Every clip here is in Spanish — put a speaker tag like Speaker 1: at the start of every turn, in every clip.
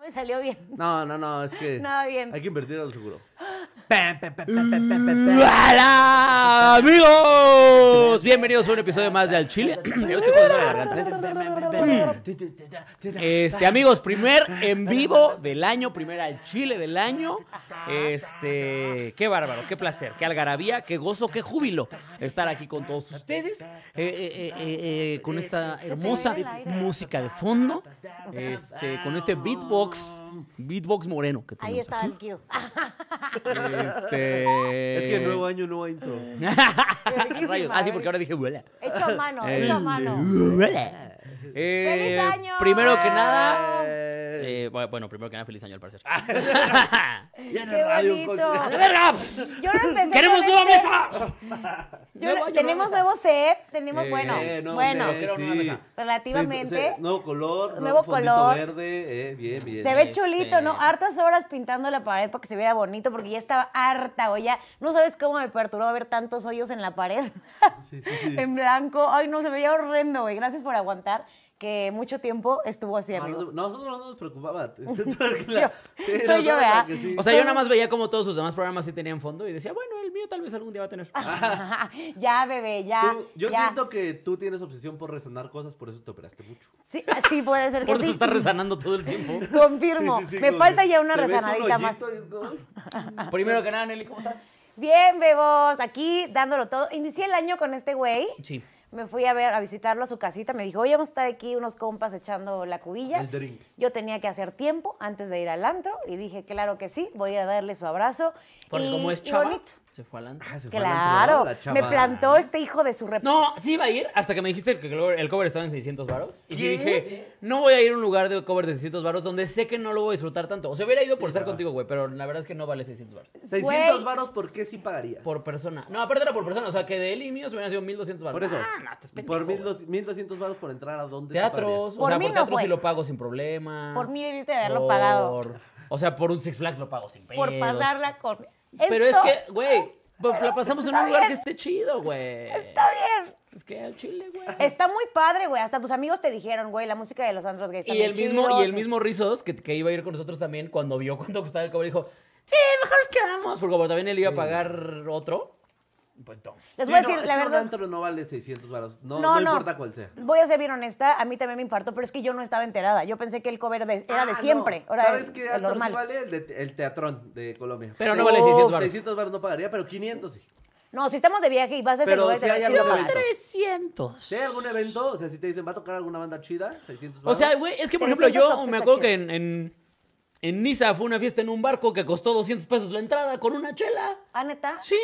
Speaker 1: Me salió bien.
Speaker 2: No, no, no, es que
Speaker 1: Nada bien.
Speaker 2: hay que invertir al seguro.
Speaker 3: Pam, pam, pam, pam, pam, pam, pam, pam.
Speaker 2: ¡Hola, amigos!
Speaker 3: Bienvenidos a un episodio más de Al Chile. Ya ves, te puedo dar la garganta.
Speaker 2: Mm. Este, amigos, primer en vivo del año, primer al Chile del año. Este, qué bárbaro, qué placer, qué algarabía, qué gozo, qué júbilo estar aquí con todos ustedes, eh, eh, eh, eh, con esta hermosa música de fondo, este, con este beatbox, beatbox moreno que
Speaker 1: Ahí
Speaker 2: tenemos
Speaker 1: está
Speaker 2: aquí.
Speaker 1: el cue.
Speaker 2: Este,
Speaker 4: Es que nuevo año, nuevo intro.
Speaker 2: Rayos. Ah, sí, porque ahora dije, huela.
Speaker 1: Hecho a mano,
Speaker 2: Este,
Speaker 1: hecho a
Speaker 4: uh,
Speaker 1: mano.
Speaker 2: huela. Eh,
Speaker 1: ¡Feliz año!
Speaker 2: Primero que nada, eh, bu- bueno, primero que nada, feliz año al parecer.
Speaker 1: ¡Qué bonito!
Speaker 2: ¡A la verga!
Speaker 1: Yo no Ah. empecé
Speaker 2: ¡Queremos
Speaker 1: con
Speaker 2: nueva
Speaker 1: este-
Speaker 2: mesa!
Speaker 1: Yo
Speaker 2: Nuevo
Speaker 1: no-
Speaker 2: año,
Speaker 1: tenemos
Speaker 2: nueva
Speaker 1: nuevo set, tenemos, bueno,
Speaker 2: Eh,
Speaker 4: no,
Speaker 1: bueno,
Speaker 4: set,
Speaker 2: creo nueva
Speaker 4: sí.
Speaker 2: mesa.
Speaker 1: relativamente.
Speaker 4: Sí, Nuevo color,
Speaker 1: Nuevo
Speaker 4: nuevo fondito
Speaker 1: color.
Speaker 4: verde, eh, bien, bien.
Speaker 1: Se ve
Speaker 2: este-
Speaker 1: chulito, ¿no? Hartas horas pintando la pared para que se viera bonito, porque ya estaba harta, o ya, no sabes cómo me perturbó ver tantos hoyos en la pared,
Speaker 4: Sí, sí, sí.
Speaker 1: en blanco. Ay, no, se veía horrendo, güey. Gracias por aguantar, que mucho tiempo estuvo así,
Speaker 4: Ah, No,
Speaker 1: amigos.
Speaker 4: no, nosotros no nos preocupaba. Tranquila.
Speaker 1: Yo-
Speaker 4: Sí,
Speaker 1: soy
Speaker 4: nosotros
Speaker 1: yo, ¿verdad?
Speaker 4: que sí.
Speaker 2: O sea, yo nada más veía como todos sus demás programas sí tenían fondo y decía, bueno, el mío tal vez algún día va a tener.
Speaker 1: Ah. ya, bebé, ya.
Speaker 4: Tú- yo
Speaker 1: ya.
Speaker 4: siento que tú tienes obsesión por resanar cosas, por eso te operaste mucho.
Speaker 1: Sí, sí, puede ser que
Speaker 2: Por eso
Speaker 1: sí.
Speaker 2: está resanando todo el tiempo.
Speaker 1: Confirmo.
Speaker 4: Sí, sí, sí,
Speaker 1: me
Speaker 4: como
Speaker 1: falta
Speaker 4: que
Speaker 1: ya una
Speaker 4: te ves un
Speaker 1: resanadita más.
Speaker 4: hoyito y es como,
Speaker 1: Ah.
Speaker 2: Primero que nada, Nelly, ¿cómo estás?
Speaker 1: Bien, bebos, aquí dándolo todo. Inicié el año con este güey.
Speaker 2: Sí.
Speaker 1: Me fui a ver, a visitarlo a su casita. Me dijo, oye, vamos a estar aquí unos compas echando la cubilla.
Speaker 4: "Ah, El drink.
Speaker 1: Yo tenía que hacer tiempo antes de ir al antro y dije, claro que sí, voy a ir a darle su abrazo.
Speaker 2: Porque
Speaker 1: y,
Speaker 2: como es
Speaker 1: y
Speaker 2: chava,
Speaker 1: bonito.
Speaker 2: se fue adelante.
Speaker 4: "Ah, se fue al
Speaker 1: Claro,
Speaker 4: antro, la chava".
Speaker 1: me plantó este hijo de su rep.
Speaker 2: No, sí iba a ir hasta que me dijiste que el cover, el cover estaba en 600 varos. Y
Speaker 4: ¿Qué?
Speaker 2: dije, no voy a ir a un lugar de cover de 600 varos donde sé que no lo voy a disfrutar tanto. O sea, hubiera ido por estar contigo, güey, pero la verdad es que no vale 600 varos.
Speaker 4: 600
Speaker 1: Güey.
Speaker 4: varos, ¿por qué sí pagarías?
Speaker 2: Por persona. No, aparte era por persona. O sea, que de él y míos hubieran sido 1200 varos.
Speaker 4: Por eso.
Speaker 2: Ah, no, estás pendejo,
Speaker 4: por
Speaker 2: güey.
Speaker 4: 1200 1200 varos por entrar a dónde sí
Speaker 2: Teatros.
Speaker 1: Por
Speaker 2: o sea,
Speaker 1: mí
Speaker 2: por
Speaker 1: no
Speaker 2: teatros
Speaker 1: fue.
Speaker 2: sí lo pago sin problema.
Speaker 1: Por mí debiste de haberlo pagado.
Speaker 2: Por- O sea, por un Six Flags lo pago sin pedos.
Speaker 1: Por pasarla con...
Speaker 2: Pero
Speaker 1: Esto
Speaker 2: es que, güey, pues, la pasamos en
Speaker 1: Está
Speaker 2: un lugar que
Speaker 1: bien.
Speaker 2: esté chido, güey.
Speaker 1: Está bien.
Speaker 2: Es que al chile, güey.
Speaker 1: Está muy padre, güey. Hasta tus amigos te dijeron, güey, la música de los antros gays. está
Speaker 2: Y
Speaker 1: bien
Speaker 2: el mismo,
Speaker 1: chido.
Speaker 2: y el mismo Rizos, que, que iba a ir con nosotros también, cuando vio cuánto costaba el cover, dijo, sí, mejor nos quedamos. Porque como también él iba a pagar otro, pues no.
Speaker 1: Les
Speaker 4: Sí,
Speaker 1: voy a
Speaker 4: no,
Speaker 1: decir,
Speaker 4: es
Speaker 1: la
Speaker 4: que
Speaker 1: verdad.
Speaker 4: Un antro no vale 600 varos. No,
Speaker 1: No,
Speaker 4: no,
Speaker 1: no.
Speaker 4: importa cuál sea.
Speaker 1: Voy a ser bien honesta, a mí también me impactó, pero es que yo no estaba enterada. Yo pensé que el cover de- era de
Speaker 4: Ah, no.
Speaker 1: siempre. Ahora
Speaker 4: ¿Sabes
Speaker 1: es
Speaker 4: qué
Speaker 1: lo
Speaker 4: antro sí
Speaker 1: normal.
Speaker 4: vale? El, de- el Teatrón de Colombia.
Speaker 2: Pero no vale 600 varos.
Speaker 4: 600 varos no pagaría, pero 500 sí.
Speaker 1: No, si estamos de viaje y vas a ese
Speaker 4: Pero
Speaker 1: lugar,
Speaker 4: si
Speaker 1: te-
Speaker 4: hay
Speaker 1: sí
Speaker 4: algo
Speaker 1: lo
Speaker 4: de
Speaker 1: pagas.
Speaker 4: evento.
Speaker 2: 300.
Speaker 4: Si hay algún evento, o sea, si te dicen, ¿va a tocar alguna banda chida? 600
Speaker 2: O
Speaker 4: varos.
Speaker 2: sea, güey, es que por
Speaker 1: 300
Speaker 2: ejemplo yo
Speaker 1: tops
Speaker 2: me
Speaker 1: está
Speaker 2: acuerdo
Speaker 1: chido.
Speaker 2: que en, en, en Niza fue una fiesta en un barco que costó 200 pesos la entrada con una chela.
Speaker 1: Ah, neta.
Speaker 2: Sí.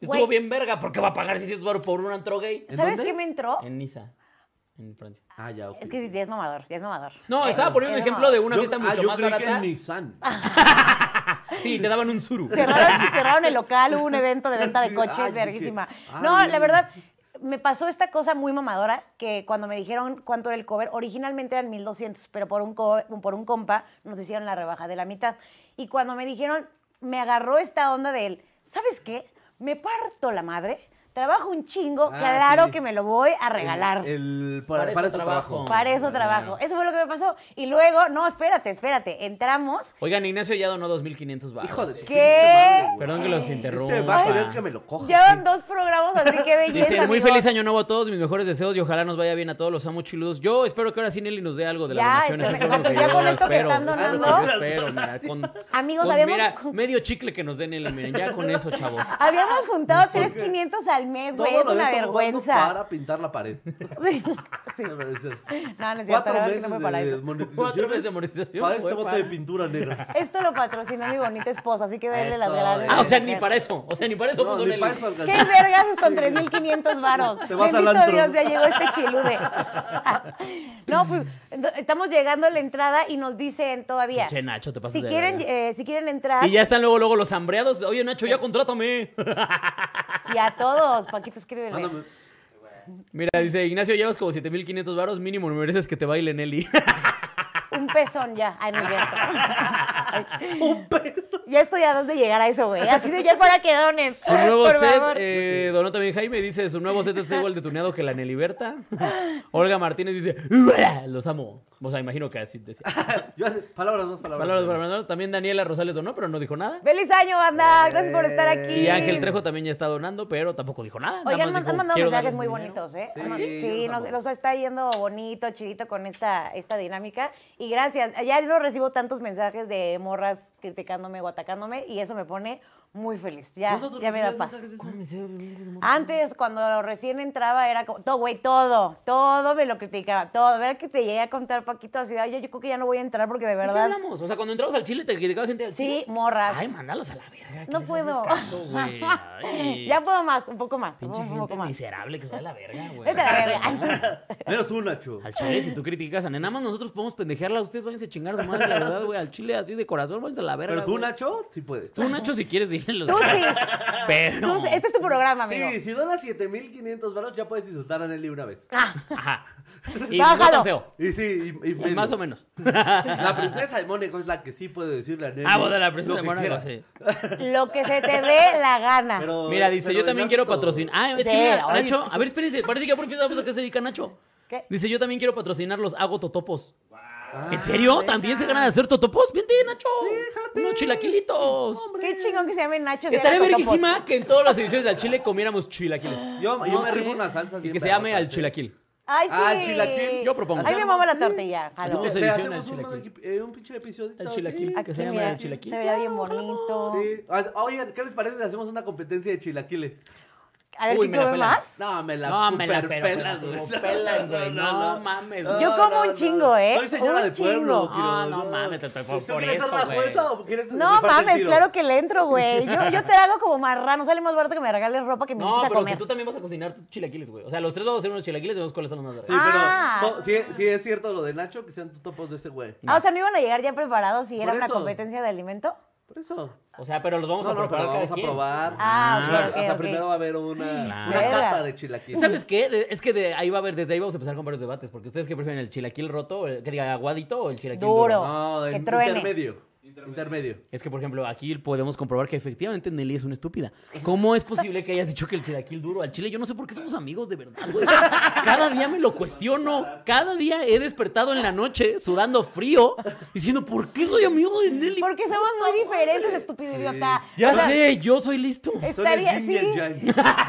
Speaker 2: Estuvo
Speaker 1: Güey.
Speaker 2: bien verga, porque va a pagar 600 baros por un antro gay?
Speaker 4: ¿En
Speaker 1: ¿Sabes
Speaker 4: dónde?
Speaker 1: qué me entró?
Speaker 2: En Niza, en Francia.
Speaker 4: Ah, ya, ok.
Speaker 1: Es que ya es mamador, ya es mamador.
Speaker 2: No,
Speaker 1: Eh,
Speaker 2: estaba poniendo
Speaker 1: es
Speaker 2: un ejemplo de
Speaker 1: mamador.
Speaker 2: una
Speaker 4: Yo-
Speaker 2: fiesta
Speaker 4: ah,
Speaker 2: mucho
Speaker 4: yo
Speaker 2: más
Speaker 4: creí que
Speaker 2: barata.
Speaker 4: en Nissan.
Speaker 2: Sí, te daban un suru.
Speaker 1: Cerraron, cerraron el local, hubo un evento de venta de coches,
Speaker 4: Ay, dije,
Speaker 1: verguísima.
Speaker 4: ay.
Speaker 1: No, la verdad, me pasó esta cosa muy mamadora, que cuando me dijeron cuánto era el cover, originalmente eran 1200, pero por un, co- por un compa nos hicieron la rebaja de la mitad. Y cuando me dijeron, me agarró esta onda de él, ¿sabes qué? Me parto la madre, trabajo un chingo,
Speaker 4: Ah,
Speaker 1: claro
Speaker 4: sí.
Speaker 1: que me lo voy a regalar.
Speaker 4: El, el- para,
Speaker 2: Para
Speaker 4: para
Speaker 2: eso
Speaker 4: eso
Speaker 2: trabajo.
Speaker 4: trabajo.
Speaker 1: para eso trabajo. Eso fue lo que me pasó. Y luego, no, espérate, espérate. Entramos.
Speaker 2: Oigan, Ignacio ya donó 2.500 baros.
Speaker 4: Hijo de
Speaker 1: ¿Qué?
Speaker 4: tu pinche madre, güey.
Speaker 2: Perdón que los interrumpa.
Speaker 4: Ese va a querer que me lo coja.
Speaker 1: Llevan dos programas, así que belleza.
Speaker 2: Dicen, muy
Speaker 1: amigos".
Speaker 2: feliz año nuevo a todos, mis mejores deseos y ojalá nos vaya bien a todos, los amo chiludos. Yo espero que ahora sí Nelly nos dé algo de la
Speaker 1: Ya,
Speaker 2: donación.
Speaker 1: este,
Speaker 2: eso es lo
Speaker 1: no,
Speaker 2: que
Speaker 1: ya
Speaker 2: yo
Speaker 1: con esto que
Speaker 2: espero,
Speaker 1: están
Speaker 2: eso es lo que
Speaker 4: donando.
Speaker 2: yo espero, mira, con-
Speaker 1: Amigos,
Speaker 2: con,
Speaker 1: habíamos-
Speaker 2: Mira, medio chicle que nos den Nelly, miren, ya con eso, chavos.
Speaker 1: Habíamos juntado 3,500 al mes, güey.
Speaker 4: Todo
Speaker 1: Es
Speaker 4: lo
Speaker 1: una
Speaker 4: había estado
Speaker 1: vergüenza.
Speaker 4: guardando Para pintar la pared.
Speaker 1: Sí. sí.
Speaker 4: Al parecer.
Speaker 1: No, no es cierto.
Speaker 4: Cuatro
Speaker 1: la verdad que
Speaker 4: meses
Speaker 1: no fue para
Speaker 4: de
Speaker 1: eso.
Speaker 4: monetización.
Speaker 2: Cuatro meses de monetización,
Speaker 4: Para este
Speaker 2: güey,
Speaker 4: bote
Speaker 2: para.
Speaker 4: de pintura negra.
Speaker 1: Esto lo patrocinó mi bonita esposa, así que denle las
Speaker 4: Eso,
Speaker 1: gracias.
Speaker 2: Ah, o sea, ni para eso, o sea, ni para eso
Speaker 4: No,
Speaker 2: puso
Speaker 4: ni
Speaker 2: Nelly.
Speaker 4: para eso
Speaker 1: ¿Qué
Speaker 4: alcanzó.
Speaker 1: vergas con 3.500 varos?
Speaker 4: Te vas al
Speaker 1: Bendito
Speaker 4: antro.
Speaker 1: Dios, ya llegó este chilude. No, pues ento- estamos llegando a la entrada y nos dicen todavía.
Speaker 2: Che, Nacho, te pasas
Speaker 1: Si
Speaker 2: de
Speaker 1: quieren,
Speaker 2: verga.
Speaker 1: eh, si quieren entrar
Speaker 2: Y ya están luego, luego los hambreados. Oye, Nacho, ya contrátame.
Speaker 1: y a todos, Paquito, escríbele.
Speaker 4: Mándame.
Speaker 2: Mira, dice Ignacio, llevas como 7500 varos, mínimo no mereces que te baile Nelly.
Speaker 1: Un pezón ya. Ay, no es cierto. Un pezón. Ya estoy a dos de llegar a eso, güey. Así de ya para que donen.
Speaker 2: Su nuevo
Speaker 1: por
Speaker 2: set,
Speaker 1: favor.
Speaker 2: eh, donó también Jaime, dice, su nuevo set está igual de tuneado que la Neliberta. Olga Martínez dice, "Uah, los amo. O sea, imagino que así decía.
Speaker 1: Ah,
Speaker 4: Yo hace- palabras más, palabras,
Speaker 2: Palabras para
Speaker 4: menos.
Speaker 2: Manuel. También Daniela Rosales donó, pero no dijo nada.
Speaker 1: ¡Feliz año, banda! Gracias por estar aquí.
Speaker 2: Y Ángel Trejo también ya está donando, pero tampoco dijo nada. nada
Speaker 1: Oigan,
Speaker 2: más
Speaker 1: man-
Speaker 2: dijo,
Speaker 1: han mandado
Speaker 2: "Quiero
Speaker 1: mensajes
Speaker 2: darles
Speaker 1: muy
Speaker 2: dinero".
Speaker 1: bonitos, ¿eh?
Speaker 4: Sí,
Speaker 1: Han-
Speaker 4: sí,
Speaker 1: sí,
Speaker 4: los
Speaker 1: nos,
Speaker 4: amo.
Speaker 1: los está yendo bonito, chidito con esta, esta dinámica. Y gracias. Ya no recibo tantos mensajes de morras criticándome o atacándome y eso me pone muy feliz. Ya,
Speaker 4: ¿Cuántos
Speaker 1: ya me da
Speaker 4: recibes
Speaker 1: paz.
Speaker 4: mensajes de eso?
Speaker 1: Antes, cuando recién entraba, era como, todo, güey, todo, todo me lo criticaba, todo. Ver que te llegué a contar, Paquito, así, "Ay, yo, yo creo que ya no voy a entrar porque de
Speaker 2: ¿De qué
Speaker 1: verdad.
Speaker 2: hablamos? O sea, cuando entramos al Chile te criticaba gente al
Speaker 1: Sí,
Speaker 2: Chile.
Speaker 1: morras.
Speaker 2: Ay, mándalos a la verga. que
Speaker 1: No
Speaker 2: les haces
Speaker 1: puedo.
Speaker 2: caso, güey. Ay,
Speaker 1: ya puedo más, un poco más,
Speaker 2: Pinche
Speaker 1: un poco
Speaker 2: gente
Speaker 1: más.
Speaker 2: miserable que se va a la verga, güey.
Speaker 1: Vete a la verga.
Speaker 4: Menos tú, Nacho.
Speaker 2: Al chile, si tú criticas a nada más nosotros podemos pendejearla. Ustedes váyanse a chingar a su madre, la verdad, güey. Al chile, así de corazón, váyanse a la verga.
Speaker 4: Pero tú,
Speaker 2: güey.
Speaker 4: Nacho, sí puedes.
Speaker 2: Tú, Nacho, si quieres, dile los
Speaker 1: Tú sí.
Speaker 2: Pero.
Speaker 1: Tú- este es tu programa, amigo.
Speaker 4: Sí, si donas 7500 varos ya puedes insultar a Nelly una vez.
Speaker 1: Ah,
Speaker 2: Ajá. Y
Speaker 1: Bájalo.
Speaker 2: no tan feo.
Speaker 4: Y sí, y, y
Speaker 2: Y más o menos.
Speaker 4: La princesa de Mónaco es la que sí puede decirle a Nelly.
Speaker 2: Ah, vos de la princesa
Speaker 4: lo
Speaker 2: de
Speaker 4: que quiera.
Speaker 2: Mónaco, sí.
Speaker 1: Lo que se te dé la gana.
Speaker 4: Pero-
Speaker 2: Mira, dice,
Speaker 4: pero
Speaker 2: yo también
Speaker 4: ya
Speaker 2: quiero
Speaker 4: todos.
Speaker 2: patrocinar. Ah, es que
Speaker 1: Sí,
Speaker 2: mira,
Speaker 1: ahora
Speaker 2: Nacho, a ver, espérense, parece que ya por fin sabemos a qué se dedica Nacho.
Speaker 1: ¿Qué?
Speaker 2: Dice, yo también quiero patrocinarlos, hago totopos.
Speaker 4: Ah,
Speaker 2: ¿En serio?
Speaker 4: venga.
Speaker 2: ¿También se ganan de hacer totopos? Vente, Nacho. Unos chilaquilitos.
Speaker 1: Qué chingón que se llame Nacho. si
Speaker 2: Estaría
Speaker 1: haga totopos.
Speaker 2: verguísima que en todas las ediciones del Chile comiéramos chilaquiles.
Speaker 4: Yo- yo me
Speaker 2: sé.
Speaker 4: rifo unas salsas
Speaker 2: Y que
Speaker 4: bien
Speaker 2: se llame
Speaker 4: perrotas,
Speaker 2: al
Speaker 4: sí.
Speaker 2: chilaquil.
Speaker 1: Ay, sí.
Speaker 4: Ah, chilaquil.
Speaker 2: Yo propongo.
Speaker 1: Ay, me mama la tortilla. jalo.
Speaker 4: Hacemos-
Speaker 2: Hacemos
Speaker 4: sí.
Speaker 2: edición
Speaker 4: Te hacemos
Speaker 2: al
Speaker 4: un-
Speaker 2: chilaquil.
Speaker 4: eh, un pinche episodio.
Speaker 2: Al chilaquil.
Speaker 4: sí.
Speaker 2: que
Speaker 1: Aquí,
Speaker 2: se llame
Speaker 1: mira,
Speaker 2: el chilaquil.
Speaker 1: Se vería bien bonito.
Speaker 4: Sí. Ah, Oigan, ¿qué les parece si hacemos una competencia de chilaquiles?
Speaker 1: A ver,
Speaker 2: Uy,
Speaker 1: ¿quién
Speaker 2: me la
Speaker 1: come
Speaker 2: pelan.
Speaker 1: más?
Speaker 4: No, me la
Speaker 2: No, me la
Speaker 4: super
Speaker 2: pero-
Speaker 4: pelas,
Speaker 2: pero-
Speaker 4: güey.
Speaker 2: pero pelan, güey. No mames, güey.
Speaker 1: Yo como un chingo, ¿eh?
Speaker 4: Soy señora
Speaker 1: Un
Speaker 4: de pueblo.
Speaker 1: chingo.
Speaker 4: quiero-
Speaker 2: Ah, no mames, te- te- por-
Speaker 4: ¿Tú
Speaker 2: por
Speaker 4: quieres ser
Speaker 2: eso,
Speaker 4: la
Speaker 2: güey.
Speaker 4: jueza o quieres
Speaker 1: No
Speaker 4: rifarte pues, el
Speaker 1: mames,
Speaker 4: tiro?
Speaker 1: claro que le entro, güey. Yo, yo te hago como marrano. Sale más barato que me regales ropa que me
Speaker 2: No,
Speaker 1: invites a
Speaker 2: pero que
Speaker 1: comer.
Speaker 2: tú también vas a cocinar tus chilaquiles, güey. O sea, los tres vamos a hacer unos chilaquiles y vemos cuáles son los más
Speaker 4: Sí,
Speaker 2: baratos.
Speaker 4: pero
Speaker 1: Ah.
Speaker 4: no, sí, sí es cierto lo de Nacho, que sean topos de ese güey.
Speaker 1: Ah, o sea, no iban a llegar ya preparados si
Speaker 4: Por
Speaker 1: era una
Speaker 4: eso.
Speaker 1: competencia de alimento.
Speaker 4: Por eso.
Speaker 2: O sea, pero los vamos
Speaker 4: no,
Speaker 2: a
Speaker 4: no,
Speaker 2: preparar
Speaker 4: pero
Speaker 2: cada
Speaker 4: vamos a
Speaker 2: quien.
Speaker 4: probar.
Speaker 1: Ah,
Speaker 2: ok,
Speaker 4: Claro,
Speaker 1: ok,
Speaker 4: O sea,
Speaker 1: ok.
Speaker 4: primero va a haber una,
Speaker 2: Claro.
Speaker 4: una
Speaker 1: Verga.
Speaker 4: cata de
Speaker 2: ¿Y
Speaker 4: chilaquiles.
Speaker 2: ¿Sabes qué? De- es que de ahí va a haber, desde ahí vamos a empezar con varios debates, porque ustedes que prefieren el chilaquil roto, el- que diga aguadito o el chilaquil
Speaker 1: Duro.
Speaker 2: duro.
Speaker 4: No,
Speaker 1: Que
Speaker 4: en
Speaker 1: truene.
Speaker 4: intermedio. Intermedio.
Speaker 2: Es que, por ejemplo, aquí podemos comprobar que efectivamente Nelly es una estúpida. ¿Cómo es posible que hayas dicho que el chilaquil duro al chile? Yo no sé por qué somos amigos de verdad, güey. Cada día me lo cuestiono. Cada día he despertado en la noche sudando frío, diciendo, ¿por qué soy amigo de Nelly?
Speaker 1: Porque somos muy diferentes, estúpido idiota.
Speaker 2: Ya
Speaker 1: O sea,
Speaker 2: sé, yo soy listo.
Speaker 1: Estaría,
Speaker 4: Son el
Speaker 1: sí,
Speaker 4: yin y el yang.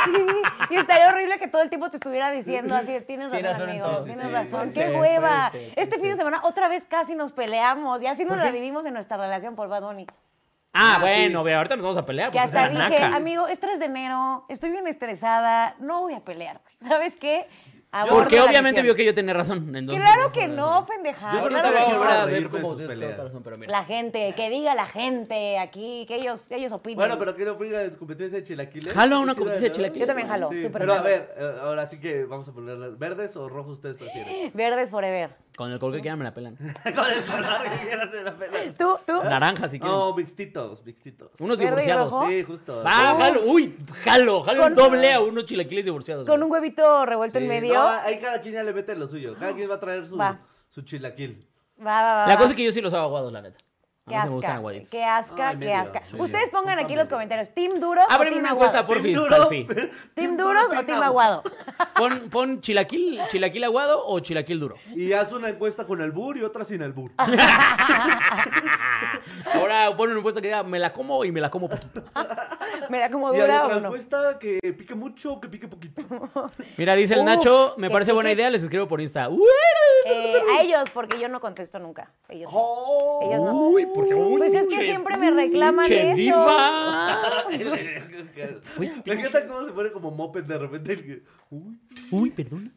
Speaker 1: sí, y estaría horrible que todo el tiempo te estuviera diciendo así, de, tienes razón,
Speaker 2: Tienes razón en
Speaker 1: amigo,
Speaker 2: todo". Sí,
Speaker 1: tienes
Speaker 2: sí,
Speaker 1: razón,
Speaker 2: puede
Speaker 1: qué
Speaker 2: ser,
Speaker 1: hueva.
Speaker 2: puede ser, puede
Speaker 1: este fin de
Speaker 2: ser.
Speaker 1: semana otra vez casi nos peleamos, ya así nos
Speaker 2: ¿Por
Speaker 1: la
Speaker 2: qué?
Speaker 1: vivimos en nuestra relación por Bad Bunny.
Speaker 2: Ah,
Speaker 4: Ah,
Speaker 2: bueno,
Speaker 4: sí.
Speaker 2: ve, ahorita nos vamos a pelear.
Speaker 1: Que
Speaker 2: porque
Speaker 1: hasta
Speaker 2: soy
Speaker 1: dije,
Speaker 2: una naca.
Speaker 1: amigo, es 3 de enero, estoy bien estresada, no voy a pelear, güey. ¿sabes qué? Abordo
Speaker 2: Porque
Speaker 1: la
Speaker 2: obviamente vio
Speaker 1: misión.
Speaker 2: que yo tenía razón. entonces-
Speaker 1: Claro que no, pendeja.
Speaker 4: Yo
Speaker 2: Ahorita
Speaker 4: Ahorita
Speaker 1: claro
Speaker 2: voy a
Speaker 1: que
Speaker 4: veo
Speaker 1: no.
Speaker 2: volver a
Speaker 4: reírme
Speaker 2: ver
Speaker 4: de
Speaker 2: cómo
Speaker 4: sus
Speaker 2: ustedes
Speaker 4: peleas.
Speaker 2: toda razón, pero mira.
Speaker 1: La gente, que diga la gente aquí, que ellos, ellos opinen.
Speaker 4: Bueno, pero ¿qué opinan de competencia de chilaquiles?
Speaker 2: Jalo a una
Speaker 4: ¿Sí la
Speaker 2: competencia de
Speaker 4: verdad?
Speaker 2: chilaquiles,
Speaker 1: Yo también güey. jalo,
Speaker 4: Sí,
Speaker 1: súper
Speaker 4: Pero a
Speaker 1: jalo.
Speaker 4: ver, eh, ahora sí que vamos a poner verdes o rojos ustedes prefieren.
Speaker 1: Verdes forever.
Speaker 2: Con el color que quieran me la pelan.
Speaker 4: Con el color que quieran de la pela.
Speaker 1: ¿Tú, tú?
Speaker 2: Naranja, si quieren.
Speaker 4: No, mixtitos, mixtitos.
Speaker 2: Unos
Speaker 1: ¿Verde y rojo?
Speaker 2: divorciados.
Speaker 4: Sí, justo.
Speaker 2: Va, jalo. Uy, jalo. Jalo
Speaker 1: Con-
Speaker 2: un doble a unos chilaquiles divorciados.
Speaker 1: Con un
Speaker 2: güey. ah.
Speaker 1: huevito revuelto
Speaker 4: Sí,
Speaker 1: en medio.
Speaker 4: No,
Speaker 1: va,
Speaker 4: ahí cada quien ya le mete lo suyo. Cada quien va a traer su,
Speaker 1: Va.
Speaker 4: su chilaquil.
Speaker 1: va, va.
Speaker 2: La
Speaker 1: va.
Speaker 2: cosa es que yo sí los hago aguados, la neta. A
Speaker 1: Qué
Speaker 2: mí sí me gustan
Speaker 1: asca,
Speaker 2: aguaditos.
Speaker 1: qué asca,
Speaker 4: Ay,
Speaker 1: qué
Speaker 4: medio,
Speaker 1: asca.
Speaker 4: medio.
Speaker 1: Ustedes pongan aquí
Speaker 4: Pongan
Speaker 1: los
Speaker 4: medio.
Speaker 1: comentarios. ¿Team duro
Speaker 2: Ábreme
Speaker 1: o team
Speaker 2: una
Speaker 1: aguado?
Speaker 2: encuesta, porfis,
Speaker 4: Team duro.
Speaker 2: Alfie.
Speaker 1: ¿Team duros o team aguado?
Speaker 2: Pon, pon chilaquil, chilaquil aguado o chilaquil duro.
Speaker 4: Y haz una encuesta con albur y otra sin albur.
Speaker 1: Ah,
Speaker 2: Ahora pon una encuesta que diga, me la como y me la como poquito.
Speaker 1: Me da como
Speaker 4: y hay
Speaker 1: dura
Speaker 4: otra
Speaker 1: o
Speaker 2: pues,
Speaker 1: no.
Speaker 4: encuesta que pique mucho o que pique poquito.
Speaker 2: Mira, dice el
Speaker 1: Uf,
Speaker 2: Nacho, me
Speaker 1: que
Speaker 2: parece buena
Speaker 1: pique.
Speaker 2: idea, les escribo por Insta.
Speaker 1: Eh, a ellos, porque yo no contesto nunca. Ellos. sí. Ellos no.
Speaker 2: Oh, Uy, porque
Speaker 1: Pues es que
Speaker 2: Uy,
Speaker 1: siempre me reclaman
Speaker 2: che,
Speaker 1: eso.
Speaker 2: diva.
Speaker 4: Me encanta cómo se pone como moped de repente. el que, Uy,
Speaker 2: Uy, perdón.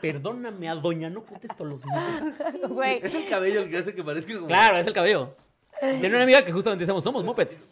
Speaker 2: Perdóname, a doña no contesto los mopeds.
Speaker 1: Güey.
Speaker 4: es el cabello el que hace que parezca como...
Speaker 2: Claro, es el cabello. Tiene una amiga que justamente decíamos, somos mopeds.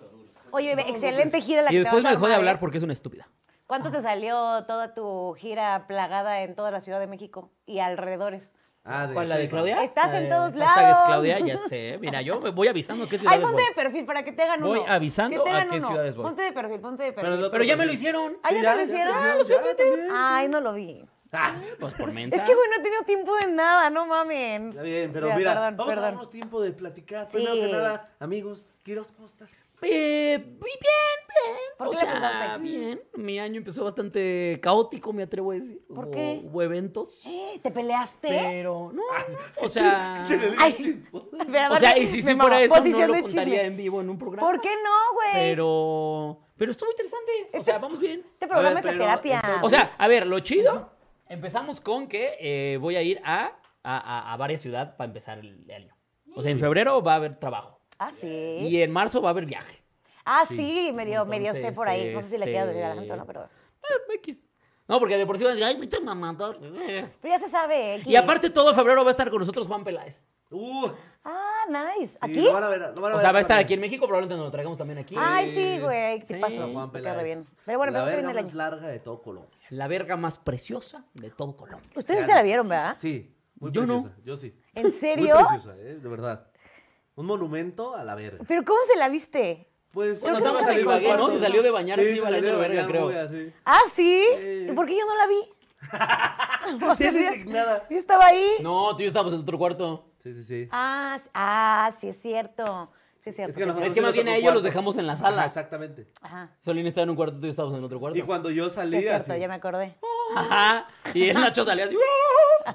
Speaker 1: Oye, ve, excelente gira la
Speaker 2: Y
Speaker 1: que te
Speaker 2: después
Speaker 1: vas a
Speaker 2: me dejó de
Speaker 1: armar,
Speaker 2: hablar
Speaker 1: ¿eh?
Speaker 2: porque es una estúpida.
Speaker 1: ¿Cuánto te salió toda tu gira plagada en toda la Ciudad de México y alrededores?
Speaker 4: Ah,
Speaker 2: ¿Cuál, la de
Speaker 4: Sheinbaum.
Speaker 2: Claudia?
Speaker 1: Estás en
Speaker 2: Eh,
Speaker 1: todos
Speaker 2: hashtag es
Speaker 1: lados.
Speaker 2: Claudia, ya sé. Mira, yo me voy avisando qué ciudades
Speaker 1: Ay, ponte
Speaker 2: voy.
Speaker 1: de perfil para que te hagan
Speaker 2: Voy
Speaker 1: uno.
Speaker 2: avisando
Speaker 1: Que te
Speaker 2: a
Speaker 1: hagan
Speaker 2: qué
Speaker 1: uno.
Speaker 2: ciudades voy.
Speaker 1: Ponte de perfil, ponte de
Speaker 4: Pero el
Speaker 1: perfil.
Speaker 4: otro
Speaker 2: Pero ya me lo
Speaker 4: también.
Speaker 2: hicieron.
Speaker 1: Ah, ya te lo hicieron.
Speaker 4: te
Speaker 1: Ah, lo
Speaker 4: ya también.
Speaker 1: Ay, no lo vi.
Speaker 4: Ah,
Speaker 2: Pues por mensa.
Speaker 1: Es que, güey, no he tenido tiempo de nada, no mamen.
Speaker 4: Está bien, pero
Speaker 1: Ya,
Speaker 4: mira,
Speaker 1: perdón,
Speaker 4: vamos a
Speaker 1: perdón.
Speaker 4: darnos tiempo de platicar.
Speaker 1: Sí.
Speaker 4: Primero que nada, amigos, Quiroz, ¿cómo estás?
Speaker 2: Eh, bien, bien.
Speaker 1: ¿Por
Speaker 2: o
Speaker 1: qué le
Speaker 2: sea,
Speaker 1: pensaste?
Speaker 2: bien. Mi año empezó bastante caótico, me atrevo a decir.
Speaker 1: ¿Por
Speaker 2: Hubo-
Speaker 1: qué?
Speaker 2: Hubo eventos.
Speaker 1: Eh, ¿Te peleaste?
Speaker 2: Pero, no, no, o sea...
Speaker 1: Ay,
Speaker 2: O sea, y si sí fuera eso, no lo contaría
Speaker 1: en
Speaker 2: en vivo en un programa.
Speaker 1: ¿Por qué no, güey?
Speaker 2: Pero, pero estuvo interesante. O sea, vamos bien.
Speaker 1: Este programa
Speaker 4: A
Speaker 1: es
Speaker 4: ver,
Speaker 1: la
Speaker 4: pero,
Speaker 1: terapia.
Speaker 4: entonces-
Speaker 2: O sea, a ver, lo chido. Empezamos con que eh, voy a ir a, a, a- a varias ciudades para empezar el año. O sea, en febrero va a haber trabajo.
Speaker 1: ah, sí.
Speaker 2: Y en marzo va a haber viaje.
Speaker 1: ah, sí, medio, medio sé
Speaker 2: Entonces,
Speaker 1: por ahí. No sé si le queda doler a la
Speaker 2: este-
Speaker 1: gente o no, pero...
Speaker 4: Ah,
Speaker 2: Eh, X. No, porque de por sí van a decir, ay, vete mamador.
Speaker 1: Pero ya se sabe. X.
Speaker 2: Y aparte, todo febrero va a estar con nosotros Juan Peláez.
Speaker 4: Uh, sí,
Speaker 1: Ah, nice. ¿Aquí?
Speaker 4: lo van a ver, lo van a
Speaker 2: O
Speaker 4: ver
Speaker 2: sea, va a estar
Speaker 4: también.
Speaker 2: aquí en México, probablemente nos lo traigamos también aquí.
Speaker 1: Ay, sí, güey. ¿Qué
Speaker 2: Sí.
Speaker 1: pasó?
Speaker 4: A Juan
Speaker 1: Me cae re
Speaker 4: Peláez.
Speaker 1: bien. Pero bueno,
Speaker 4: la
Speaker 1: pero
Speaker 4: verga
Speaker 1: en el
Speaker 4: más
Speaker 1: año.
Speaker 4: larga de todo Colombia.
Speaker 2: La verga más preciosa de todo Colombia.
Speaker 1: Ustedes se la vieron, ¿verdad?
Speaker 4: Sí, muy
Speaker 2: Yo no.
Speaker 4: preciosa, yo sí.
Speaker 1: ¿En serio?
Speaker 4: Muy preciosa, eh, de verdad. Un monumento a la verga.
Speaker 1: ¿Pero cómo se la viste?
Speaker 4: Pues
Speaker 2: Cuando
Speaker 4: sí,
Speaker 1: estábamos
Speaker 4: se
Speaker 1: en
Speaker 4: salió al
Speaker 1: Ibagué, ¿no?
Speaker 4: cuarto.
Speaker 1: Se salió
Speaker 2: de bañar así,
Speaker 4: se
Speaker 2: valiendo
Speaker 4: salió de
Speaker 2: verga,
Speaker 4: bañar,
Speaker 2: creo.
Speaker 4: muy así.
Speaker 1: ¿Ah, sí?
Speaker 4: Sí.
Speaker 1: ¿Y por qué yo no la vi? O sea,
Speaker 4: Bien
Speaker 1: yo-
Speaker 4: indignada.
Speaker 1: Yo estaba ahí.
Speaker 2: No, tú y yo estábamos en otro cuarto.
Speaker 4: Sí, sí, sí.
Speaker 1: Ah, s- ah, sí es cierto. Sí es cierto.
Speaker 4: Es
Speaker 1: sí
Speaker 4: que nosotros
Speaker 2: Es que más
Speaker 4: nos
Speaker 2: bien
Speaker 4: tocó
Speaker 2: a ellos los
Speaker 4: cuarto.
Speaker 2: dejamos en la
Speaker 4: Ajá,
Speaker 2: sala.
Speaker 4: Exactamente.
Speaker 1: Ajá.
Speaker 2: Solín estaba en un cuarto, tú y yo estábamos en otro cuarto.
Speaker 4: Y cuando yo
Speaker 1: Sí es
Speaker 4: salí
Speaker 1: cierto,
Speaker 4: así.
Speaker 1: ya me acordé.
Speaker 2: Ajá. Y el Nacho salía así.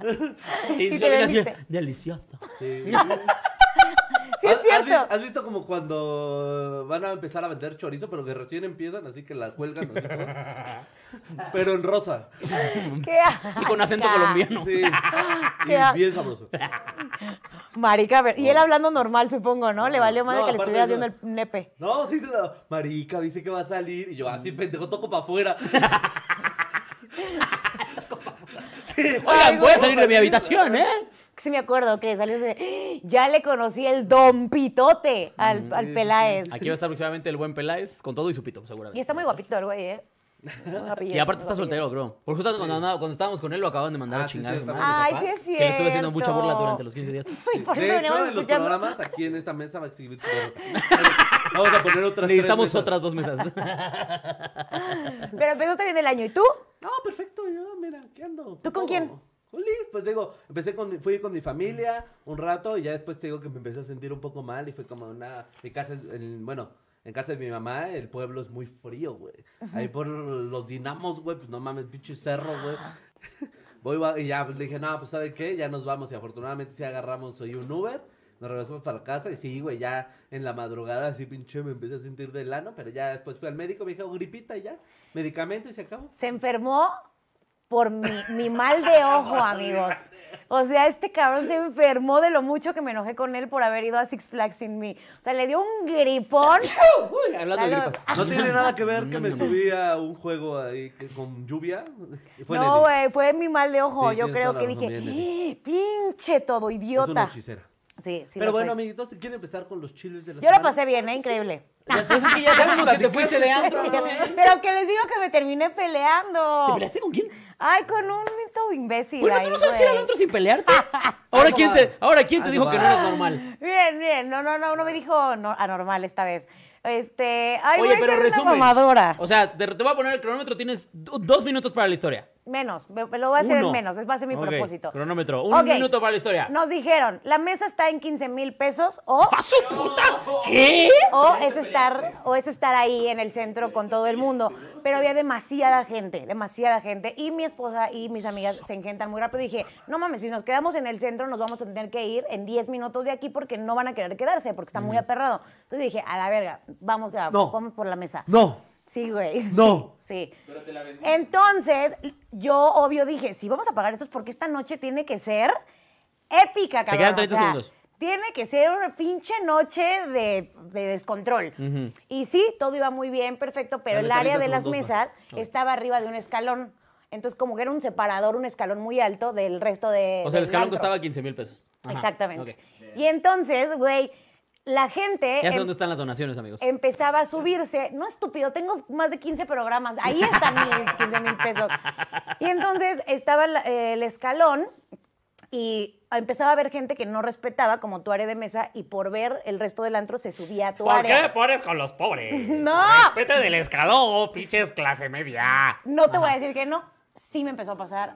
Speaker 1: te
Speaker 2: Y Solín así,
Speaker 1: veniste.
Speaker 2: delicioso.
Speaker 4: Sí.
Speaker 1: Sí es
Speaker 4: ¿Has- has vi- ¿Has,
Speaker 1: cierto.
Speaker 4: visto como cuando van a empezar a vender chorizo, pero que recién empiezan, así que la cuelgan? así, ¿no? pero en rosa.
Speaker 1: ¿Qué asco.
Speaker 2: Y con acento colombiano.
Speaker 4: Sí.
Speaker 1: Qué
Speaker 4: Y bien sabroso.
Speaker 1: Marica, a ver, y él hablando normal, supongo, ¿no? Le valió madre
Speaker 4: No,
Speaker 1: que le
Speaker 4: aparte
Speaker 1: estuvieras
Speaker 4: eso-
Speaker 1: viendo el nepe.
Speaker 4: No, sí se la... Marica, dice que va a salir. Y yo, así,
Speaker 2: Mm.
Speaker 4: pendejo, toco para afuera.
Speaker 2: Oigan, voy a salir de mi habitación, ¿eh?
Speaker 1: Sí me acuerdo que salió ese de, ya le conocí el don pitote al, al Peláez.
Speaker 2: Aquí va a estar próximamente el buen Peláez con todo y su pito, seguramente.
Speaker 1: Y está muy guapito el güey, ¿eh? Muy guapillo,
Speaker 2: Y aparte
Speaker 1: muy guapillo.
Speaker 2: está soltero, creo. Porque justo cuando, andaba- cuando estábamos con él lo acaban de mandar
Speaker 4: Ah,
Speaker 2: a
Speaker 4: sí,
Speaker 2: chingar a su
Speaker 4: cierto.
Speaker 2: madre.
Speaker 1: Ay,
Speaker 2: papás,
Speaker 1: sí es
Speaker 2: Que le estuve
Speaker 1: cierto.
Speaker 2: haciendo mucha burla durante los 15 días.
Speaker 1: Y por eso
Speaker 4: De hecho,
Speaker 1: veníamos
Speaker 4: de los
Speaker 1: escuchando.
Speaker 4: programas, aquí en esta mesa va a exhibir su ropa. Vamos a poner otras tres
Speaker 2: Necesitamos
Speaker 4: mesas.
Speaker 2: otras dos mesas.
Speaker 1: Pero empezaste bien el año. ¿Y tú?
Speaker 4: No, perfecto, yo, mira, ¿qué ando?
Speaker 1: ¿Tú con quién?
Speaker 4: Con Liz, pues digo, empecé con, mi- fui con mi familia un rato y ya después te digo que me empecé a sentir un poco mal y fue como una, mi casa, es- en- bueno, en casa de mi mamá el pueblo es muy frío, güey. Ahí por los dinamos, güey, pues no mames, pinche cerro,
Speaker 1: Ah.
Speaker 4: güey. Voy va- y ya pues, dije, no, pues ¿sabe qué? Ya nos vamos y afortunadamente sí agarramos hoy un Uber. Nos regresamos para casa y sí, güey, ya en la madrugada así pinche me empecé a sentir del ano, pero ya después fui al médico, me dijo gripita y ya, medicamento y se acabó.
Speaker 1: Se enfermó por mi, mi mal de ojo, amigos. O sea, este cabrón se enfermó de lo mucho que me enojé con él por haber ido a Six Flags sin mí. O sea, le dio un gripón.
Speaker 2: Uy, Hablando de
Speaker 1: Salud.
Speaker 2: gripas.
Speaker 4: No tiene nada que ver que me subí a un juego ahí que- con lluvia. Fue
Speaker 1: no,
Speaker 4: Nelly.
Speaker 1: güey, fue mi mal de ojo.
Speaker 4: Sí,
Speaker 1: Yo
Speaker 4: tienes
Speaker 1: creo
Speaker 4: toda
Speaker 1: que
Speaker 4: la
Speaker 1: dije,
Speaker 4: razón, bien,
Speaker 1: "Eh, pinche todo
Speaker 4: Es una
Speaker 1: idiota. Sí,
Speaker 4: hechicera.
Speaker 1: sí, lo
Speaker 4: Pero bueno,
Speaker 1: soy.
Speaker 4: amiguitos, si quieren empezar con los chiles de la
Speaker 1: Yo la
Speaker 4: semana.
Speaker 1: pasé bien, ¿eh? Increíble.
Speaker 2: Pues es que ya sabemos que te fuiste de antro.
Speaker 1: Pero que les digo que me terminé
Speaker 2: ¿Te
Speaker 1: peleando.
Speaker 2: peleaste con quién?
Speaker 1: Ay, con un todo imbécil.
Speaker 2: Bueno,
Speaker 1: ahí,
Speaker 2: tú no sabes ir al
Speaker 1: güey.
Speaker 2: antro sin pelearte. Ahora, ¿quién te, ahora, ¿quién te dijo que no eres normal?
Speaker 1: Bien, bien. No, no, no, no me dijo no- anormal esta vez. Este, ay, voy
Speaker 2: Oye,
Speaker 1: a
Speaker 2: pero
Speaker 1: ser una
Speaker 2: resumen.
Speaker 1: mamadora.
Speaker 2: O sea, te, te voy a poner el cronómetro, tienes do- dos minutos para la historia.
Speaker 1: Menos, me- me lo voy a hacer en
Speaker 2: Uno.
Speaker 1: menos, es va a ser mi
Speaker 2: Ok,
Speaker 1: propósito.
Speaker 2: cronómetro, un
Speaker 1: Ok.
Speaker 2: minuto para la historia.
Speaker 1: Nos dijeron, la mesa está en 15 mil pesos o,
Speaker 2: ¡Pa' su puta! ¿Qué?
Speaker 1: o, es estar, o es estar ahí en el centro con todo el mundo. Pero había demasiada gente, demasiada gente. Y mi esposa y mis amigas se engentan muy rápido. Y dije, no mames, si nos quedamos en el centro nos vamos a tener que ir en 10 minutos de aquí porque no van a querer quedarse, porque está muy aperrado. Entonces dije, a la verga, vamos,
Speaker 4: No.
Speaker 1: vamos por la mesa.
Speaker 4: No,
Speaker 1: Sí, güey.
Speaker 4: no.
Speaker 1: Sí. Entonces, yo obvio dije, si vamos a pagar estos, porque esta noche tiene que ser épica, cabrón.
Speaker 2: quedan 30 segundos.
Speaker 1: Tiene que ser una pinche noche de, de descontrol. Y sí, todo iba muy bien, perfecto, pero
Speaker 4: Dale,
Speaker 1: el área
Speaker 4: 30
Speaker 1: de las
Speaker 4: segundos
Speaker 1: mesas estaba arriba de un escalón. Entonces, como que era un separador, un escalón muy alto del resto de.
Speaker 2: O sea,
Speaker 1: del
Speaker 2: el escalón
Speaker 1: antro.
Speaker 2: costaba 15 mil pesos. Ajá,
Speaker 1: Exactamente.
Speaker 2: ok.
Speaker 1: Y entonces, güey, la gente.
Speaker 2: Ya sé
Speaker 1: em-
Speaker 2: dónde están las donaciones, amigos.
Speaker 1: empezaba a subirse. No, estúpido, tengo más de 15 programas. Ahí están mis 15 mil pesos. Y entonces estaba la- eh, el escalón Y empezaba a haber gente que no respetaba como tu área de mesa y por ver el resto del antro se subía a tu
Speaker 2: ¿Por
Speaker 1: área.
Speaker 2: qué me pones con los pobres?
Speaker 1: No.
Speaker 2: Respeta del escalón, pinches clase media.
Speaker 1: No te voy a decir que no. Sí me empezó a pasar.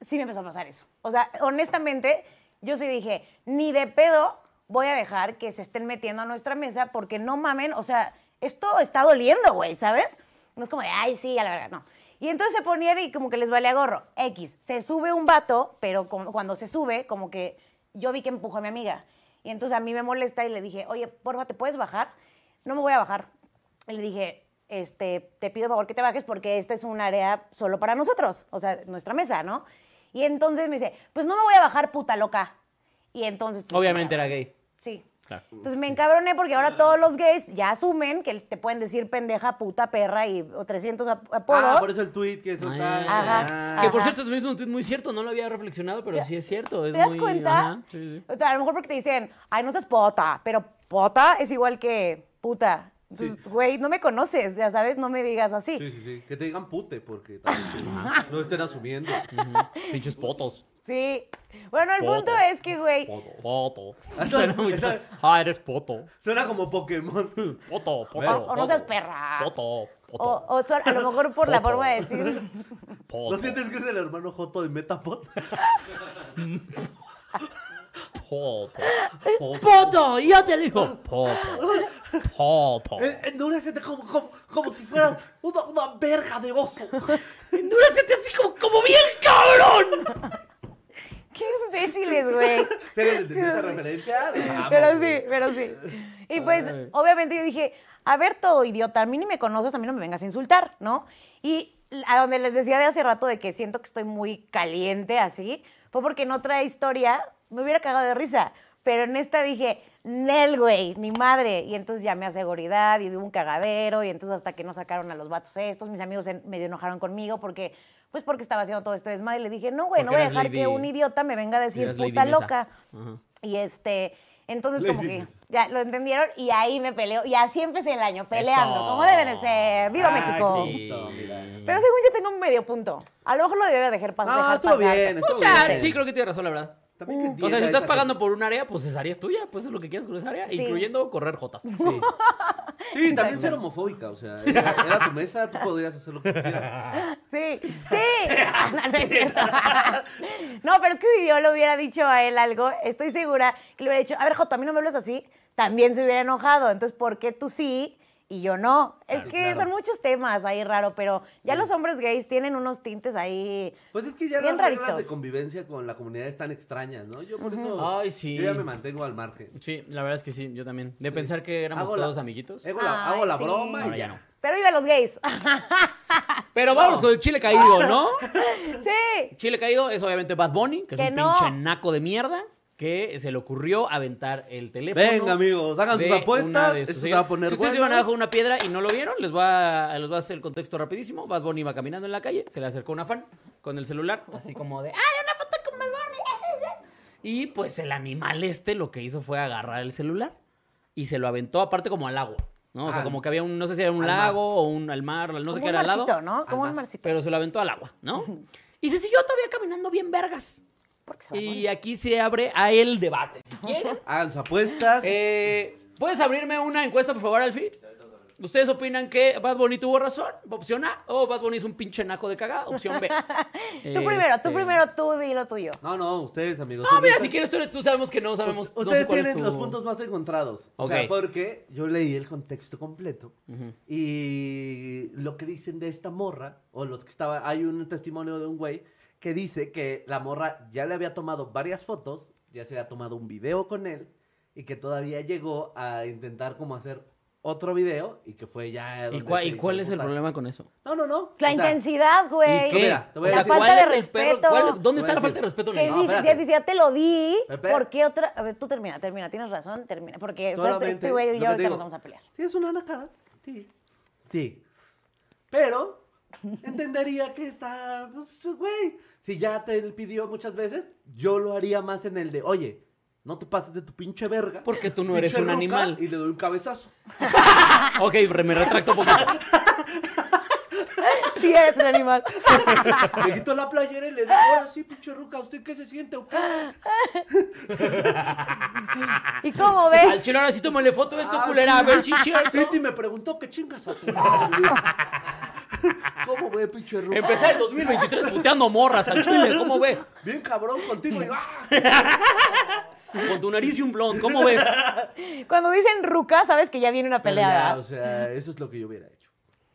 Speaker 1: Sí me empezó a pasar eso. O sea, honestamente, yo sí dije, ni de pedo voy a dejar que se estén metiendo a nuestra mesa porque no mamen. O sea, esto está doliendo, güey, ¿sabes? No es como de, ay, sí, a la verdad, no. Y entonces se ponían y como que les valía gorro. X. Se sube un vato, pero como- cuando se sube, como que yo vi que empujó a mi amiga. Y entonces a mí me molesta y le dije, oye, porfa, ¿te puedes bajar? No me voy a bajar. Y le dije, este, te pido por favor que te bajes porque esta es un área solo para nosotros, o sea, nuestra mesa, ¿no? Y entonces me dice, pues no me voy a bajar, puta loca. Y entonces... pues,
Speaker 2: Obviamente
Speaker 1: ya,
Speaker 2: era gay.
Speaker 1: Sí.
Speaker 2: Claro.
Speaker 1: Entonces me encabroné porque ahora todos los gays ya asumen que te pueden decir pendeja, puta, perra y o 300 ap- apodos.
Speaker 4: Ah, por eso el tweet que eso está.
Speaker 1: Ajá.
Speaker 4: Ah.
Speaker 2: Que por
Speaker 1: Ajá.
Speaker 2: cierto, se me hizo un tweet muy cierto, no lo había reflexionado, pero sí es cierto. Es
Speaker 1: ¿Te das
Speaker 2: muy,
Speaker 1: cuenta?
Speaker 2: ajá, sí, sí.
Speaker 1: O sea, a lo mejor porque te dicen, ay, no seas pota, pero pota es igual que puta. Entonces, güey, no me conoces, ya sabes, no me digas así.
Speaker 4: Sí, sí, sí. Que te digan pute, porque también no estén asumiendo.
Speaker 2: Pinches potos.
Speaker 1: Sí. Bueno, el
Speaker 2: Poto.
Speaker 1: punto es que, güey,
Speaker 2: Poto. Suena muy- Ah, eres poto.
Speaker 4: Suena como Pokémon.
Speaker 2: Poto, poto.
Speaker 4: O-
Speaker 1: o no seas perra.
Speaker 2: Poto, poto.
Speaker 1: O, o son- a lo mejor por la
Speaker 2: Poto.
Speaker 1: forma de decir.
Speaker 2: poto,
Speaker 4: ¿No sientes que es el hermano Joto de Metapod?
Speaker 2: Poto. Eh, Poto, yo te digo. Poto. Poto.
Speaker 4: Eh, Endurecete como, como, como si fueras una, una verga de oso.
Speaker 2: Endúrecete así como, como bien cabrón.
Speaker 1: ¡Qué imbéciles, güey!
Speaker 4: ¿Se le entendió esa referencia? Vamos,
Speaker 1: pero sí,
Speaker 4: güey.
Speaker 1: pero sí. Y pues, obviamente yo dije, a ver todo, idiota, a mí ni me conoces, a mí no me vengas a insultar, ¿no? Y a donde les decía de hace rato de que siento que estoy muy caliente así, fue porque en otra historia me hubiera cagado de risa, pero en esta dije, Nel, güey, mi madre. Y entonces llamé a seguridad y hubo un cagadero y entonces hasta que no sacaron a los vatos estos, mis amigos se medio enojaron conmigo porque, pues porque estaba haciendo todo este desmadre y le dije, no, güey, no
Speaker 2: Porque
Speaker 1: voy a
Speaker 2: eras
Speaker 1: dejar que
Speaker 2: Lady-
Speaker 1: un idiota me venga a decir
Speaker 2: eras Lady
Speaker 1: puta
Speaker 2: Mesa.
Speaker 1: loca. Y este, entonces como
Speaker 4: Lady
Speaker 1: que
Speaker 4: Mesa.
Speaker 1: ya lo entendieron y ahí me peleó. Y así empecé el año, peleando,
Speaker 2: Eso.
Speaker 1: como debe de ser. ¡Viva
Speaker 4: Ah,
Speaker 1: México!
Speaker 4: sí.
Speaker 1: Pero según yo tengo un medio punto. A lo mejor lo debía dejar, pas-
Speaker 4: No,
Speaker 1: dejar
Speaker 4: estuvo
Speaker 1: pasar.
Speaker 4: bien,
Speaker 2: O
Speaker 4: estuvo
Speaker 2: sea,
Speaker 4: bien.
Speaker 2: sí, creo que tienes razón, la verdad.
Speaker 4: También que
Speaker 2: Uh. O sea,
Speaker 4: entienda
Speaker 2: si estás
Speaker 4: esa
Speaker 2: pagando por un área, pues esa área es tuya, pues es lo que quieras con esa área,
Speaker 1: Sí.
Speaker 2: incluyendo correr jotas.
Speaker 4: gente. Sí, Sí, también ser homofóbica, o sea, era, era tu mesa, tú podrías hacer lo que quisieras.
Speaker 1: Sí, sí. no, no es cierto. no, pero es que si yo le hubiera dicho a él algo, estoy segura que le hubiera dicho, a ver, Joto, a mí no me hablas así, también se hubiera enojado. Entonces, ¿por qué tú sí y yo no? Es
Speaker 4: Claro,
Speaker 1: que
Speaker 4: claro.
Speaker 1: son muchos temas ahí raro, pero ya los hombres gays tienen unos tintes ahí.
Speaker 4: Pues es que ya
Speaker 1: Bien
Speaker 4: las reglas
Speaker 1: raritos.
Speaker 4: de convivencia con la comunidad están extrañas, ¿no? Yo por eso
Speaker 2: Ay, sí.
Speaker 4: yo ya me mantengo al margen.
Speaker 2: Sí, la verdad es que sí, yo también. De pensar que éramos
Speaker 4: Hago la- Eh,
Speaker 2: todos amiguitos.
Speaker 4: Hago la, hago
Speaker 1: Ay,
Speaker 4: la
Speaker 1: sí.
Speaker 4: broma
Speaker 2: Ahora
Speaker 4: y
Speaker 2: ya
Speaker 4: ya.
Speaker 2: no.
Speaker 1: Pero viva los gays.
Speaker 2: Ah. Pero vamos con el chile caído, ¿no?
Speaker 1: sí.
Speaker 2: Chile caído es obviamente Bad Bunny, que es
Speaker 1: Que
Speaker 2: un
Speaker 1: no.
Speaker 2: pinche naco de mierda, que se le ocurrió aventar el teléfono.
Speaker 4: Venga, amigos, hagan sus
Speaker 2: de una
Speaker 4: apuestas.
Speaker 2: de sus
Speaker 4: Esto se
Speaker 2: hijas.
Speaker 4: va a poner
Speaker 2: Si ustedes
Speaker 4: bueno.
Speaker 2: iban abajo de una piedra y no lo vieron, les voy a, les voy a hacer el contexto rapidísimo. Bad Bunny iba caminando en la calle, se le acercó una fan con el celular, así como de, ¡ay, Ah, una foto con Bad Bunny! Y pues el animal este lo que hizo fue agarrar el celular y se lo aventó aparte como al agua, ¿no? O sea,
Speaker 4: Al-
Speaker 2: como que había un, no sé si era un
Speaker 4: al mar.
Speaker 2: lago o un al mar, no sé
Speaker 1: Como
Speaker 2: qué
Speaker 1: un
Speaker 2: era al lado.
Speaker 1: marcito, ¿no? Como un marcito.
Speaker 2: Pero se lo aventó al agua, ¿no? Y se siguió todavía caminando bien vergas.
Speaker 1: Porque se va a poner.
Speaker 2: Y aquí se abre a el debate. Si quieren,
Speaker 4: Hagan sus apuestas.
Speaker 2: eh, ¿Puedes abrirme una encuesta, por favor, Alfie? ¿Ustedes opinan que Bad Bunny tuvo razón? Opción A. O Bad Bunny es un pinche naco de cagada. Opción B.
Speaker 1: Tú primero,
Speaker 4: Este,
Speaker 2: este,
Speaker 1: tú primero, tú di lo tuyo.
Speaker 4: No, no, ustedes, amigos.
Speaker 2: No, Ah, mira,
Speaker 4: ustedes-
Speaker 2: si quieres tú, eres- tú sabemos que no sabemos. no sé
Speaker 4: Ustedes
Speaker 2: cuál es
Speaker 4: tienen
Speaker 2: tu-
Speaker 4: los puntos más encontrados. O
Speaker 2: Ok.
Speaker 4: sea, porque yo leí el contexto completo y lo que dicen de esta morra, o los que estaban, hay un testimonio de un güey que dice que la morra ya le había tomado varias fotos, ya se había tomado un video con él y que todavía llegó a intentar como hacer otro video y que fue ya...
Speaker 2: ¿Y
Speaker 4: donde
Speaker 2: cuál,
Speaker 4: se
Speaker 2: y cuál
Speaker 4: hizo
Speaker 2: es el
Speaker 4: puta.
Speaker 2: problema con eso?
Speaker 4: No, no, no.
Speaker 1: La
Speaker 4: o sea,
Speaker 1: intensidad, güey.
Speaker 2: ¿Y qué?
Speaker 4: Mira, te voy a
Speaker 1: Eh, la
Speaker 4: decir-
Speaker 1: falta de
Speaker 2: ¿Cuál es el perro?
Speaker 1: respeto.
Speaker 2: ¿Cuál- ¿Dónde
Speaker 4: Te voy
Speaker 2: está
Speaker 4: a
Speaker 2: la
Speaker 4: decir.
Speaker 2: falta de respeto? en
Speaker 1: Que
Speaker 2: el-
Speaker 4: No,
Speaker 1: dice-
Speaker 4: espérate.
Speaker 1: que dice, ya te lo di.
Speaker 4: Espera.
Speaker 1: ¿Por qué otra? A ver, tú termina, termina. Tienes razón, termina. Porque
Speaker 4: Solamente
Speaker 1: este güey y
Speaker 4: lo
Speaker 1: yo
Speaker 4: que te
Speaker 1: ahorita
Speaker 4: digo.
Speaker 1: nos vamos a pelear.
Speaker 4: Sí, es una naca. Sí. Sí. Pero entendería que está, pues, güey, si ya te él pidió muchas veces, yo lo haría más en el de, oye, no te pases de tu pinche verga.
Speaker 2: Porque tú no eres
Speaker 4: pinche
Speaker 2: un
Speaker 4: ruca",
Speaker 2: animal.
Speaker 4: Y le doy un cabezazo.
Speaker 2: Ok, re- me retracto un poquito.
Speaker 1: Sí, eres un animal.
Speaker 4: Le quito la playera y le digo, ahora sí, pinche ruca, ¿usted qué se siente o qué?"
Speaker 1: ¿Y cómo
Speaker 2: Al
Speaker 1: ves?
Speaker 2: chile ahora sí tómale foto de esto,
Speaker 4: Ah,
Speaker 2: culera. A
Speaker 4: sí.
Speaker 2: ver si es cierto.
Speaker 4: Titi me preguntó qué chingas a tu madre. ¿Cómo ve, pinche ruca?
Speaker 2: Empezar el 2023 puteando morras al chile. ¿Cómo ve?
Speaker 4: Bien cabrón contigo. Y, yo, "Ah".
Speaker 2: Con tu nariz y un blond. ¿Cómo ves?
Speaker 1: Cuando dicen ruca, sabes que ya viene una
Speaker 4: Pero
Speaker 1: pelea.
Speaker 4: ya,
Speaker 1: ¿verdad?
Speaker 4: o sea, eso es lo que yo hubiera hecho.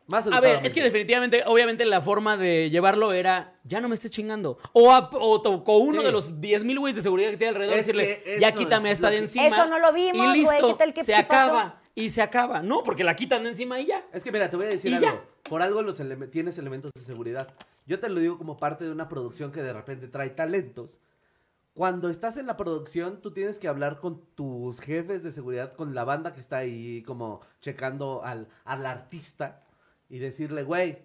Speaker 4: Más
Speaker 2: A ver, es que definitivamente, obviamente la forma de llevarlo era, ya no me estés chingando. O, a- o tocó uno
Speaker 4: Sí.
Speaker 2: de los 10.000 güeyes de seguridad que tiene alrededor y
Speaker 4: Es
Speaker 2: decirle,
Speaker 4: que
Speaker 2: ya
Speaker 4: eso
Speaker 2: quítame
Speaker 4: es
Speaker 2: esta
Speaker 4: lo
Speaker 2: de
Speaker 4: que-
Speaker 2: encima.
Speaker 1: Eso no lo vimos,
Speaker 2: Y
Speaker 1: güey,
Speaker 2: listo,
Speaker 1: ¿qué tal que
Speaker 2: se
Speaker 1: sí pasó?
Speaker 2: acaba. Y se acaba. No, porque la quitan de encima y ya.
Speaker 4: Es que mira, te voy a decir
Speaker 2: Y
Speaker 4: algo.
Speaker 2: ya.
Speaker 4: Por algo los eleme- tienes elementos de seguridad. Yo te lo digo como parte de una producción que de repente trae talentos. Cuando estás en la producción, tú tienes que hablar con tus jefes de seguridad, con la banda que está ahí como checando al, al artista y decirle, güey,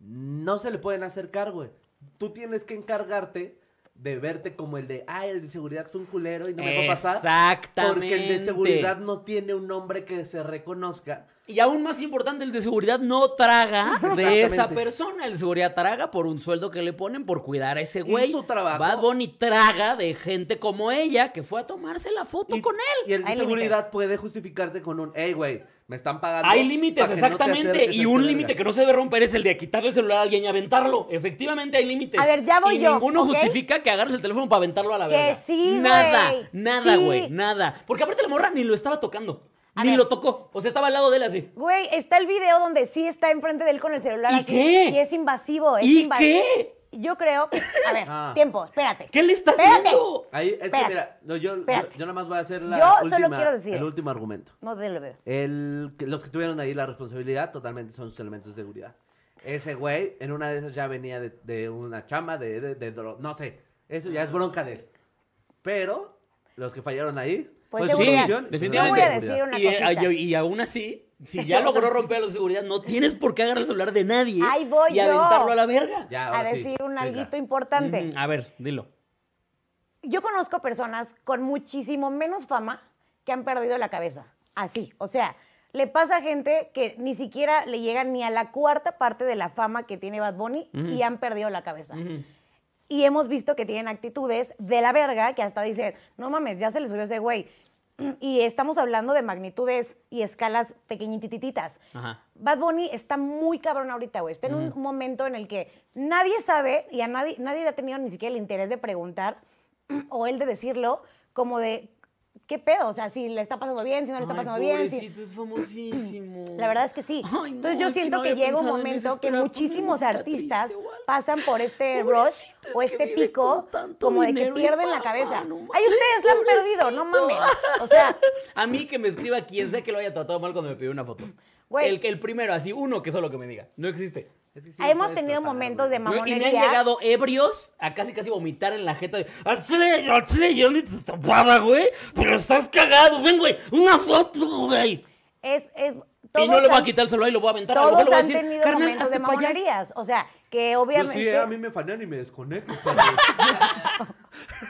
Speaker 4: no se le pueden hacer cargo. güey. Tú tienes que encargarte de verte como el de, ay, el de seguridad es un culero y no me dejó pasar. Porque el de
Speaker 2: Exactamente.
Speaker 4: seguridad no tiene un nombre que se reconozca.
Speaker 2: Y aún más importante, el de seguridad no traga de esa
Speaker 4: Exactamente.
Speaker 2: persona. El de seguridad traga por un sueldo que le ponen por cuidar a ese
Speaker 4: Y
Speaker 2: güey.
Speaker 4: su trabajo.
Speaker 2: Bad Bunny traga de gente como ella que fue a tomarse la foto
Speaker 4: Y-
Speaker 2: con él.
Speaker 4: Y el de
Speaker 1: Hay
Speaker 4: seguridad
Speaker 1: límites.
Speaker 4: puede justificarse con un, hey, güey, me están pagando.
Speaker 2: Hay límites,
Speaker 4: pa' que no te
Speaker 2: exactamente.
Speaker 4: acerques
Speaker 2: y
Speaker 4: a
Speaker 2: un
Speaker 4: esta
Speaker 2: límite
Speaker 4: verga".
Speaker 2: que no se debe romper es el de quitarle el celular a alguien y aventarlo. Efectivamente, hay límites.
Speaker 1: A ver, ya voy
Speaker 2: y
Speaker 1: yo,
Speaker 2: Ninguno
Speaker 1: ¿ok?
Speaker 2: justifica que agarres el teléfono para aventarlo a la
Speaker 1: Que
Speaker 2: verga.
Speaker 1: sí, güey.
Speaker 2: Nada, nada,
Speaker 1: Sí.
Speaker 2: güey, nada. Porque aparte la morra ni lo estaba tocando.
Speaker 1: A
Speaker 2: ni
Speaker 1: ver.
Speaker 2: lo tocó. O sea, estaba al lado de él así.
Speaker 1: Güey, está el video donde sí está enfrente de él con el celular.
Speaker 2: ¿Y
Speaker 1: así,
Speaker 2: qué?
Speaker 1: Y es invasivo. es
Speaker 2: ¿Y
Speaker 1: invas-
Speaker 2: qué?
Speaker 1: Yo creo. A ver,
Speaker 4: Ah.
Speaker 1: tiempo, espérate.
Speaker 2: ¿Qué le está
Speaker 1: Espérate.
Speaker 2: haciendo?
Speaker 4: Ahí, es
Speaker 1: Espérate.
Speaker 4: que mira, no, yo, yo,
Speaker 1: Espérate.
Speaker 4: yo nada más voy a hacer la
Speaker 1: Yo solo
Speaker 4: última,
Speaker 1: quiero decir
Speaker 4: el
Speaker 1: esto.
Speaker 4: último argumento.
Speaker 1: No te lo veo.
Speaker 4: El, que los que tuvieron ahí la responsabilidad totalmente son sus elementos de seguridad. Ese güey, en una de esas ya venía de, de una chamba, de, de, de dro- no sé. Eso ya es bronca de él. Pero los que fallaron ahí.
Speaker 1: Pues
Speaker 4: fue su
Speaker 1: seguridad.
Speaker 4: producción y sus
Speaker 2: definitivamente.
Speaker 4: elementos
Speaker 2: Yo voy a
Speaker 4: de
Speaker 1: decir
Speaker 4: seguridad.
Speaker 1: una
Speaker 2: y, eh,
Speaker 1: cosita.
Speaker 2: y- y aún así, si ya logró romper la seguridad, no tienes por qué agarrar el celular de nadie
Speaker 1: Ahí voy
Speaker 2: y
Speaker 1: yo.
Speaker 2: aventarlo a la verga.
Speaker 4: Ya,
Speaker 1: A
Speaker 4: ahora sí,
Speaker 1: decir un
Speaker 4: venga.
Speaker 1: alguito importante.
Speaker 2: Ujú, A ver, dilo.
Speaker 1: Yo conozco personas con muchísimo menos fama que han perdido la cabeza. Así, o sea, le pasa a gente que ni siquiera le llega ni a la cuarta parte de la fama que tiene Bad Bunny y han perdido la cabeza. Y hemos visto que tienen actitudes de la verga que hasta dicen, no mames, ya se le subió ese güey. Y estamos hablando de magnitudes y escalas pequeñitititas.
Speaker 2: Ajá.
Speaker 1: Bad Bunny está muy cabrón ahorita, güey. Está en un momento en el que nadie sabe y a nadie, nadie le ha tenido ni siquiera el interés de preguntar o él de decirlo, como de, ¿qué pedo? O sea, si le está pasando bien, si no le está
Speaker 2: Ay,
Speaker 1: pasando bien. si-
Speaker 2: pobrecito, es famosísimo.
Speaker 1: La verdad es que sí.
Speaker 2: Ay, no,
Speaker 1: Entonces yo
Speaker 2: es que
Speaker 1: siento
Speaker 2: no
Speaker 1: que,
Speaker 2: había
Speaker 1: llega un
Speaker 2: pensado en eso,
Speaker 1: momento que
Speaker 2: espera,
Speaker 1: muchísimos
Speaker 2: ponme música
Speaker 1: artistas
Speaker 2: triste o algo.
Speaker 1: pasan por este rush
Speaker 2: Pobrecito, es
Speaker 1: o
Speaker 2: que
Speaker 1: este
Speaker 2: vive
Speaker 1: pico
Speaker 2: con tanto
Speaker 1: como de que
Speaker 2: dinero y
Speaker 1: pierden la
Speaker 2: fama,
Speaker 1: cabeza.
Speaker 2: no mames,
Speaker 1: Ay, ustedes la han perdido, no mames.
Speaker 2: pobrecito.
Speaker 1: O sea,
Speaker 2: A mí que me escriba quien sea que lo haya tratado mal cuando me pidió una foto.
Speaker 1: Güey.
Speaker 2: El, que- el primero, así, uno que solo que me diga. No existe.
Speaker 4: Es que sí,
Speaker 1: hemos
Speaker 4: puedes
Speaker 1: tenido
Speaker 4: tratar,
Speaker 1: momentos de
Speaker 4: güey.
Speaker 2: No, y me
Speaker 1: mamonería.
Speaker 2: han llegado ebrios a casi casi vomitar en la jeta de "Ah, al chile, al chile, yo ni te tapaba, güey. Pero estás cagado, ven, güey, una foto, güey.
Speaker 1: Es, es,
Speaker 2: Y
Speaker 1: todos
Speaker 2: no le voy a
Speaker 1: han-
Speaker 2: quitar el celular y lo voy a aventar. a lo
Speaker 1: Todos
Speaker 2: mejor le voy a
Speaker 1: han
Speaker 2: decir,
Speaker 1: tenido
Speaker 2: "Carnal,
Speaker 1: momentos
Speaker 2: hazte
Speaker 1: de
Speaker 2: pa' allá".
Speaker 1: mamonerías. O sea, que
Speaker 4: Yo
Speaker 1: obviamente
Speaker 4: sí, eh, a mí me fanean y me desconecto. pues, pero-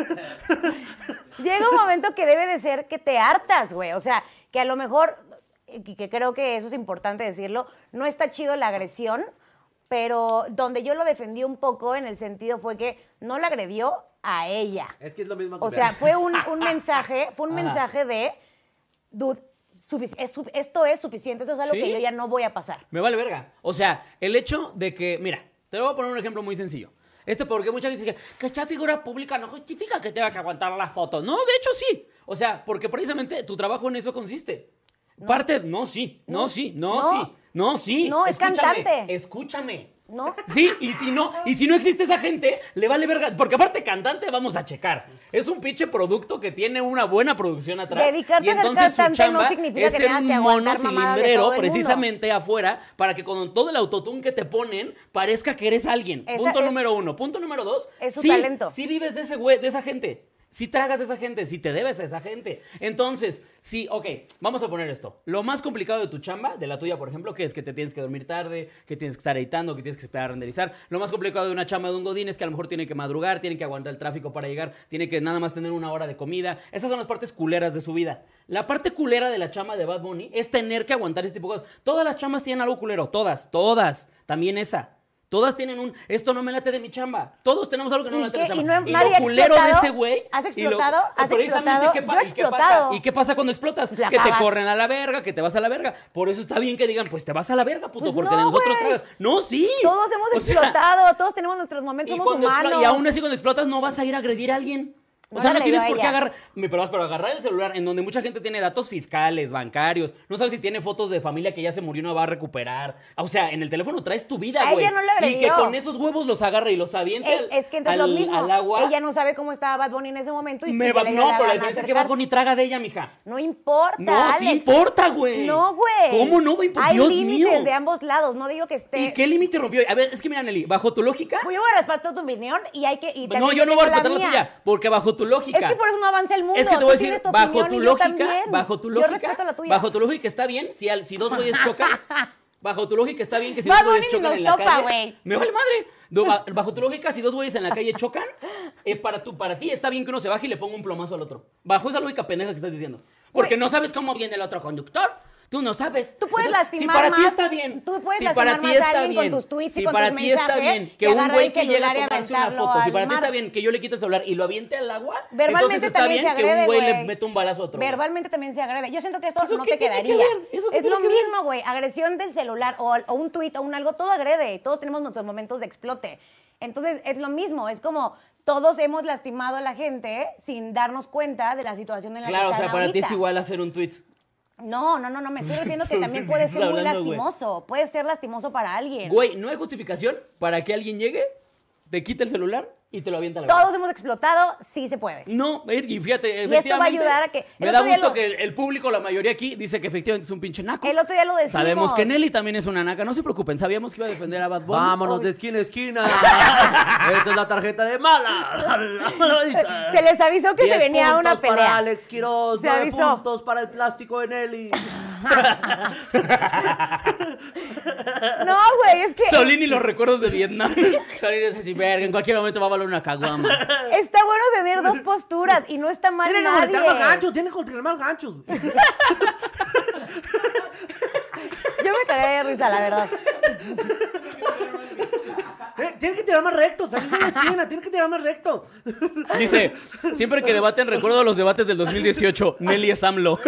Speaker 1: llega un momento que debe de ser que te hartas, güey. O sea, que a lo mejor, y que creo que eso es importante decirlo, no está chido la agresión, pero donde yo lo defendí un poco en el sentido fue que no la agredió a ella.
Speaker 4: es que es lo mismo que
Speaker 1: O
Speaker 4: me
Speaker 1: sea,
Speaker 4: hacen.
Speaker 1: fue un, un mensaje, fue un
Speaker 2: Ajá.
Speaker 1: mensaje de, dude, sufic- es su- esto es suficiente, esto es algo
Speaker 2: ¿Sí?
Speaker 1: que yo ya no voy a pasar.
Speaker 2: Me vale verga. O sea, el hecho de que, mira, te voy a poner un ejemplo muy sencillo. Este porque mucha gente dice que esta figura pública no justifica que tenga que aguantar la foto. No, de hecho sí. O sea, porque precisamente tu trabajo en eso consiste. Parte, no, sí, no,
Speaker 1: No.
Speaker 2: sí, no,
Speaker 1: No.
Speaker 2: sí, no, sí.
Speaker 1: No, es
Speaker 2: Escúchame,
Speaker 1: cantante.
Speaker 2: Escúchame.
Speaker 1: ¿No?
Speaker 2: Sí, y si no, y si no existe esa gente, le vale verga. Porque aparte, cantante, vamos a checar. Es un pinche producto que tiene una buena producción atrás.
Speaker 1: Dedicarte
Speaker 2: y
Speaker 1: a ser
Speaker 2: entonces su
Speaker 1: cantante no
Speaker 2: chamba
Speaker 1: significa
Speaker 2: es
Speaker 1: que
Speaker 2: ser
Speaker 1: tengas
Speaker 2: un
Speaker 1: que
Speaker 2: mono
Speaker 1: aguantar mamadas de
Speaker 2: cilindrero
Speaker 1: todo el mundo.
Speaker 2: precisamente afuera para que con todo el autotune que te ponen parezca que eres alguien.
Speaker 1: Esa
Speaker 2: Punto
Speaker 1: es-
Speaker 2: número uno. Punto número dos.
Speaker 1: es su
Speaker 2: sí,
Speaker 1: talento.
Speaker 2: Sí vives de ese güey, de esa gente. Si tragas a esa gente, si te debes a esa gente. Entonces, sí, ok, vamos a poner esto. Lo más complicado de tu chamba, de la tuya, por ejemplo, que es que te tienes que dormir tarde, que tienes que estar editando, que tienes que esperar a renderizar. Lo más complicado de una chamba de un godín es que a lo mejor tiene que madrugar, tiene que aguantar el tráfico para llegar, tiene que nada más tener una hora de comida. Esas son las partes culeras de su vida. La parte culera de la chamba de Bad Bunny es tener que aguantar este tipo de cosas. Todas las chamas tienen algo culero, todas, todas. También esa. Todas tienen un, esto no me late de mi chamba. Todos tenemos algo que no
Speaker 1: ¿Y
Speaker 2: me late de mi
Speaker 1: qué?
Speaker 2: chamba.
Speaker 1: ¿Y no- nadie ha
Speaker 2: culero de
Speaker 1: explotado?
Speaker 2: ese güey.
Speaker 1: ¿Has
Speaker 2: y lo-
Speaker 1: explotado? ¿Has
Speaker 2: precisamente,
Speaker 1: explotado?
Speaker 2: ¿qué pa-
Speaker 1: Yo he
Speaker 2: y qué pasa?
Speaker 1: explotado.
Speaker 2: ¿Y qué pasa cuando explotas?
Speaker 1: La
Speaker 2: que te
Speaker 1: acabas.
Speaker 2: corren a la verga, que te vas a la verga. Por eso está bien que digan, pues te vas a la verga, puto,
Speaker 1: Pues
Speaker 2: porque
Speaker 1: no,
Speaker 2: de nosotros
Speaker 1: güey.
Speaker 2: tragas. No, sí.
Speaker 1: Todos hemos
Speaker 2: O sea,
Speaker 1: explotado, todos tenemos nuestros momentos,
Speaker 2: y,
Speaker 1: somos
Speaker 2: cuando explo-
Speaker 1: humanos.
Speaker 2: y aún así cuando explotas no vas a ir a agredir a alguien. O
Speaker 1: No
Speaker 2: sea,
Speaker 1: le
Speaker 2: no tienes
Speaker 1: agredió a
Speaker 2: por
Speaker 1: ella.
Speaker 2: qué agarrar, me perdón, pero agarrar el celular en donde mucha gente tiene datos fiscales, bancarios, no sabes si tiene fotos de familia que ya se murió y no va a recuperar. O sea, en el teléfono traes tu vida,
Speaker 1: A
Speaker 2: güey.
Speaker 1: ella no le
Speaker 2: y que
Speaker 1: agredió.
Speaker 2: con esos huevos los agarra y los avienta
Speaker 1: Ey,
Speaker 2: al,
Speaker 1: Eh, es que entonces
Speaker 2: al-
Speaker 1: lo mismo.
Speaker 2: al agua.
Speaker 1: Ella no sabe cómo estaba Bad Bunny en ese momento y
Speaker 2: Me
Speaker 1: sí
Speaker 2: va-
Speaker 1: le dio
Speaker 2: no,
Speaker 1: la
Speaker 2: pero la
Speaker 1: gana
Speaker 2: diferencia es que
Speaker 1: acercarse.
Speaker 2: Bad Bunny traga de ella, mija.
Speaker 1: No importa.
Speaker 2: No, sí
Speaker 1: Alex.
Speaker 2: importa, güey.
Speaker 1: No, güey.
Speaker 2: ¿Cómo no, güey? Por
Speaker 1: Hay
Speaker 2: Dios
Speaker 1: límites
Speaker 2: mío.
Speaker 1: de ambos lados. No digo que esté.
Speaker 2: ¿Y qué límite rompió? A ver, es que mira, Nelly, bajo tu lógica.
Speaker 1: Pues yo voy a respetar tu opinión y hay que. y
Speaker 2: no,
Speaker 1: también
Speaker 2: yo no voy
Speaker 1: tengo
Speaker 2: a respetar la
Speaker 1: mía.
Speaker 2: tuya, porque bajo tu lógica.
Speaker 1: Es que por eso no avanza el mundo.
Speaker 2: Es que te
Speaker 1: Tú
Speaker 2: voy a decir,
Speaker 1: tienes tu
Speaker 2: bajo
Speaker 1: opinión
Speaker 2: tu
Speaker 1: y yo
Speaker 2: lógica,
Speaker 1: también.
Speaker 2: bajo tu
Speaker 1: Yo
Speaker 2: lógica,
Speaker 1: respeto la tuya.
Speaker 2: bajo tu lógica está bien, si, al- si dos güeyes chocan, bajo tu lógica está bien que si
Speaker 1: Bad
Speaker 2: dos güeyes
Speaker 1: Bunny ni
Speaker 2: chocan
Speaker 1: nos
Speaker 2: en la
Speaker 1: topa,
Speaker 2: calle,
Speaker 1: güey.
Speaker 2: me vale madre. No, ba- bajo tu lógica, si dos güeyes en la calle chocan, eh, para, tu, para ti está bien que uno se baje y le ponga un plomazo al otro. Bajo esa lógica pendeja que estás diciendo. Porque
Speaker 1: Güey.
Speaker 2: no sabes cómo viene el otro conductor. Tú no sabes.
Speaker 1: Tú puedes
Speaker 2: si
Speaker 1: lastimar
Speaker 2: para ti
Speaker 1: más-
Speaker 2: está bien.
Speaker 1: tú puedes
Speaker 2: si
Speaker 1: lastimar
Speaker 2: para ti
Speaker 1: más a
Speaker 2: está
Speaker 1: alguien con
Speaker 2: bien,
Speaker 1: tus tweets y
Speaker 2: si
Speaker 1: con
Speaker 2: para
Speaker 1: tus
Speaker 2: ti está
Speaker 1: mensajes,
Speaker 2: bien. Que
Speaker 1: que
Speaker 2: un
Speaker 1: agarrar
Speaker 2: güey
Speaker 1: el
Speaker 2: que llegue a
Speaker 1: celular y
Speaker 2: tomarse una
Speaker 1: aventarlo
Speaker 2: foto. Si
Speaker 1: al
Speaker 2: para ti está
Speaker 1: mar.
Speaker 2: bien que yo le quite el celular y lo aviente al agua.
Speaker 1: Verbalmente
Speaker 2: entonces está
Speaker 1: también
Speaker 2: bien
Speaker 1: se
Speaker 2: que
Speaker 1: agrede,
Speaker 2: un güey le
Speaker 1: güey.
Speaker 2: meta un balazo a otro. güey.
Speaker 1: Verbalmente también se agrede. Yo siento que esto
Speaker 2: ¿Eso
Speaker 1: no
Speaker 2: qué
Speaker 1: te
Speaker 2: tiene que
Speaker 1: quedaría.
Speaker 2: ver? ¿Eso qué
Speaker 1: es
Speaker 2: tiene
Speaker 1: lo
Speaker 2: que ver?
Speaker 1: mismo, güey. Agresión del celular o, al- o un tuit o un algo, todo agrede. Todos tenemos nuestros momentos de explote. Entonces, es lo mismo. Es como todos hemos lastimado a la gente sin darnos cuenta de la situación en la que
Speaker 2: Claro, o sea,
Speaker 1: están
Speaker 2: para ti es
Speaker 1: ahorita.
Speaker 2: igual hacer un tweet.
Speaker 1: No, no, no, no. Me estoy refiriendo que
Speaker 2: Entonces,
Speaker 1: también
Speaker 2: ¿de
Speaker 1: puede
Speaker 2: qué
Speaker 1: ser
Speaker 2: estás
Speaker 1: muy
Speaker 2: hablando, güey?
Speaker 1: lastimoso. Puede ser lastimoso para alguien.
Speaker 2: Güey, no hay justificación para que alguien llegue, te quite el celular y te lo avienta a la
Speaker 1: Todos
Speaker 2: verga.
Speaker 1: hemos explotado, sí se puede.
Speaker 2: No, y fíjate,
Speaker 1: va a
Speaker 2: efectivamente.
Speaker 1: ayudar a que-
Speaker 2: Me
Speaker 1: el
Speaker 2: da
Speaker 1: otro día
Speaker 2: gusto
Speaker 1: lo-
Speaker 2: que el, el público, la mayoría aquí, dice que efectivamente es un pinche naco.
Speaker 1: El otro día lo decimos.
Speaker 2: Sabemos que Nelly también es una naca. No se preocupen, sabíamos que iba a defender a Bad Bunny.
Speaker 4: Vámonos de esquina a esquina. Esta es la tarjeta de mala.
Speaker 1: Se les avisó que se
Speaker 4: Diez
Speaker 1: venía una
Speaker 4: puntos para
Speaker 1: pelea.
Speaker 4: Alex Quiroz,
Speaker 1: Se
Speaker 4: nueve
Speaker 1: avisó.
Speaker 4: puntos para el plástico de Nelly.
Speaker 1: No, güey, es que
Speaker 2: Solín y los recuerdos de Vietnam. Solín es así, verga, en cualquier momento va a valer una caguama.
Speaker 1: está bueno tener dos posturas y no está mal
Speaker 4: Tiene que
Speaker 1: nadie.
Speaker 4: conectar más ganchos, tiene que conectar más ganchos.
Speaker 1: Yo me cagué de risa, la verdad.
Speaker 4: Eh, Tiene que tirar más recto, salirse de la esquina, tiene que tirar más recto.
Speaker 2: Dice, siempre que debaten, recuerdo los debates del 2018. Nelly es AMLO.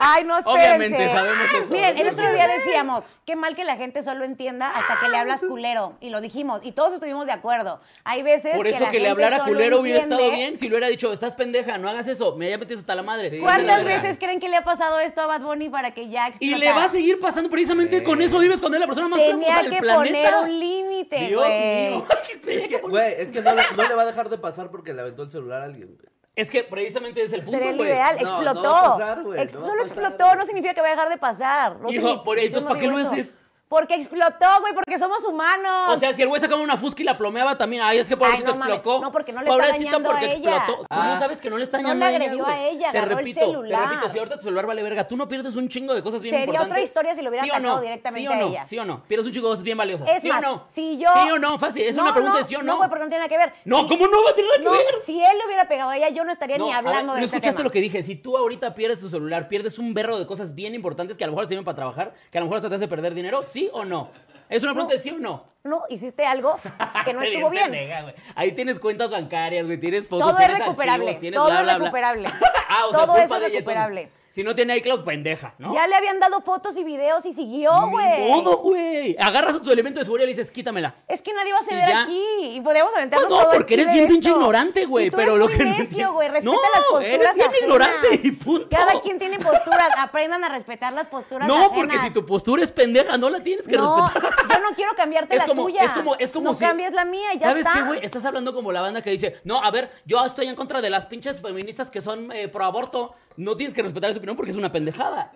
Speaker 1: Ay, no, espérense.
Speaker 2: Obviamente, sabemos eso.
Speaker 1: Miren, el otro día decíamos, qué mal que la gente solo entienda hasta que le hablas culero. Y lo dijimos, y todos estuvimos de acuerdo. Hay veces
Speaker 2: Por eso
Speaker 1: la
Speaker 2: que, le
Speaker 1: gente
Speaker 2: hablara
Speaker 1: solo
Speaker 2: culero hubiera estado
Speaker 1: entiende-
Speaker 2: bien. Si lo hubiera dicho, estás pendeja, no hagas eso, me ya metes hasta la madre.
Speaker 4: Sí.
Speaker 2: Vete a la
Speaker 1: ¿Cuántas
Speaker 2: verga.
Speaker 1: veces creen que le ha pasado esto a Bad Bunny para que ya
Speaker 2: Y
Speaker 1: explotara?
Speaker 2: le va a seguir pasando precisamente con eso. Vives con él, la persona más
Speaker 1: Tenía
Speaker 2: famosa del
Speaker 1: que
Speaker 2: planeta.
Speaker 1: poner un límite,
Speaker 2: Dios
Speaker 1: güey.
Speaker 2: mío.
Speaker 4: Es que, güey, es que no, le- no le va a dejar de pasar porque le aventó el celular a alguien. güey.
Speaker 2: Es que precisamente es el punto,
Speaker 1: Sería el
Speaker 2: güey.
Speaker 1: ideal,
Speaker 4: No, no va a
Speaker 1: explotó.
Speaker 4: pasar, güey,
Speaker 1: Ex-
Speaker 4: no va a
Speaker 1: solo
Speaker 4: pasar,
Speaker 1: explotó,
Speaker 4: güey.
Speaker 1: no significa que vaya a dejar de pasar. No
Speaker 2: Hijo,
Speaker 1: significa-
Speaker 2: por-
Speaker 1: yo
Speaker 2: entonces,
Speaker 1: no
Speaker 2: ¿para qué
Speaker 1: digo
Speaker 2: lo
Speaker 1: eso.
Speaker 2: haces?
Speaker 1: Porque explotó, güey, porque somos humanos.
Speaker 2: O sea, si el güey sacaba una fusca y la plomeaba también, ay, es que por
Speaker 1: Ay,
Speaker 2: eso
Speaker 1: no mames.
Speaker 2: explotó.
Speaker 1: No, porque no le está dañando a
Speaker 2: porque
Speaker 1: ella.
Speaker 2: explotó. Tú
Speaker 4: Ah.
Speaker 2: no sabes que no le está
Speaker 1: No le
Speaker 2: dañando a ella,
Speaker 1: agredió
Speaker 2: güey.
Speaker 1: a ella,
Speaker 2: Te
Speaker 1: agarró el
Speaker 2: repito, te
Speaker 1: celular.
Speaker 2: repito, si ahorita tu celular vale verga, tú no pierdes un chingo de cosas bien
Speaker 1: Sería otra
Speaker 2: importantes.
Speaker 1: historia si lo hubiera
Speaker 2: ¿Sí o
Speaker 1: atacado
Speaker 2: no?
Speaker 1: directamente
Speaker 2: ¿Sí o
Speaker 1: a
Speaker 2: no?
Speaker 1: ella.
Speaker 2: ¿Sí o no? Pierdes un chingo de cosas bien valiosas.
Speaker 1: es
Speaker 2: ¿Sí
Speaker 1: más,
Speaker 2: o no?
Speaker 1: si yo.
Speaker 2: ¿Sí o no? Fácil, es una pregunta de sí o no.
Speaker 1: No, güey, porque no tiene nada que ver.
Speaker 2: No,
Speaker 1: Si-
Speaker 2: ¿cómo no va a tener nada que
Speaker 1: No,
Speaker 2: ver?
Speaker 1: si él le hubiera pegado a ella, yo no estaría ni
Speaker 2: a
Speaker 1: hablando
Speaker 2: ver,
Speaker 1: de
Speaker 2: ¿No
Speaker 1: este
Speaker 2: escuchaste
Speaker 1: tema.
Speaker 2: lo que dije? Si tú ahorita pierdes tu celular, pierdes un berro de cosas bien importantes que a lo mejor sirven para trabajar, que a lo mejor hasta te hace perder dinero, ¿sí o no? Es una pregunta de sí o no.
Speaker 1: No, hiciste algo que no
Speaker 2: Qué
Speaker 1: estuvo bien.
Speaker 2: pendeja, güey. Ahí tienes cuentas bancarias, güey, tienes fotos,
Speaker 1: Todo es
Speaker 2: tienes
Speaker 1: recuperable.
Speaker 2: archivos, tienes
Speaker 1: todo
Speaker 2: bla,
Speaker 1: es
Speaker 2: bla, bla.
Speaker 1: recuperable.
Speaker 2: Ah, o sea,
Speaker 1: todo eso
Speaker 2: culpa
Speaker 1: es
Speaker 2: de ella,
Speaker 1: recuperable.
Speaker 2: entonces, si no tiene iCloud, pendeja, ¿no?
Speaker 1: Ya le habían dado fotos y videos y siguió, güey.
Speaker 2: Ni modo, güey. Agarras tu elemento de seguridad y le dices, quítamela.
Speaker 1: Es que nadie va a
Speaker 2: Y
Speaker 1: ceder
Speaker 2: ya.
Speaker 1: aquí y podemos aventarnos
Speaker 2: Pues no,
Speaker 1: todo el
Speaker 2: porque eres
Speaker 1: chile
Speaker 2: bien
Speaker 1: de
Speaker 2: pinche
Speaker 1: esto.
Speaker 2: ignorante, güey,
Speaker 1: Y tú
Speaker 2: pero
Speaker 1: eres
Speaker 2: lo
Speaker 1: muy
Speaker 2: que-
Speaker 1: necio, güey, respeta
Speaker 2: No,
Speaker 1: las posturas
Speaker 2: eres bien
Speaker 1: ajenas.
Speaker 2: ignorante y punto.
Speaker 1: Cada quien tiene posturas, aprendan a respetar las posturas
Speaker 2: No, porque
Speaker 1: ajenas.
Speaker 2: si tu postura es pendeja, no la tienes que
Speaker 1: No,
Speaker 2: respetar.
Speaker 1: yo no quiero cambiarte
Speaker 2: Es
Speaker 1: la
Speaker 2: como,
Speaker 1: tuya.
Speaker 2: es como, es como
Speaker 1: no
Speaker 2: si-
Speaker 1: cambies la mía, ya
Speaker 2: ¿Sabes
Speaker 1: está.
Speaker 2: qué, güey? Estás hablando como la banda que dice, no, a ver, yo estoy en contra de las pinches feministas que son eh, pro aborto. No tienes que respetar esa opinión porque es una pendejada.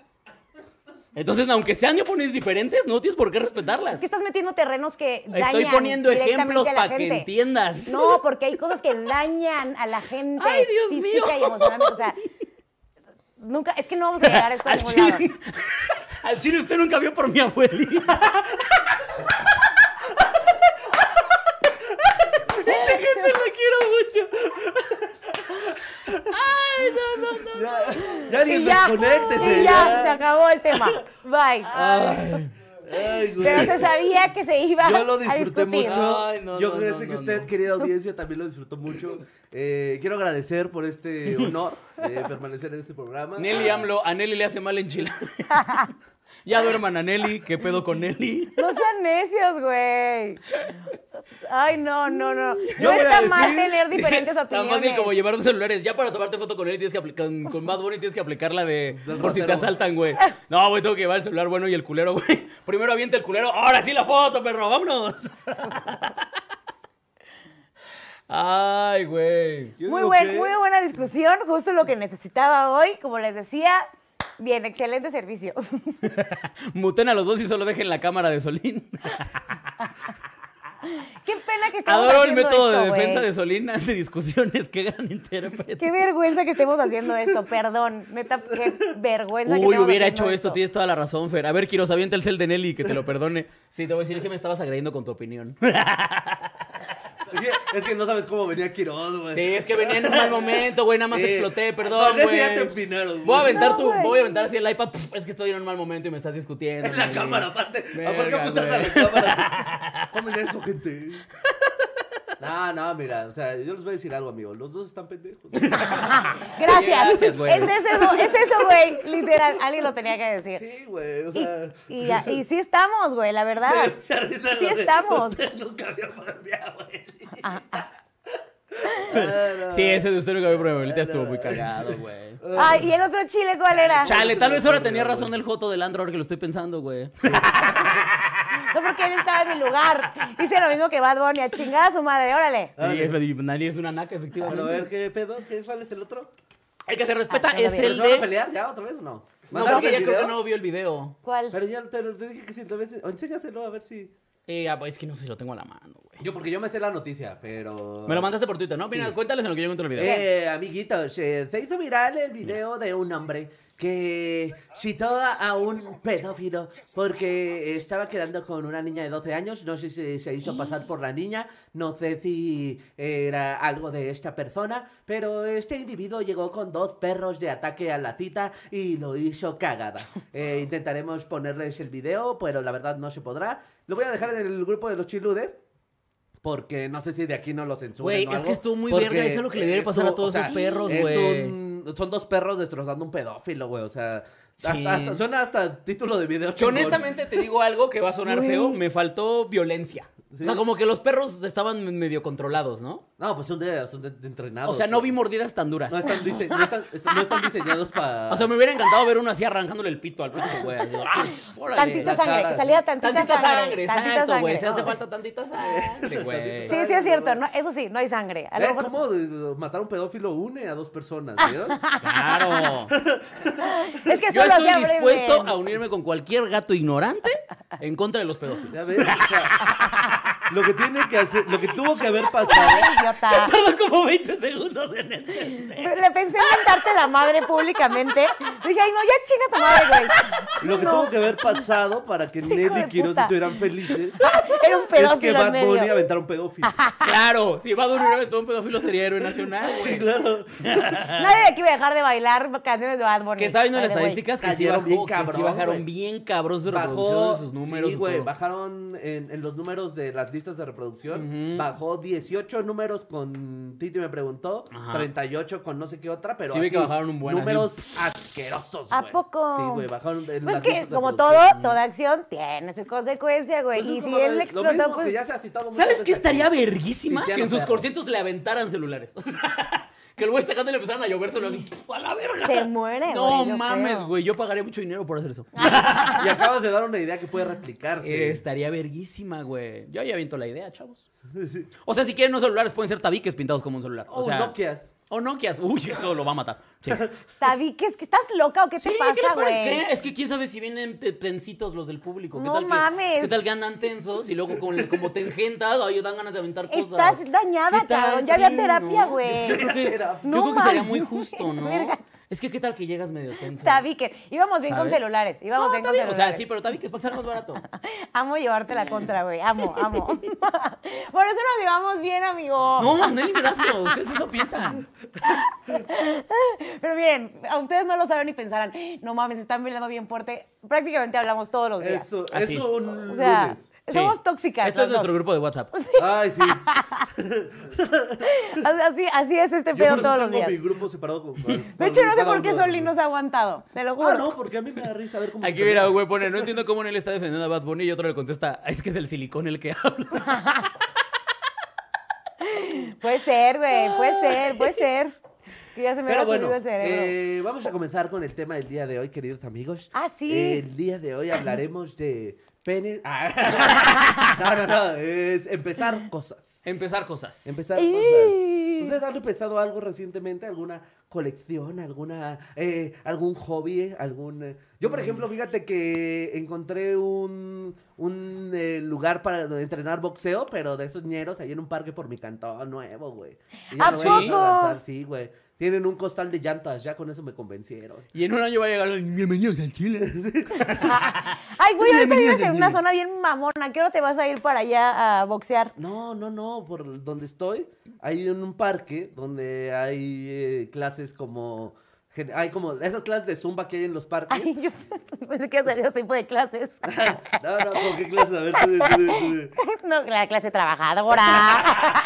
Speaker 2: Entonces, aunque sean opiniones diferentes, no tienes por qué respetarlas.
Speaker 1: Es que estás metiendo terrenos que dañan.
Speaker 2: Estoy poniendo
Speaker 1: directamente
Speaker 2: ejemplos
Speaker 1: a la
Speaker 2: para que
Speaker 1: gente.
Speaker 2: entiendas.
Speaker 1: No, porque hay cosas que dañan a la gente
Speaker 2: Ay, Dios
Speaker 1: física
Speaker 2: mío.
Speaker 1: y emocionalmente. O sea, nunca, es que no vamos a llegar a esto a
Speaker 2: al,
Speaker 1: ningún lado.
Speaker 2: chile, al chile usted nunca vio por mi abuelita. Mucha gente la quiero mucho.
Speaker 4: Ya, ya
Speaker 1: Y
Speaker 4: ni
Speaker 1: ya,
Speaker 4: desconéctese.
Speaker 1: y ya, se acabó el tema. Bye.
Speaker 4: Ay, güey.
Speaker 1: Pero se sabía que se iba
Speaker 4: Yo lo
Speaker 1: a
Speaker 4: disfruté
Speaker 1: discutir.
Speaker 4: mucho.
Speaker 2: Ay, no,
Speaker 4: Yo
Speaker 2: no,
Speaker 4: creo
Speaker 2: no,
Speaker 4: que
Speaker 2: no,
Speaker 4: usted,
Speaker 2: no.
Speaker 4: querida audiencia, también lo disfrutó mucho. Eh, quiero agradecer por este honor de permanecer en este programa.
Speaker 2: Nelly AMLO, a Nelly le hace mal enchilada. ya duerman a Nelly, ¿qué pedo con Nelly?
Speaker 1: No sean necios, güey. Ay, no, no, no.
Speaker 4: Yo
Speaker 1: No
Speaker 4: voy a
Speaker 1: está mal
Speaker 4: decir-
Speaker 1: tener diferentes
Speaker 2: Tan
Speaker 1: opiniones.
Speaker 2: fácil como llevar dos celulares. Ya para tomarte foto con él tienes que aplicar, con Bad Bunny tienes que aplicar la de
Speaker 4: Del
Speaker 2: por si te
Speaker 4: ratero.
Speaker 2: asaltan, güey. No, güey, tengo que llevar el celular bueno y el culero, güey. Primero avienta el culero, ahora sí la foto, perro, vámonos. Ay, güey.
Speaker 4: Yo
Speaker 1: Muy,
Speaker 4: digo
Speaker 1: buen-
Speaker 4: que-
Speaker 1: muy buena discusión, justo lo que necesitaba hoy. Como les decía, bien, excelente servicio.
Speaker 2: Muten a los dos y solo dejen la cámara de Solín.
Speaker 1: Qué pena que estamos
Speaker 2: Adoro el
Speaker 1: haciendo
Speaker 2: método de
Speaker 1: esto,
Speaker 2: defensa
Speaker 1: güey.
Speaker 2: de Solín ante discusiones. Qué gran intérprete.
Speaker 1: Qué vergüenza que estemos haciendo esto, perdón. Neta, qué vergüenza que
Speaker 2: Uy,
Speaker 1: estemos
Speaker 2: hubiera
Speaker 1: haciendo
Speaker 2: hecho esto, tienes toda la razón, Fer. A ver, Quiroz, avienta el cel de Nelly, que te lo perdone. Sí, te voy a decir que me estabas agrediendo con tu opinión.
Speaker 4: Es que, es que no sabes cómo venía Quiroz, güey.
Speaker 2: Sí, es que venía en un mal momento, güey, nada más
Speaker 4: Sí.
Speaker 2: exploté, perdón,
Speaker 4: Con ese
Speaker 2: güey.
Speaker 4: ya te opinaron, güey.
Speaker 2: Voy a aventar
Speaker 1: No,
Speaker 2: tu,
Speaker 1: güey.
Speaker 2: voy a aventar así el iPad, pf, es que estoy en un mal momento y me estás discutiendo.
Speaker 4: En la
Speaker 2: Nelly.
Speaker 4: cámara, aparte. ¿A
Speaker 2: Verga,
Speaker 4: ¿Por qué apuntas a
Speaker 2: güey.
Speaker 4: la cámara? Comen eso, gente. No, no, mira, o sea, yo les voy a decir algo, amigo. Los dos están pendejos.
Speaker 1: Gracias.
Speaker 2: Gracias, güey.
Speaker 1: Es eso, es eso, güey. Literal, alguien lo tenía que decir.
Speaker 4: Sí, güey, o
Speaker 1: Y,
Speaker 4: sea.
Speaker 1: y, y sí estamos, güey, la verdad.
Speaker 4: Ya risa
Speaker 1: Sí
Speaker 4: lo de-
Speaker 1: estamos. Ah,
Speaker 4: Usted nunca había cambiado, güey.
Speaker 2: Sí, ese de usted nunca vio, pero mi abuelita estuvo muy cagado, güey.
Speaker 1: Ay, ¿y el otro chile cuál era?
Speaker 2: Ah. Chale, tal vez ahora tenía razón el Joto del Andro, ahora que lo estoy pensando, güey.
Speaker 1: No, porque él estaba en mi lugar. Hice lo mismo que Bad Bunny, a chingar a su madre, órale.
Speaker 4: Ah,
Speaker 2: Y es- Nadie es una naca, efectivamente.
Speaker 4: Bueno, a ver, ¿qué pedo? ¿Qué es, ¿Cuál es el otro?
Speaker 2: El que se respeta
Speaker 1: Ah,
Speaker 2: es
Speaker 1: bien.
Speaker 2: el
Speaker 4: ¿Se van a
Speaker 2: de...
Speaker 4: pelear ya otra vez o no?
Speaker 2: No,
Speaker 4: ¿Mandaron
Speaker 2: porque
Speaker 4: el
Speaker 2: ella creo que
Speaker 4: video?
Speaker 2: no vio el video.
Speaker 1: ¿Cuál?
Speaker 4: Pero ya te, te dije que sí, tal vez. o Enséñaselo a ver si.
Speaker 2: Eh, ah, es que no sé si lo tengo a la mano, güey.
Speaker 4: Yo, porque yo me sé la noticia, pero.
Speaker 2: Me lo mandaste por Twitter, ¿no? Mira, cuéntales en lo que yo encuentro el video.
Speaker 4: Eh, amiguitos, eh, se hizo viral el video de un hombre que citó a un pedófilo porque estaba quedando con una niña de 12 años. No sé si se hizo pasar por la niña, no sé si era algo de esta persona, pero este individuo llegó con dos perros de ataque a la cita y lo hizo cagada. Eh, intentaremos ponerles el video, pero la verdad no se podrá. Lo voy a dejar en el grupo de los chiludes. Porque no sé si de aquí no lo censuran.
Speaker 2: Güey,
Speaker 4: o
Speaker 2: es
Speaker 4: algo,
Speaker 2: que estuvo muy
Speaker 4: porque
Speaker 2: verga, eso es lo que le debe
Speaker 4: eso,
Speaker 2: pasar a todos
Speaker 4: o sea,
Speaker 2: esos perros,
Speaker 4: es
Speaker 2: güey.
Speaker 4: un- Son dos perros destrozando un pedófilo, güey. O sea,
Speaker 2: Sí.
Speaker 4: hasta- hasta- suena hasta título de video.
Speaker 2: Que
Speaker 4: chingón.
Speaker 2: honestamente te digo algo que va a sonar feo, me faltó violencia. O sea,
Speaker 4: Sí.
Speaker 2: como que los perros estaban medio controlados, ¿no?
Speaker 4: No, pues son de, son de- de entrenados.
Speaker 2: O sea, no
Speaker 4: güey.
Speaker 2: vi mordidas tan duras.
Speaker 4: No están, dise- no están- est- no están diseñados para.
Speaker 2: O sea, me hubiera encantado ver uno así arrancándole el pito al pinche güey. así, ¡ah! órale!
Speaker 1: Tantita
Speaker 4: la
Speaker 1: sangre,
Speaker 4: cara.
Speaker 1: que salía tantita,
Speaker 2: Tantita sangre,
Speaker 1: sangre. tantita
Speaker 2: exacto,
Speaker 1: sangre.
Speaker 2: güey. Se hace falta tantita sangre, güey.
Speaker 1: Sí, sí es cierto, no, eso sí, no hay sangre. A lo mejor-
Speaker 4: ¿Eh? ¿Cómo de- matar a un pedófilo une a dos personas, ¿vieron?
Speaker 2: Claro.
Speaker 1: Es que
Speaker 2: Yo
Speaker 1: solo se
Speaker 2: estoy
Speaker 1: abre
Speaker 2: dispuesto
Speaker 1: bien.
Speaker 2: a unirme con cualquier gato ignorante en contra de los pedófilos.
Speaker 4: Ya ves, o sea, lo que tiene que hacer, lo que tuvo que haber pasado.
Speaker 1: Ay, idiota.
Speaker 2: Tardó como 20 segundos en entender.
Speaker 1: Pero Le pensé en mentarte la madre públicamente. Dije, ay, no, ya chinga tu madre, güey.
Speaker 4: Lo que
Speaker 1: No.
Speaker 4: tuvo que haber pasado para que
Speaker 1: Hijo
Speaker 4: Nelly
Speaker 1: de
Speaker 4: y Quiroz
Speaker 1: puta.
Speaker 4: estuvieran felices
Speaker 1: Era un
Speaker 4: es que
Speaker 1: pedófilo en
Speaker 4: Bad Bunny
Speaker 1: medio.
Speaker 4: aventara un pedófilo.
Speaker 2: Claro, si va a durar todo un pedófilo sería héroe nacional, güey.
Speaker 4: claro.
Speaker 1: Nadie de aquí va a dejar de bailar canciones de Bad Bunny.
Speaker 2: Que estaba viendo
Speaker 1: By
Speaker 2: las
Speaker 1: the way.
Speaker 2: estadísticas que sí,
Speaker 4: Cayeron
Speaker 2: bajó,
Speaker 4: bien
Speaker 2: que
Speaker 4: cabrón,
Speaker 2: sí bajaron
Speaker 4: güey.
Speaker 2: bien cabros de reproducción
Speaker 4: Bajó,
Speaker 2: de sus números.
Speaker 4: sí,
Speaker 2: y
Speaker 4: güey,
Speaker 2: todo.
Speaker 4: bajaron en, en los números de las listas de reproducción,
Speaker 2: Ujú.
Speaker 4: bajó 18 números con Titi me preguntó,
Speaker 2: Ajá.
Speaker 4: 38 con no sé qué otra, pero
Speaker 2: Sí vi que
Speaker 4: así,
Speaker 2: bajaron un buen, así.
Speaker 4: números asquerosos,
Speaker 1: ¿A
Speaker 4: güey.
Speaker 1: poco?
Speaker 4: Sí, güey, bajaron en
Speaker 1: Pues
Speaker 4: las
Speaker 1: que,
Speaker 4: listas de
Speaker 1: como todo,
Speaker 4: reproducción.
Speaker 1: toda acción tiene su consecuencia, güey.
Speaker 4: Pues
Speaker 1: y
Speaker 4: es
Speaker 1: si
Speaker 4: como
Speaker 1: él
Speaker 4: lo
Speaker 1: explotó,
Speaker 4: mismo
Speaker 1: pues.
Speaker 4: que ya se ha citado muchas
Speaker 2: ¿Sabes
Speaker 4: veces
Speaker 2: qué estaría
Speaker 4: aquí.
Speaker 2: verguísima?
Speaker 4: Cristiano
Speaker 2: que en sus
Speaker 4: Perro.
Speaker 2: conciertos le aventaran celulares. O sea, que el güey está cantando y le empezaran a llovérselo así, ¡puf! a la verga.
Speaker 1: Se muere,
Speaker 2: No
Speaker 1: güey, yo
Speaker 2: mames,
Speaker 1: creo. Ah,
Speaker 2: güey, yo pagaría mucho dinero por hacer eso.
Speaker 4: Y acabas de dar una idea que puede replicarse.
Speaker 2: Eh, estaría verguísima, güey. Yo ya aviento la idea, chavos. O sea, si quieren unos celulares, pueden ser tabiques pintados como un celular.
Speaker 4: O
Speaker 2: O sea,
Speaker 4: Nokias.
Speaker 2: O Nokias. Uy, eso lo va a matar. Sí.
Speaker 1: Tabiques, que estás loca o qué
Speaker 2: Sí,
Speaker 1: te
Speaker 2: ¿qué les
Speaker 1: pasa,
Speaker 2: parece?
Speaker 1: güey.
Speaker 2: Es que quién sabe si vienen te- tensitos los del público. ¿Qué
Speaker 1: No
Speaker 2: tal que-
Speaker 1: mames.
Speaker 2: ¿Qué tal que andan tensos y luego con- como te engentas, ay, dan ganas de aventar cosas?
Speaker 1: Estás dañada,
Speaker 2: ¿Qué tal?
Speaker 1: cabrón. Ya había
Speaker 2: Sí,
Speaker 1: terapia,
Speaker 2: ¿no?
Speaker 1: güey.
Speaker 2: Yo creo que, yo
Speaker 1: No
Speaker 2: creo que sería
Speaker 1: mames.
Speaker 2: muy justo, ¿no?
Speaker 1: Verga.
Speaker 2: Es que qué tal que llegas medio tenso.
Speaker 1: Tabiques. Íbamos bien con
Speaker 2: ¿Sabes?
Speaker 1: celulares. Íbamos
Speaker 2: No,
Speaker 1: bien
Speaker 2: está
Speaker 1: con
Speaker 2: bien, o
Speaker 1: celulares.
Speaker 2: sea, sí, pero también que es para que salga más barato.
Speaker 1: Amo llevarte la contra, güey. Amo, amo. Por eso nos llevamos bien, amigo.
Speaker 2: No, Nelly Velasco, ustedes eso piensan.
Speaker 1: Pero bien, a ustedes no lo saben y pensarán, no mames, están bailando bien fuerte. Prácticamente hablamos todos los días.
Speaker 4: Eso,
Speaker 2: Así.
Speaker 4: eso un
Speaker 1: o sea, eh,
Speaker 4: lunes.
Speaker 1: somos
Speaker 2: Sí.
Speaker 1: tóxicas.
Speaker 2: Esto es
Speaker 1: las
Speaker 2: nuestro
Speaker 1: dos.
Speaker 2: grupo de WhatsApp.
Speaker 4: Ay, sí.
Speaker 1: Así, así es este
Speaker 4: Yo
Speaker 1: pedo
Speaker 4: por eso
Speaker 1: todos
Speaker 4: tengo
Speaker 1: los días.
Speaker 4: mi grupo separado con. con-
Speaker 1: De hecho,
Speaker 4: con
Speaker 1: no sé
Speaker 4: cada
Speaker 1: por qué
Speaker 4: uno.
Speaker 1: Soli nos ha aguantado. Te lo juro.
Speaker 4: Ah, no, porque a mí me da risa ver cómo.
Speaker 2: Aquí mira, güey, pone, no entiendo cómo Nelly está defendiendo a Bad Bunny y otro le contesta, es que es el silicón el que habla.
Speaker 1: Puede ser, güey.
Speaker 4: Ah.
Speaker 1: Puede ser, puede ser. Que ya se me
Speaker 4: Pero
Speaker 1: había
Speaker 4: bueno,
Speaker 1: subido el cerebro.
Speaker 4: eh, vamos a comenzar con el tema del día de hoy, queridos amigos.
Speaker 1: Ah, sí.
Speaker 4: el día de hoy hablaremos de pene. Ah. No, no, no. Es empezar cosas.
Speaker 2: Empezar cosas.
Speaker 4: Empezar
Speaker 1: Y-
Speaker 4: cosas. ¿Ustedes han empezado algo recientemente? ¿Alguna colección? ¿Alguna eh, algún hobby? ¿Algún eh? Yo, por ejemplo, fíjate que encontré un, un eh, lugar para entrenar boxeo, pero de esos ñeros ahí en un parque por mi cantón nuevo, güey. Y ya
Speaker 1: ¿A
Speaker 4: me voy a empezar
Speaker 1: poco?
Speaker 4: a lanzar, Sí, güey. Tienen un costal de llantas, ya con eso me convencieron.
Speaker 2: Y en un año va a llegar el bienvenidos al Chile.
Speaker 1: Ay, güey, ahorita
Speaker 2: Bienvenido,
Speaker 1: vives en una
Speaker 2: bienvenido.
Speaker 1: zona bien mamona. ¿Qué hora te vas a ir para allá a boxear?
Speaker 4: No, no, no, por donde estoy hay un, un parque donde hay eh, clases como... gen- Hay como esas clases de zumba que hay en los parques.
Speaker 1: Ay, yo pensé que ibas a hacer ese tipo de clases.
Speaker 4: No, no, ¿por qué clases? A ver, tú, tú, tú, tú.
Speaker 1: No, la clase trabajadora.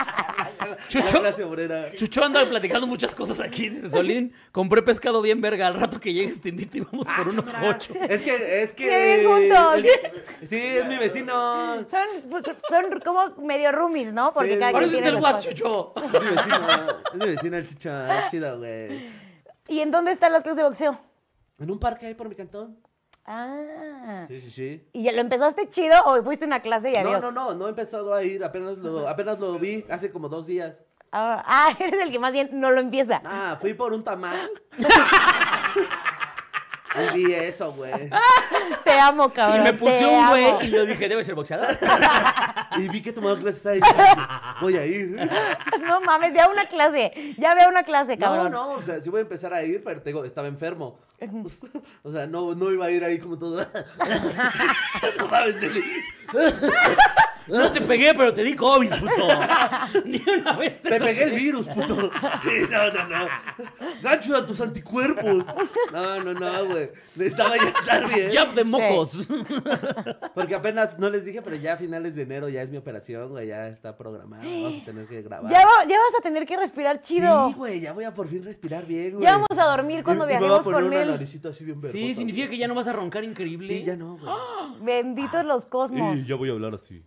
Speaker 2: Chucho,
Speaker 4: Ah, Clase obrera.
Speaker 2: Chucho anda platicando muchas cosas aquí, dice Solín. Compré pescado bien verga. Al rato que llegues te invito y vamos por unos
Speaker 1: Ah,
Speaker 2: cochos.
Speaker 4: Es que, es que...
Speaker 1: Qué bien juntos.
Speaker 4: es- sí, es mi vecino. Es
Speaker 1: Son, pues, son como medio roomies, ¿no? Porque
Speaker 4: Sí,
Speaker 1: cada
Speaker 2: Ahora
Speaker 1: quien
Speaker 4: Pero
Speaker 2: sí
Speaker 1: tiene
Speaker 2: está el
Speaker 1: sus
Speaker 2: WhatsApp,
Speaker 1: cosas.
Speaker 2: Chucho.
Speaker 4: mi vecino. Es mi vecino el chucha. Chido, güey.
Speaker 1: ¿Y en dónde están las clases de boxeo?
Speaker 4: En un parque ahí por mi cantón.
Speaker 1: Ah.
Speaker 4: Sí, sí, sí.
Speaker 1: ¿Y ya lo empezaste chido o fuiste a una clase y
Speaker 4: No,
Speaker 1: adiós?
Speaker 4: no, no, no he empezado a ir, apenas lo, apenas lo vi hace como dos días.
Speaker 1: Ah, ah, eres el que más bien no lo empieza.
Speaker 4: Ah, fui por un tamal. Y vi eso, güey.
Speaker 1: Te amo,
Speaker 2: Y
Speaker 1: cabrón.
Speaker 2: me
Speaker 1: Ah, te
Speaker 2: puso un
Speaker 1: amo.
Speaker 2: güey y yo dije, debe ser boxeador.
Speaker 4: Y vi que tomaban clases ahí. Voy a ir.
Speaker 1: No mames, ya una clase. Ya veo una clase,
Speaker 4: No,
Speaker 1: cabrón.
Speaker 4: no, o sea, sí voy a empezar a ir, pero te digo, estaba enfermo. O sea, no, no iba a ir ahí como todo. no mames, Nelly.
Speaker 2: No te pegué, pero te di COVID, puto. Ni una vez te
Speaker 4: Te pegué el
Speaker 2: toqué.
Speaker 4: virus, puto. Sí, no, no, no. Gancho a tus anticuerpos. No, no, no, güey. Necesitaba ya estar bien.
Speaker 2: Jab de mocos.
Speaker 4: Porque apenas, no les dije, pero ya a finales de enero ya es mi operación, güey. Ya está programada. Vamos a tener que grabar.
Speaker 1: Ya, va- ya vas a tener que respirar chido.
Speaker 4: Sí, güey, ya voy a por fin respirar bien, güey.
Speaker 1: ya vamos a dormir cuando
Speaker 4: Y- y
Speaker 1: viajemos
Speaker 4: Me voy a
Speaker 1: con
Speaker 4: poner una
Speaker 1: él.
Speaker 4: naricita así bien
Speaker 2: Sí,
Speaker 4: vergota,
Speaker 2: significa que ya no vas a roncar increíble.
Speaker 4: güey. Sí, ya no, güey.
Speaker 1: Benditos los cosmos.
Speaker 4: ya voy a hablar así.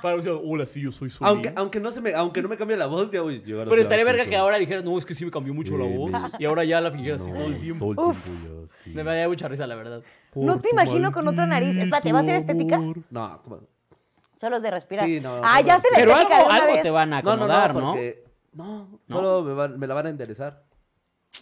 Speaker 2: Para decir, hola, sí, yo soy Solín.
Speaker 4: Aunque, aunque no se me, aunque no me cambie la voz, ya voy a llegar a
Speaker 2: Pero estaría
Speaker 4: hablar
Speaker 2: verga
Speaker 4: así,
Speaker 2: que
Speaker 4: güey.
Speaker 2: ahora dijeras, no, es que sí me cambió mucho la
Speaker 4: Sí,
Speaker 2: voz.
Speaker 4: me-
Speaker 2: Y ahora ya la fingieras así
Speaker 4: No,
Speaker 2: todo el tiempo.
Speaker 1: Uf.
Speaker 4: tiempo ya, sí.
Speaker 2: Me daría mucha risa, la verdad.
Speaker 1: No te imagino con otra nariz. Espérate, ¿va a ser estética?
Speaker 4: No, como-
Speaker 1: Solo es de respirar.
Speaker 4: Sí, no,
Speaker 1: ah,
Speaker 4: no,
Speaker 1: ya
Speaker 4: no.
Speaker 1: te la
Speaker 2: Pero algo,
Speaker 1: estética de una
Speaker 2: algo
Speaker 1: vez.
Speaker 2: te van a
Speaker 4: no, no,
Speaker 2: acomodar,
Speaker 4: no,
Speaker 2: ¿no?
Speaker 4: porque- no, solo me, van- me la van a enderezar.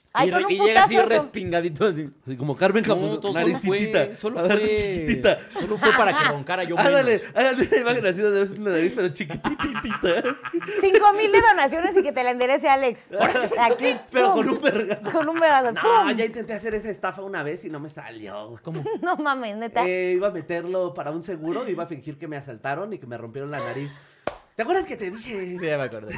Speaker 1: Ay,
Speaker 2: y
Speaker 1: con
Speaker 2: re-
Speaker 1: un
Speaker 2: y llega así
Speaker 1: putazo eso-
Speaker 2: respingadito así.
Speaker 4: Así como Carmen Campos,
Speaker 2: No, todo solo
Speaker 4: naricitita.
Speaker 2: fue, solo
Speaker 4: a ver,
Speaker 2: fue,
Speaker 4: chiquitita.
Speaker 2: solo fue para que roncara yo
Speaker 4: Hágale,
Speaker 2: menos.
Speaker 4: hágale una imagen así donde ves una nariz, pero chiquititita.
Speaker 1: Cinco mil de donaciones y que te la enderece Alex. Aquí,
Speaker 4: Pero
Speaker 1: pum.
Speaker 4: con un vergazo.
Speaker 1: Con un vergazo,
Speaker 4: No,
Speaker 1: pum.
Speaker 4: ya intenté hacer esa estafa una vez y no me salió. güey.
Speaker 2: ¿Cómo?
Speaker 1: No mames, neta.
Speaker 4: Eh, iba a meterlo para un seguro, iba a fingir que me asaltaron y que me rompieron la nariz. ¿Te acuerdas que te dije?
Speaker 2: Sí, ya me acordé.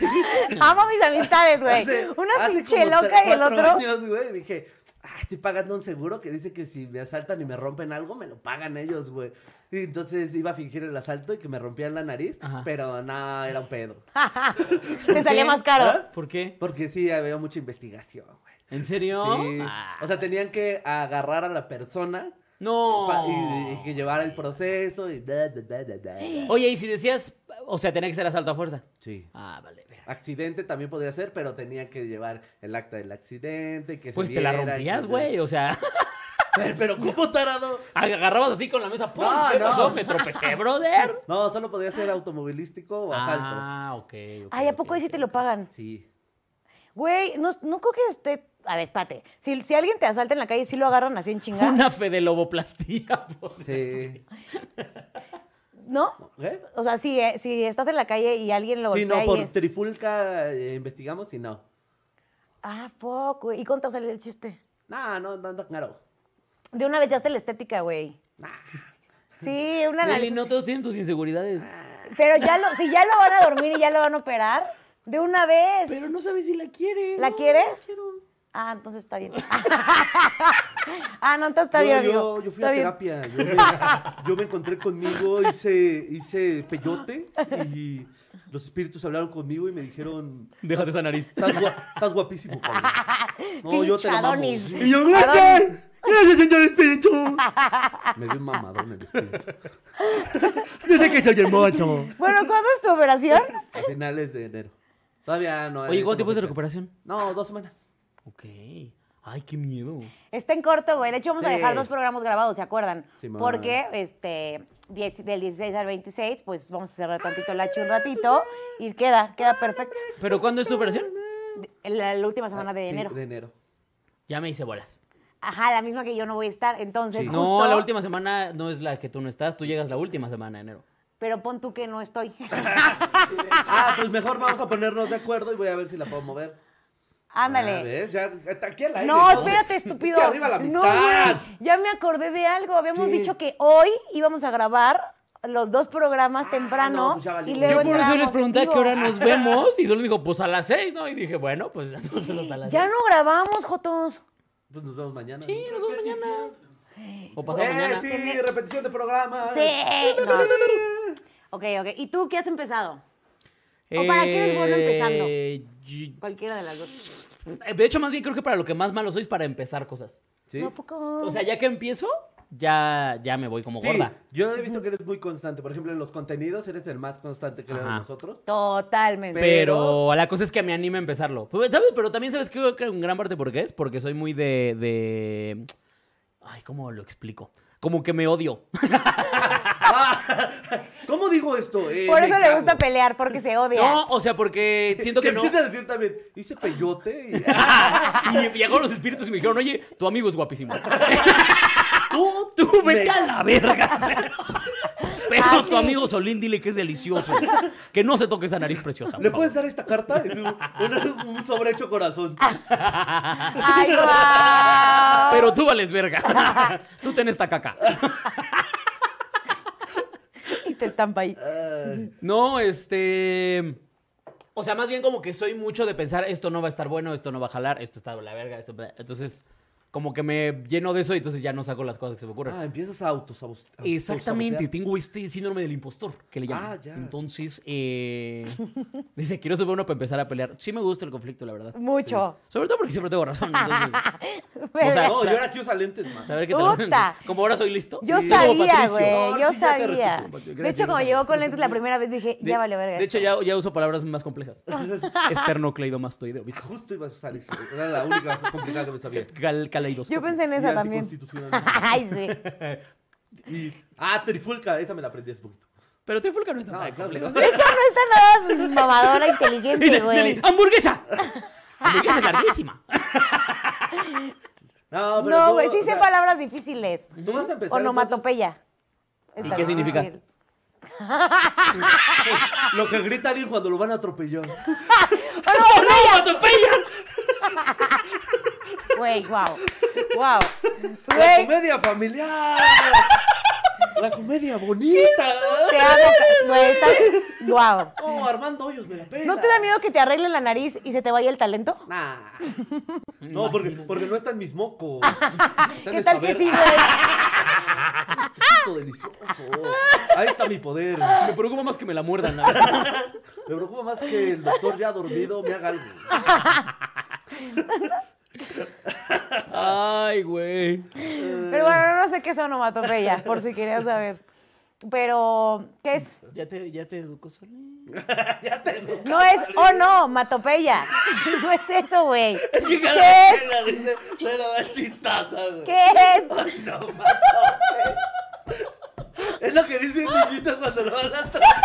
Speaker 1: Amo mis amistades, güey. Una
Speaker 4: hace
Speaker 1: pinche
Speaker 4: como
Speaker 1: loca
Speaker 4: tres,
Speaker 1: y el
Speaker 4: cuatro
Speaker 1: otro.
Speaker 4: años, güey, dije, "Ah, estoy pagando un seguro que dice que si me asaltan y me rompen algo, me lo pagan ellos, güey. Y entonces iba a fingir el asalto y que me rompían la nariz,
Speaker 2: Ajá.
Speaker 4: pero no, era un pedo.
Speaker 1: Te salía
Speaker 2: qué?
Speaker 1: más caro.
Speaker 4: ¿Ah?
Speaker 2: ¿Por qué?
Speaker 4: Porque sí, había mucha investigación, güey.
Speaker 2: ¿En serio?
Speaker 4: Sí.
Speaker 2: Ah,
Speaker 4: O sea, tenían que agarrar a la persona
Speaker 2: no.
Speaker 4: pa- y, y que llevara el proceso y da, da, da, da, da.
Speaker 2: Oye, y si decías, o sea, tenía que ser asalto a fuerza.
Speaker 4: Sí.
Speaker 2: Ah, vale. verga.
Speaker 4: Accidente también podría ser, pero tenía que llevar el acta del accidente. Que se
Speaker 2: Pues te la
Speaker 4: viera y que-
Speaker 2: rompías, güey. O sea,
Speaker 4: Pero, pero ¿cómo tarado?
Speaker 2: agarrabas así con la mesa. ¡Pum!
Speaker 4: No,
Speaker 2: ¿Qué
Speaker 4: no.
Speaker 2: pasó? Me tropecé, brother.
Speaker 4: No, solo podría ser automovilístico o asalto.
Speaker 2: Ah, ok. ok,
Speaker 1: Ay, ¿a
Speaker 2: ok,
Speaker 1: poco ahí sí
Speaker 2: ok.
Speaker 1: te lo pagan?
Speaker 4: Sí.
Speaker 1: Güey, no, no creo que esté. A ver, espate. Si, si alguien te asalta en la calle, sí lo agarran así en chingada.
Speaker 2: Una fe de loboplastía. por-
Speaker 4: Sí.
Speaker 1: ¿No?
Speaker 4: ¿Eh?
Speaker 1: O sea, si, eh, si estás en la calle y alguien lo
Speaker 4: Sí,
Speaker 1: golpea
Speaker 4: no,
Speaker 1: y
Speaker 4: por
Speaker 1: es-
Speaker 4: trifulca eh, investigamos y no.
Speaker 1: Ah, fuck, güey. ¿Y cuánto sale el chiste?
Speaker 4: No, no, no, no, claro.
Speaker 1: De una vez ya está la estética, güey. Sí, una
Speaker 2: Lili,
Speaker 1: nariz.
Speaker 2: no todos tienen tus inseguridades.
Speaker 1: Ah, Pero ya lo, si ya lo van a dormir y ya lo van a operar, de una vez.
Speaker 2: Pero no sabes si la quiere.
Speaker 1: ¿La quieres? Ah, entonces está bien. ah, no, entonces está
Speaker 4: yo,
Speaker 1: bien,
Speaker 4: yo,
Speaker 1: amigo.
Speaker 4: yo fui
Speaker 1: Está
Speaker 4: a
Speaker 1: bien.
Speaker 4: terapia. Yo me, yo me encontré conmigo, hice, hice peyote y los espíritus hablaron conmigo y me dijeron.
Speaker 2: Déjate esa nariz.
Speaker 4: Estás, gua- estás guapísimo, cabrón. No,
Speaker 1: Pinche
Speaker 4: yo te lo mamo.
Speaker 1: Adonis.
Speaker 4: Y yo, gracias. Gracias, señor espíritu. Me dio un mamadón el espíritu.
Speaker 3: Desde que soy hermoso.
Speaker 1: Bueno, ¿cuándo es tu operación?
Speaker 4: A finales de enero. Todavía no. hay
Speaker 2: Oye, ¿cuánto tiempo es de
Speaker 4: fecha.
Speaker 2: recuperación?
Speaker 4: No, dos semanas.
Speaker 2: Ok. Ay, qué miedo.
Speaker 1: Está en corto, güey. De hecho, vamos a
Speaker 4: Sí.
Speaker 1: dejar dos programas grabados, ¿se acuerdan?
Speaker 4: Simón.
Speaker 1: Porque este, diez- del 16 al 26, pues vamos a cerrar tantito el hacha un ratito
Speaker 4: pues
Speaker 1: y queda, queda perfecto.
Speaker 2: ¿Pero cuándo es tu operación?
Speaker 1: La, la última semana de
Speaker 4: Ah, Sí,
Speaker 1: enero.
Speaker 4: de enero.
Speaker 2: Ya me hice bolas.
Speaker 1: Ajá, la misma que yo no voy a estar. Entonces,
Speaker 4: Sí.
Speaker 2: No,
Speaker 1: justo-
Speaker 2: la última semana no es la que tú no estás. Tú llegas la última semana de enero.
Speaker 1: Pero pon tú que no estoy.
Speaker 4: Ah, pues mejor vamos a ponernos de acuerdo y voy a ver si la puedo mover.
Speaker 1: Ándale.
Speaker 4: Ah, ¿ves? Ya, está aquí al aire.
Speaker 1: No, espérate,
Speaker 4: Es que
Speaker 1: estúpido.
Speaker 4: arriba la
Speaker 1: no,
Speaker 4: amistad.
Speaker 1: güey, ya me acordé de algo. Habíamos
Speaker 4: ¿Qué?
Speaker 1: dicho que hoy íbamos a grabar los dos programas temprano
Speaker 4: no, pues ya valió.
Speaker 1: y
Speaker 4: Yo
Speaker 1: luego
Speaker 2: Yo por eso les
Speaker 1: entrábamos
Speaker 2: pregunté a
Speaker 1: en
Speaker 2: qué hora
Speaker 1: vivo.
Speaker 2: nos vemos y solo dijo, pues a las seis, ¿no? Y dije, bueno, pues entonces hasta las
Speaker 1: Ya
Speaker 2: seis.
Speaker 1: no grabamos, Jotos.
Speaker 4: Pues nos vemos mañana.
Speaker 2: Sí, nos vemos mañana. O pasado
Speaker 4: Eh,
Speaker 2: mañana.
Speaker 4: sí, repetición de programa.
Speaker 1: Sí. no. Ok, ok. ¿Y tú qué has empezado? ¿O para qué eres bueno empezando?
Speaker 2: Eh, y-
Speaker 1: Cualquiera de las dos.
Speaker 2: De hecho, más bien creo que para lo que más malo soy es para empezar cosas.
Speaker 4: Sí.
Speaker 1: No, poco.
Speaker 2: O sea, ya que empiezo, ya, ya me voy como
Speaker 4: Sí,
Speaker 2: gorda.
Speaker 4: yo he visto que eres muy constante. Por ejemplo, en los contenidos eres el más constante que de
Speaker 2: Ajá.
Speaker 4: nosotros.
Speaker 1: Totalmente.
Speaker 2: Pero la cosa es que me anime a empezarlo. Pues, ¿Sabes? Pero también sabes que creo que en gran parte por qué es. Porque soy muy de, de- Ay, ¿cómo lo explico? Como que me odio.
Speaker 4: ¿Cómo digo esto? Eh,
Speaker 1: Por
Speaker 4: me
Speaker 1: eso le
Speaker 4: cago.
Speaker 1: gusta pelear, porque se odia.
Speaker 2: No, o sea, porque siento
Speaker 4: Te
Speaker 2: que no.
Speaker 4: empiezan a decir también, hice peyote. Y...
Speaker 2: y llegaron los espíritus y me dijeron, oye, tu amigo es guapísimo. tú, tú, vete
Speaker 4: Me-
Speaker 2: a la verga. Pero, pero
Speaker 1: Ah, sí.
Speaker 2: tu amigo Solín, dile que es delicioso. Que no se toque esa nariz preciosa. por
Speaker 4: ¿Le
Speaker 2: favor.
Speaker 4: puedes dar esta carta? Es un, un- un sobre hecho corazón.
Speaker 1: Ay, guau.
Speaker 2: Pero tú vales verga. tú ten esta caca.
Speaker 1: Y te estampa ahí.
Speaker 4: Ay,
Speaker 2: No, este. O sea, más bien como que soy mucho de pensar, esto no va a estar bueno, esto no va a jalar, esto está de la verga, esto... Entonces, como que me lleno de eso y entonces ya no saco las cosas que se me ocurren.
Speaker 4: ah, empiezas a autosabotear.
Speaker 2: Exactamente, tengo este síndrome del impostor que le llaman.
Speaker 4: Ah, ya.
Speaker 2: Entonces, eh, dice, quiero ser bueno para empezar a pelear. Sí me gusta el conflicto, la verdad.
Speaker 1: Mucho.
Speaker 2: Sobre todo porque siempre tengo razón. entonces,
Speaker 1: Pero-
Speaker 2: O sea,
Speaker 4: No, yo ahora quiero usar lentes más.
Speaker 2: saber que te lo-
Speaker 1: Puta.
Speaker 2: Como ahora soy listo.
Speaker 1: Yo
Speaker 2: Sí. Como
Speaker 1: sabía,
Speaker 2: Patricio.
Speaker 1: güey.
Speaker 4: Ahora
Speaker 1: yo
Speaker 4: sí ya te
Speaker 1: sabía.
Speaker 4: respeto, Patricio.
Speaker 1: de hecho,
Speaker 4: Gracias,
Speaker 1: cuando
Speaker 4: yo
Speaker 1: llegó
Speaker 4: sabía.
Speaker 1: con lentes la primera vez dije,
Speaker 2: De-
Speaker 1: ya vale verga.
Speaker 2: De hecho, ya, ya uso palabras más complejas. Esternocleidomastoideo, ¿viste?
Speaker 4: Justo ibas a usar eso. Era la única complicada que me sabía.
Speaker 2: Cal- caleidoscopio.
Speaker 1: yo pensé en esa
Speaker 4: Y
Speaker 1: también.
Speaker 4: anticonstitucional.
Speaker 1: Ay, sí.
Speaker 4: Y, ah, trifulca, esa me la aprendí hace poquito.
Speaker 2: Pero trifulca no es tan
Speaker 4: No,
Speaker 2: tan
Speaker 4: claro.
Speaker 2: complejo.
Speaker 1: Esa no está nada mamadora inteligente,
Speaker 2: Dice,
Speaker 1: güey.
Speaker 2: Nelly, ¡Hamburguesa! ¡Hamburguesa es larguísima!
Speaker 4: No, pero
Speaker 1: No,
Speaker 4: tú-
Speaker 1: güey,
Speaker 4: o
Speaker 1: sí sé
Speaker 4: sea,
Speaker 1: palabras difíciles.
Speaker 4: Tú vas a empezar.
Speaker 1: Onomatopeya. Está
Speaker 2: qué
Speaker 1: bien
Speaker 2: significa?
Speaker 1: difícil.
Speaker 4: entonces, Lo que grita alguien cuando lo van a atropellar.
Speaker 2: ¡Oh, no! ¡Atropellan!
Speaker 1: Güey, wow. Wow.
Speaker 4: La
Speaker 1: Güey,
Speaker 4: comedia familiar. La comedia bonita.
Speaker 1: te amo. ca- Güey, estás. Wow.
Speaker 4: Oh, Armando Hoyos me la pela.
Speaker 1: ¿No te da miedo que te arreglen la nariz y se te vaya el talento?
Speaker 4: Nah. No, porque, porque no están mis mocos.
Speaker 1: ¿Qué tal que sí, güey?
Speaker 4: Esto Ah, este delicioso. Ahí está mi poder.
Speaker 2: Me preocupa más que me la muerdan, la verdad.
Speaker 4: Me preocupa más que el doctor ya dormido me haga algo.
Speaker 2: Ay, güey.
Speaker 1: Pero bueno, no sé qué es onomatopeya, por si querías saber. Pero, ¿qué es?
Speaker 2: Ya te, ya te educó Solín.
Speaker 4: ya te lo-
Speaker 1: No es onomatopeya. No es eso, güey.
Speaker 4: Es que cada
Speaker 1: ¿Qué
Speaker 4: vez que la dice, se la da chistaza, güey.
Speaker 1: ¿Qué es?
Speaker 4: No, matope. Es lo que dice el niñito cuando lo van a atrapar.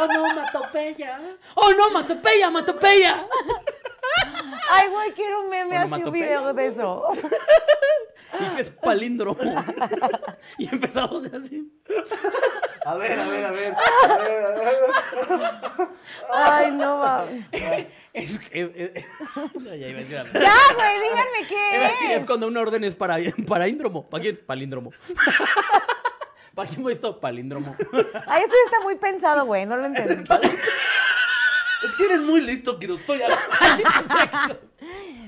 Speaker 4: Oh, no, matopeya.
Speaker 2: ¡Oh, no! ¡Matopeya! ¡Matopeya!
Speaker 1: Ay, güey, quiero un meme así, un
Speaker 2: Onomatopeya,
Speaker 1: video de eso.
Speaker 2: Y que es palíndromo. y empezamos así.
Speaker 4: A ver, a ver, a ver. A ver, a ver.
Speaker 1: Ay, no va.
Speaker 2: Es que. Es, es- ya iba a decir algo.
Speaker 1: Ya, güey, díganme
Speaker 2: Iba a decir,
Speaker 1: qué
Speaker 2: es
Speaker 1: es.
Speaker 2: cuando una orden es para, para índromo. ¿Para quién? Palíndromo. ¿Para quién fue esto? Palíndromo.
Speaker 1: Ay, esto está muy pensado, güey, no lo entendí.
Speaker 4: Es que eres muy listo, Kiro. Estoy harto.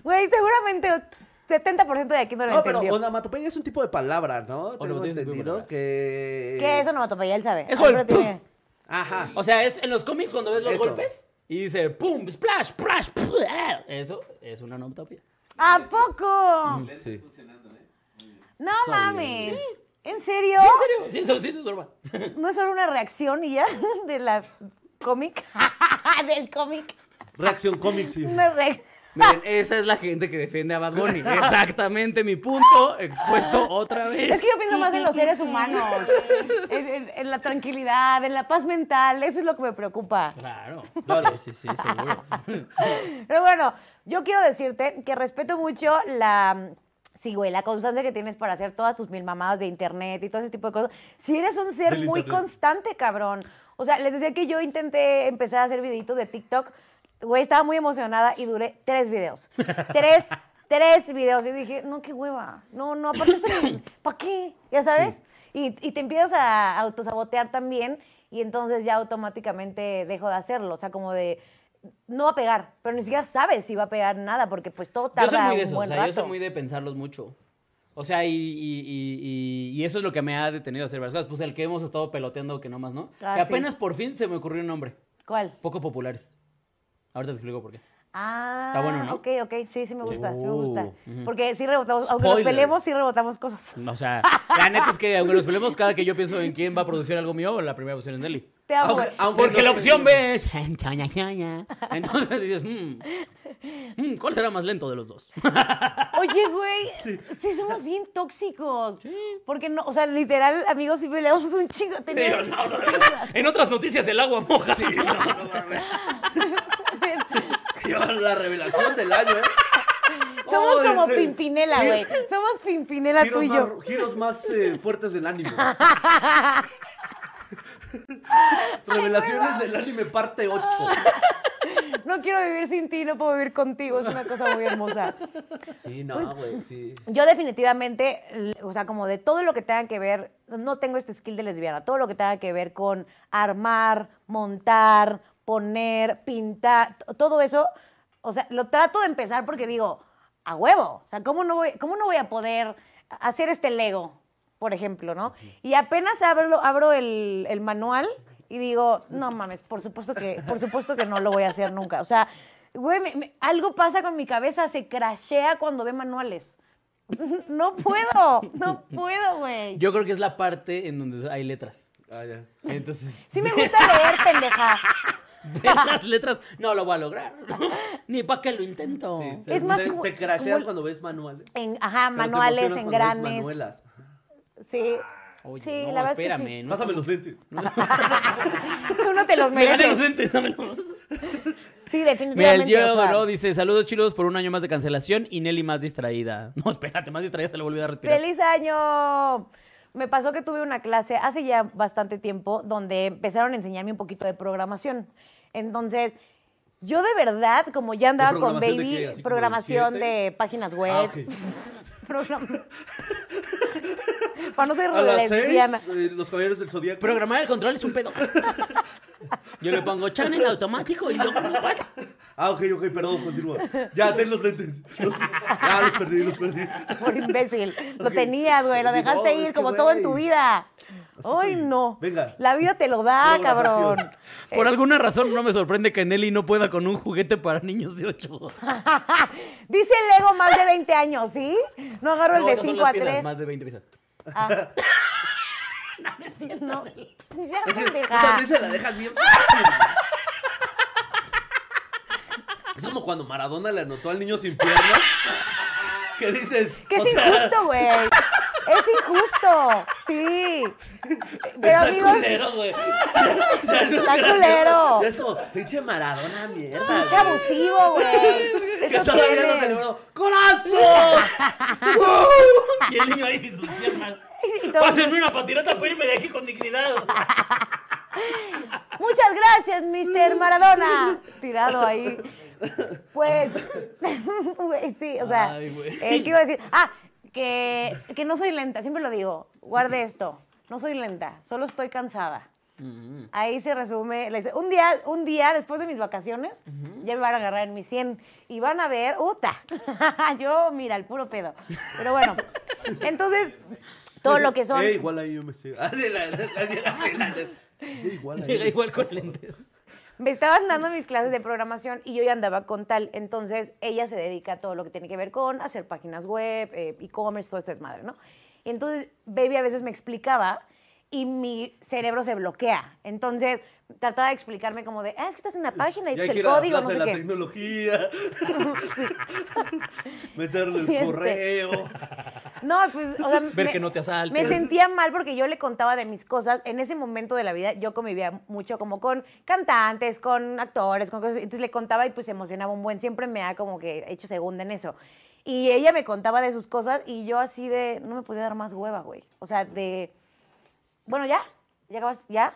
Speaker 1: Güey, seguramente 70% de aquí no lo
Speaker 4: No, pero
Speaker 1: entendió.
Speaker 4: onomatopeya es un tipo de palabra, ¿no? Tengo
Speaker 2: Onomatopeya es un tipo de
Speaker 4: entendido
Speaker 2: palabra.
Speaker 4: que...
Speaker 1: ¿Qué es onomatopeya? Él sabe.
Speaker 2: Es
Speaker 1: Algo
Speaker 2: el
Speaker 1: tiene.
Speaker 2: puff.
Speaker 4: Ajá.
Speaker 2: O sea, es en los cómics cuando ves los
Speaker 4: Eso.
Speaker 2: golpes y dice pum, splash, splash. ah". Eso es una onomatopeya.
Speaker 1: ¿A poco?
Speaker 2: Sí.
Speaker 1: No
Speaker 2: Soy-
Speaker 1: mames. ¿En serio?
Speaker 2: ¿En serio? Sí, eso sí, eso es normal.
Speaker 1: ¿No es solo una reacción y ya de la cómic? Del cómic.
Speaker 4: Reacción cómic, sí.
Speaker 1: Una reacción.
Speaker 2: Miren, esa es la gente que defiende a Bad Bunny. Exactamente mi punto, expuesto otra vez.
Speaker 1: Es que yo pienso más en los seres humanos, en, en- en la tranquilidad, en la paz mental, eso es lo que me preocupa.
Speaker 2: Claro.
Speaker 4: Claro.
Speaker 2: Sí, sí, sí, seguro.
Speaker 1: Pero bueno, yo quiero decirte que respeto mucho la... Sí, güey, la constancia que tienes para hacer todas tus mil mamadas de internet y todo ese tipo de cosas. Si eres un ser
Speaker 4: Del
Speaker 1: muy
Speaker 4: internet.
Speaker 1: constante, cabrón. O sea, les decía que yo intenté empezar a hacer videitos de TikTok. Güey, estaba muy emocionada y duré tres videos. Tres, tres videos. Y dije, no, qué hueva. No, no, aparte, ¿para qué? ¿Ya sabes? Y, y te empiezas a autosabotear también y entonces ya automáticamente dejo de hacerlo. O sea, como de, no va a pegar, pero ni siquiera sabes si va a pegar nada porque pues todo
Speaker 2: Yo
Speaker 1: tarda
Speaker 2: soy muy de
Speaker 1: un
Speaker 2: esos, o
Speaker 1: buen
Speaker 2: sea, yo
Speaker 1: rato.
Speaker 2: soy muy de pensarlos mucho. O sea, y, y- y- y- y eso es lo que me ha detenido a hacer varias cosas. Pues el que hemos estado peloteando que no más, ¿no?
Speaker 1: Ah,
Speaker 2: que
Speaker 1: sí.
Speaker 2: apenas por fin se me ocurrió un nombre.
Speaker 1: ¿Cuál?
Speaker 2: Poco populares. Ahorita te explico por qué.
Speaker 1: Ah,
Speaker 2: Está bueno, ¿no? Uh,
Speaker 1: Ok, ok, sí, sí me gusta, sí, me
Speaker 4: Oh,
Speaker 1: gusta.
Speaker 2: ujú.
Speaker 1: Porque sí rebotamos, aunque nos
Speaker 4: Spoiler.
Speaker 1: peleemos, sí rebotamos cosas.
Speaker 2: O sea, la neta es que aunque nos peleemos cada que yo pienso en quién va a producir algo mío, la primera opción es Nelly.
Speaker 1: Te amo.
Speaker 4: Aunque-
Speaker 1: güey.
Speaker 4: aunque
Speaker 2: Porque
Speaker 4: no
Speaker 2: la
Speaker 4: sé.
Speaker 2: opción B es... Entonces dices, "Mm, mm, ¿cuál será más lento de los dos?
Speaker 1: Oye, güey, sí. somos bien tóxicos. Porque no, o sea, literal, amigos, sí peleamos un chingo. Tenía-
Speaker 2: Digo, no, no, no. En otras noticias el agua moja.
Speaker 4: Dios, la revelación del año, ¿eh?
Speaker 1: Somos
Speaker 4: Oh,
Speaker 1: como
Speaker 4: este-
Speaker 1: Pimpinela, güey. Somos Pimpinela tú
Speaker 4: Giros
Speaker 1: y
Speaker 4: más,
Speaker 1: yo.
Speaker 4: giros más, eh, fuertes del anime. Revelaciones del anime parte 8.
Speaker 1: No quiero vivir sin ti, no puedo vivir contigo. Es una cosa muy hermosa.
Speaker 4: Sí, no, güey, sí.
Speaker 1: Yo definitivamente, l- o sea, como de todo lo que tenga que ver, no tengo este skill de lesbiana, todo lo que tenga que ver con armar, montar, poner, pintar, t- todo eso, o sea, lo trato de empezar porque digo, a huevo, o sea, ¿cómo no voy, cómo no voy a poder hacer este Lego, por ejemplo, no? Y apenas abro, abro el, el manual y digo, no mames, por supuesto que, por supuesto que no lo voy a hacer nunca, o sea... Güey, me- me- algo pasa con mi cabeza, se crashea cuando ve manuales. No puedo, no puedo, güey.
Speaker 2: Yo creo que es la parte en donde hay letras.
Speaker 4: Ah, ya.
Speaker 2: Entonces,
Speaker 1: Sí me gusta leer, pendeja.
Speaker 2: ver las letras no lo voy a lograr. Ni para qué lo intento.
Speaker 4: Sí,
Speaker 1: Es
Speaker 4: te-
Speaker 1: más
Speaker 4: te,
Speaker 1: como-
Speaker 4: te crasheas
Speaker 1: como el-
Speaker 4: cuando ves ¿eh? manuales.
Speaker 1: En, ajá,
Speaker 4: pero te
Speaker 1: manuales,
Speaker 4: emocionas cuando ves
Speaker 1: engranes.
Speaker 4: manuelas.
Speaker 1: Sí.
Speaker 2: Oye,
Speaker 1: sí,
Speaker 2: no,
Speaker 1: la verdad
Speaker 2: espérame.
Speaker 1: es
Speaker 2: no
Speaker 4: Pásame los lentes.
Speaker 1: que sí. Tú no te los
Speaker 2: Me gané los
Speaker 1: mereces.
Speaker 2: lentes, dámelos.
Speaker 1: Sí,
Speaker 2: Mira, el
Speaker 1: definitivamente. o
Speaker 2: Diego
Speaker 1: sea,
Speaker 2: Doró dice, saludos chilos por un año más de cancelación y Nelly más distraída. No, espérate, más distraída se le volvió a respirar.
Speaker 1: ¡Feliz año! Me pasó que tuve una clase hace ya bastante tiempo donde empezaron a enseñarme un poquito de programación. Entonces, yo de verdad, como ya andaba con
Speaker 4: programación de qué?
Speaker 1: Baby,
Speaker 4: ¿Así como de
Speaker 1: programación
Speaker 4: siete?
Speaker 1: de páginas web,
Speaker 4: Ah, ok.
Speaker 1: programa- Para no ser
Speaker 4: A las
Speaker 1: lesbiana.
Speaker 4: seis, eh, los caballeros del zodiaco.
Speaker 2: Programar el control es un pedo. Yo le pongo channel automático y luego no pasa.
Speaker 4: Ah, ok, ok, perdón, continúa. Ya, ten los lentes. Los- Ya, los perdí, los perdí.
Speaker 1: Por imbécil. Lo
Speaker 4: Ok.
Speaker 1: tenías, güey. Lo
Speaker 4: Digo,
Speaker 1: dejaste
Speaker 4: "Oh, es
Speaker 1: ir
Speaker 4: que,
Speaker 1: como todo en tu
Speaker 4: güey,
Speaker 1: vida.
Speaker 4: soy.
Speaker 1: Ay, no.
Speaker 4: Venga.
Speaker 1: La vida te lo da,
Speaker 4: Programación.
Speaker 1: cabrón.
Speaker 2: Por alguna razón no me sorprende que Nelly no pueda con un juguete para niños de 8.
Speaker 1: Eh, Dice Lego más de 20 años, ¿sí? No agarro el de 5 a 3.
Speaker 2: Más de 20 piezas.
Speaker 1: Ah. no, Ya,
Speaker 4: Es que tú
Speaker 1: pendeja.
Speaker 4: también se la dejas bien fácil. Es como cuando Maradona le anotó al niño sin piernas. ¿Qué dices?
Speaker 1: Que es
Speaker 4: O sea,
Speaker 1: injusto, güey. Es injusto. Sí. Pero
Speaker 4: está
Speaker 1: amigos,
Speaker 4: culero, güey. Ya no es
Speaker 1: Está
Speaker 4: gracioso.
Speaker 1: culero.
Speaker 4: Ya es como, pinche Maradona, mierda.
Speaker 1: pinche
Speaker 4: güey.
Speaker 1: abusivo, güey.
Speaker 4: Que
Speaker 1: Eso
Speaker 4: todavía
Speaker 1: tiene.
Speaker 4: no celebró. ¡Corazón! ¡Wow!
Speaker 5: Y el niño ahí sin sus piernas.
Speaker 1: Y todo-
Speaker 5: Pásenme una patineta para irme de aquí con dignidad.
Speaker 1: Muchas gracias, Mr. Maradona. Tirado ahí. Pues, güey, sí, o sea,
Speaker 5: Ay, güey.
Speaker 1: eh, ¿qué iba a decir? Ah, que, que no soy lenta, siempre lo digo. Guarde esto. No soy lenta, solo estoy cansada. Ahí se resume. la historia. Un día, un día después de mis vacaciones, ya me van a agarrar en mi 100 y van a ver, ¡uta! Yo, mira, el puro pedo. Pero bueno, entonces, todo lo que son.
Speaker 4: Eh, igual ahí yo me sigo. Ah, sí, la- la- la- la- Eh, Igual ahí.
Speaker 5: Llega igual con lentes.
Speaker 1: Eh, Me estaban dando mis clases de programación y yo ya andaba con tal. Entonces, ella se dedica a todo lo que tiene que ver con hacer páginas web, eh, e-commerce, todo este desmadre, ¿no? Y entonces, Baby a veces me explicaba y mi cerebro se bloquea. Entonces, trataba de explicarme como de, ah, es que estás en la página y este
Speaker 4: Ya hay
Speaker 1: es el
Speaker 4: que ir a la
Speaker 1: código,
Speaker 4: plaza
Speaker 1: no sé
Speaker 4: de la
Speaker 1: qué.
Speaker 4: tecnología,
Speaker 1: Sí.
Speaker 4: meterle el
Speaker 1: Siente.
Speaker 4: correo.
Speaker 1: No, pues, o sea,
Speaker 2: Ver que no te asalten.
Speaker 1: Me sentía mal porque yo le contaba de mis cosas. En ese momento de la vida yo convivía mucho como con cantantes, con actores, con cosas. Entonces le contaba y pues se emocionaba un buen. Siempre me ha como que hecho segunda en eso. Y ella me contaba de sus cosas y yo así de, no me podía dar más hueva, güey. O sea, de, bueno, ya, ya acabas, ya,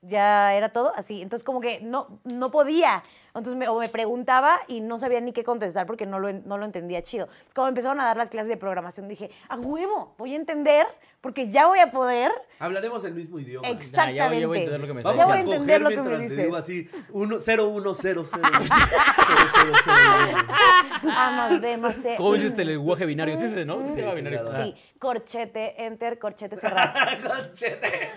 Speaker 1: ya era todo así. Entonces, como que no, no podía. Entonces, me, o me preguntaba y no sabía ni qué contestar porque no lo, en- no lo entendía chido. Entonces, cuando empezaron a dar las clases de programación, dije, a huevo, voy a entender porque ya voy a poder.
Speaker 4: Hablaremos el mismo idioma.
Speaker 1: Exactamente.
Speaker 2: ya voy- ya voy a entender lo que me está
Speaker 1: Ya
Speaker 4: Vamos
Speaker 1: voy
Speaker 4: a
Speaker 1: a
Speaker 4: coger
Speaker 1: entender lo que
Speaker 4: mientras
Speaker 1: me
Speaker 4: te digo
Speaker 1: dices. Ah,
Speaker 4: así, 1 0 1 0 0. 0 0
Speaker 1: Vamos, vemos. eh,
Speaker 2: ¿Cómo dices
Speaker 1: mm,
Speaker 2: este lenguaje binario? Sí, sí, ¿no? Sí, se llama binario.
Speaker 4: chingado.
Speaker 2: Ah.
Speaker 1: Sí, corchete, enter, corchete cerrado.
Speaker 4: ¡Conchete!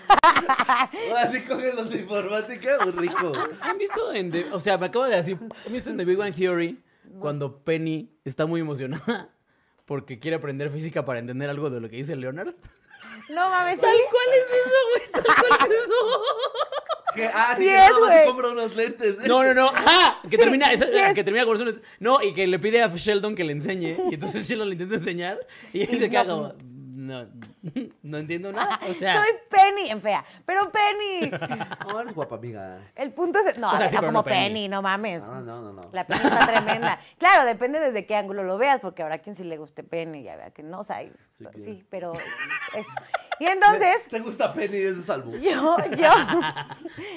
Speaker 4: Ahora sí cogen los de informática, muy rico.
Speaker 2: Ah. ¿Han visto en The... O sea, me acabo de decir... ¿Han visto en The Big Bang Theory cuando Penny está muy emocionada porque quiere aprender física para entender algo de lo que dice Leonard?
Speaker 1: No mames, sí.
Speaker 2: Tal cual es eso, güey. Tal cual es eso.
Speaker 4: Que- Ah, sí,
Speaker 1: Sí
Speaker 4: que
Speaker 1: es,
Speaker 4: nada más se
Speaker 1: güey.
Speaker 4: compra unos lentes. ¿eh?
Speaker 2: No, no, no. ¡Ah! Que termina, esa-
Speaker 1: sí es.
Speaker 2: que termina con unos- No, y que le pide a Sheldon que le enseñe. Y entonces Sheldon le intenta enseñar. Y él se queda
Speaker 1: no.
Speaker 2: como. No, no entiendo nada. O sea.
Speaker 1: Soy Penny, en fea. Pero Penny.
Speaker 4: No, eres guapa, amiga.
Speaker 1: El punto es. No,
Speaker 2: O sea,
Speaker 1: a ver,
Speaker 2: sí,
Speaker 1: no
Speaker 2: pero
Speaker 1: como
Speaker 2: no Penny.
Speaker 1: Penny. no mames.
Speaker 4: No, no, no, no.
Speaker 1: La Penny está tremenda. Claro, depende desde qué ángulo lo veas, porque habrá quien sí le guste Penny y habrá quien no. O sea, y- pues,
Speaker 4: Sí,
Speaker 1: sí, pero
Speaker 4: claro.
Speaker 1: eso. Y entonces,
Speaker 4: ¿Te gusta Penny de ese salvo?
Speaker 1: yo, yo,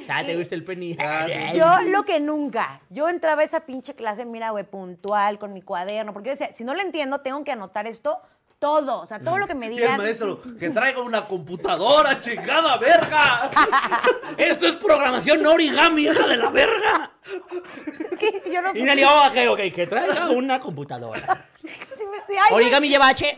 Speaker 2: Ya te gusta el penny.
Speaker 4: Ah,
Speaker 1: yo lo que nunca, yo entraba a esa pinche clase, mira, güey, puntual, con mi cuaderno, porque yo decía, si no lo entiendo, tengo que anotar esto todo, o sea, todo lo que me
Speaker 4: Y el
Speaker 1: digan.
Speaker 4: maestro, que traiga una computadora, chingada verga.
Speaker 1: Ah,
Speaker 2: Esto es programación no origami, hija de la verga.
Speaker 1: Que yo no
Speaker 2: Y Nelly, oh, ok, ok, que traiga una computadora.
Speaker 1: sí me- sí, ay, güey,
Speaker 2: Origami lleva H.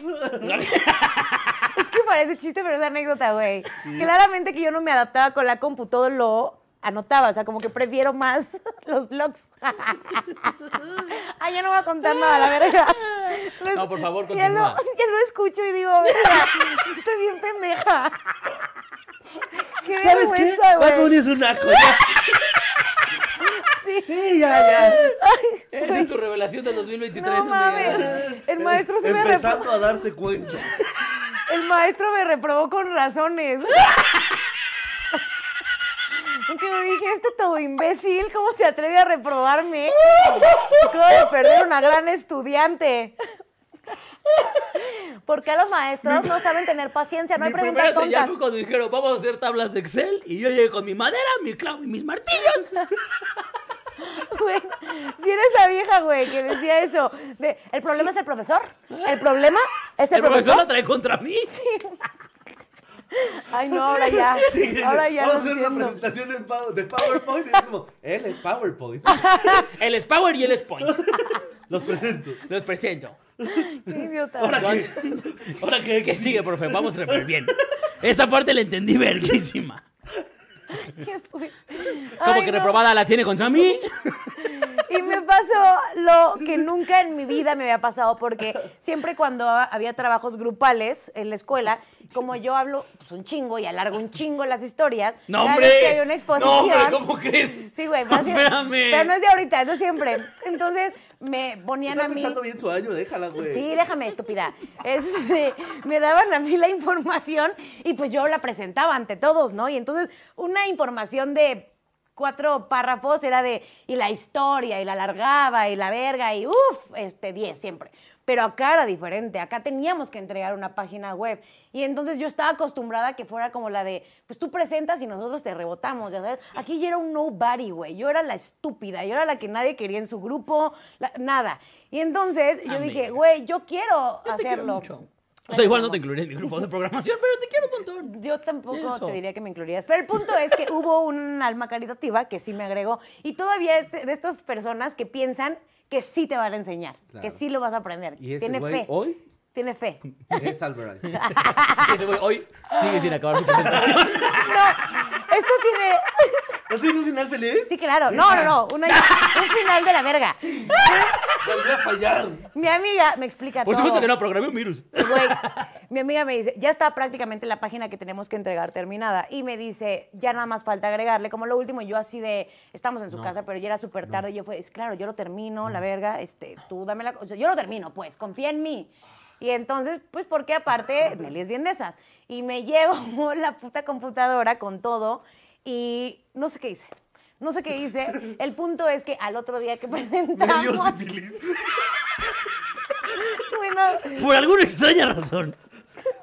Speaker 1: Es que parece chiste, pero es anécdota, güey. Claramente que yo no me adaptaba con la compu, todo lo anotaba, o sea, como que prefiero más los blogs. Ah, ya no voy a contar nada, la verga. Lo es-
Speaker 2: No, por favor,
Speaker 1: ya lo,
Speaker 2: continúa.
Speaker 1: ya lo escucho y digo, verga, estoy bien pendeja. Qué
Speaker 3: ¿Sabes qué?
Speaker 1: vergüenza,
Speaker 3: Bad Bunny
Speaker 1: güey.
Speaker 3: es un naco. ya.
Speaker 1: Sí.
Speaker 3: Sí, ya, ya.
Speaker 2: Esa es tu revelación de 2023.
Speaker 1: No
Speaker 2: amiga.
Speaker 1: mames. El maestro se me repro-
Speaker 4: Empezando a darse cuenta.
Speaker 1: El maestro me reprobó con razones. Aunque yo dije, este todo imbécil, ¿cómo se atreve a reprobarme? Acabo de perder una gran estudiante. ¿Por qué los maestros no saben tener paciencia? No hay
Speaker 2: mi primera
Speaker 1: preguntas
Speaker 2: señal
Speaker 1: tontas.
Speaker 2: fue cuando dijeron, vamos a hacer tablas de Excel. Y yo llegué con mi madera, mi clavo y mis martillos.
Speaker 1: Güey, si eres esa vieja, güey, que decía eso. de, el problema es el profesor. El problema es el,
Speaker 2: El profesor la
Speaker 1: profesor.
Speaker 2: trae contra mí.
Speaker 1: Ay, no, ahora ya. Ahora ya.
Speaker 4: Vamos
Speaker 1: lo
Speaker 4: a hacer una
Speaker 1: entiendo.
Speaker 4: presentación en Pow- de PowerPoint. Y es como, él es PowerPoint.
Speaker 2: Él es Power y él es Punch.
Speaker 4: Los presento.
Speaker 2: Los presento.
Speaker 1: Qué idiota.
Speaker 2: Ahora que, que sigue, profe, vamos súper bien. Esta parte la entendí verguísima.
Speaker 1: ¿Qué fue?
Speaker 2: Como
Speaker 1: Ay,
Speaker 2: que
Speaker 1: no.
Speaker 2: reprobada la tiene contra mí.
Speaker 1: Y me, pa- pasó lo que nunca en mi vida me había pasado, porque siempre cuando ha- había trabajos grupales en la escuela, como yo hablo pues, un chingo y alargo un chingo las historias,
Speaker 2: ¡No,
Speaker 1: cada
Speaker 2: hombre!
Speaker 1: vez que había una
Speaker 2: ¡No,
Speaker 1: exposición...
Speaker 2: hombre! ¿Cómo crees?
Speaker 1: Sí, güey, pero, así-
Speaker 2: Espérame.
Speaker 1: pero no es de ahorita, es de siempre. Entonces me ponían
Speaker 4: Está
Speaker 1: a mí...
Speaker 4: pensando bien su año, déjala, güey.
Speaker 1: Sí, déjame, estúpida. Este, me daban a mí la información y pues yo la presentaba ante todos, ¿no? Y entonces una información de cuatro párrafos era de, y la historia, y la alargaba, y la verga, y uff, este, diez siempre. Pero acá era diferente, acá teníamos que entregar una página web. Y entonces yo estaba acostumbrada a que fuera como la de, pues tú presentas y nosotros te rebotamos, ya sabes. Aquí yo era un nobody, güey. Yo era la estúpida, yo era la que nadie quería en su grupo, la- nada. Y entonces yo dije, güey, yo quiero
Speaker 2: Yo te quiero
Speaker 1: hacerlo.
Speaker 2: mucho. O sea, igual no te incluiré en mi grupo de programación, pero te quiero contar.
Speaker 1: Yo tampoco
Speaker 2: Eso.
Speaker 1: te diría que me incluirías. Pero el punto es que hubo un alma caritativa que sí me agregó. Y todavía es de de estas personas que piensan que sí te van a enseñar,
Speaker 4: Claro.
Speaker 1: que sí lo vas a aprender.
Speaker 4: Y ese
Speaker 1: Tiene
Speaker 4: güey
Speaker 1: fe.
Speaker 4: hoy
Speaker 1: Tiene fe.
Speaker 4: es Alvarez.
Speaker 2: Ese güey hoy sigue sin acabar su presentación.
Speaker 1: No, esto tiene.
Speaker 4: ¿No tiene un final feliz?
Speaker 1: Sí, claro. No, no, no. Una- un final de la verga.
Speaker 4: Volvió a fallar.
Speaker 1: Mi amiga me explica
Speaker 2: Por
Speaker 1: todo.
Speaker 2: supuesto que no, programé un virus.
Speaker 1: Güey, mi amiga me dice, ya está prácticamente la página que tenemos que entregar terminada. Y me dice, ya nada más falta agregarle. Como lo último, yo así de, estamos en su casa, pero ya era súper tarde. Y yo fue, es claro, yo lo termino, la verga, este, tú dame la... o sea, yo lo termino, pues, confía en mí. Y entonces, pues, porque aparte, Meli es bien de esas. Y me llevo la puta computadora con todo y no sé qué hice. No sé qué hice. El punto es que al otro día que
Speaker 4: Me dio
Speaker 1: presentamos...
Speaker 4: sífilis.
Speaker 1: Bueno,
Speaker 5: Por alguna extraña razón.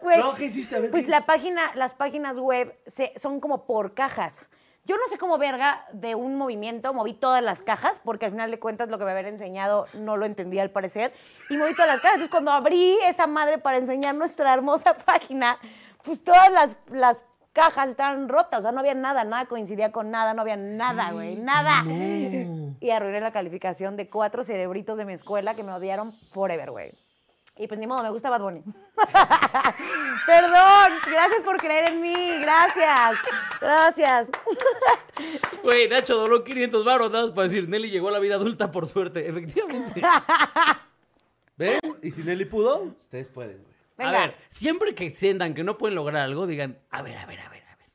Speaker 1: Güey,
Speaker 4: No, ¿qué hiciste? A ver,
Speaker 1: pues
Speaker 4: ¿qué?
Speaker 1: la página, las páginas web se- son como por cajas. Yo no sé cómo verga de un movimiento moví todas las cajas, porque al final de cuentas lo que me habían enseñado no lo entendía al parecer, y moví todas las cajas. Entonces cuando abrí esa madre para enseñar nuestra hermosa página, pues todas las, las cajas estaban rotas, o sea, no había nada, nada coincidía con nada, no había nada, güey, nada. Y arruiné la calificación de cuatro cerebritos de mi escuela que me odiaron forever, güey. Y pues ni modo, me gusta Bad Bunny. Perdón, gracias por creer en mí, gracias, gracias.
Speaker 2: Güey, Nacho donó 500 baros nada más para decir, Nelly llegó a la vida adulta por suerte. Efectivamente.
Speaker 4: ¿Ven? Y si Nelly pudo, ustedes pueden, güey.
Speaker 1: Venga.
Speaker 2: A ver, siempre que sientan que no pueden lograr algo, digan, a ver, a ver, a ver, a ver.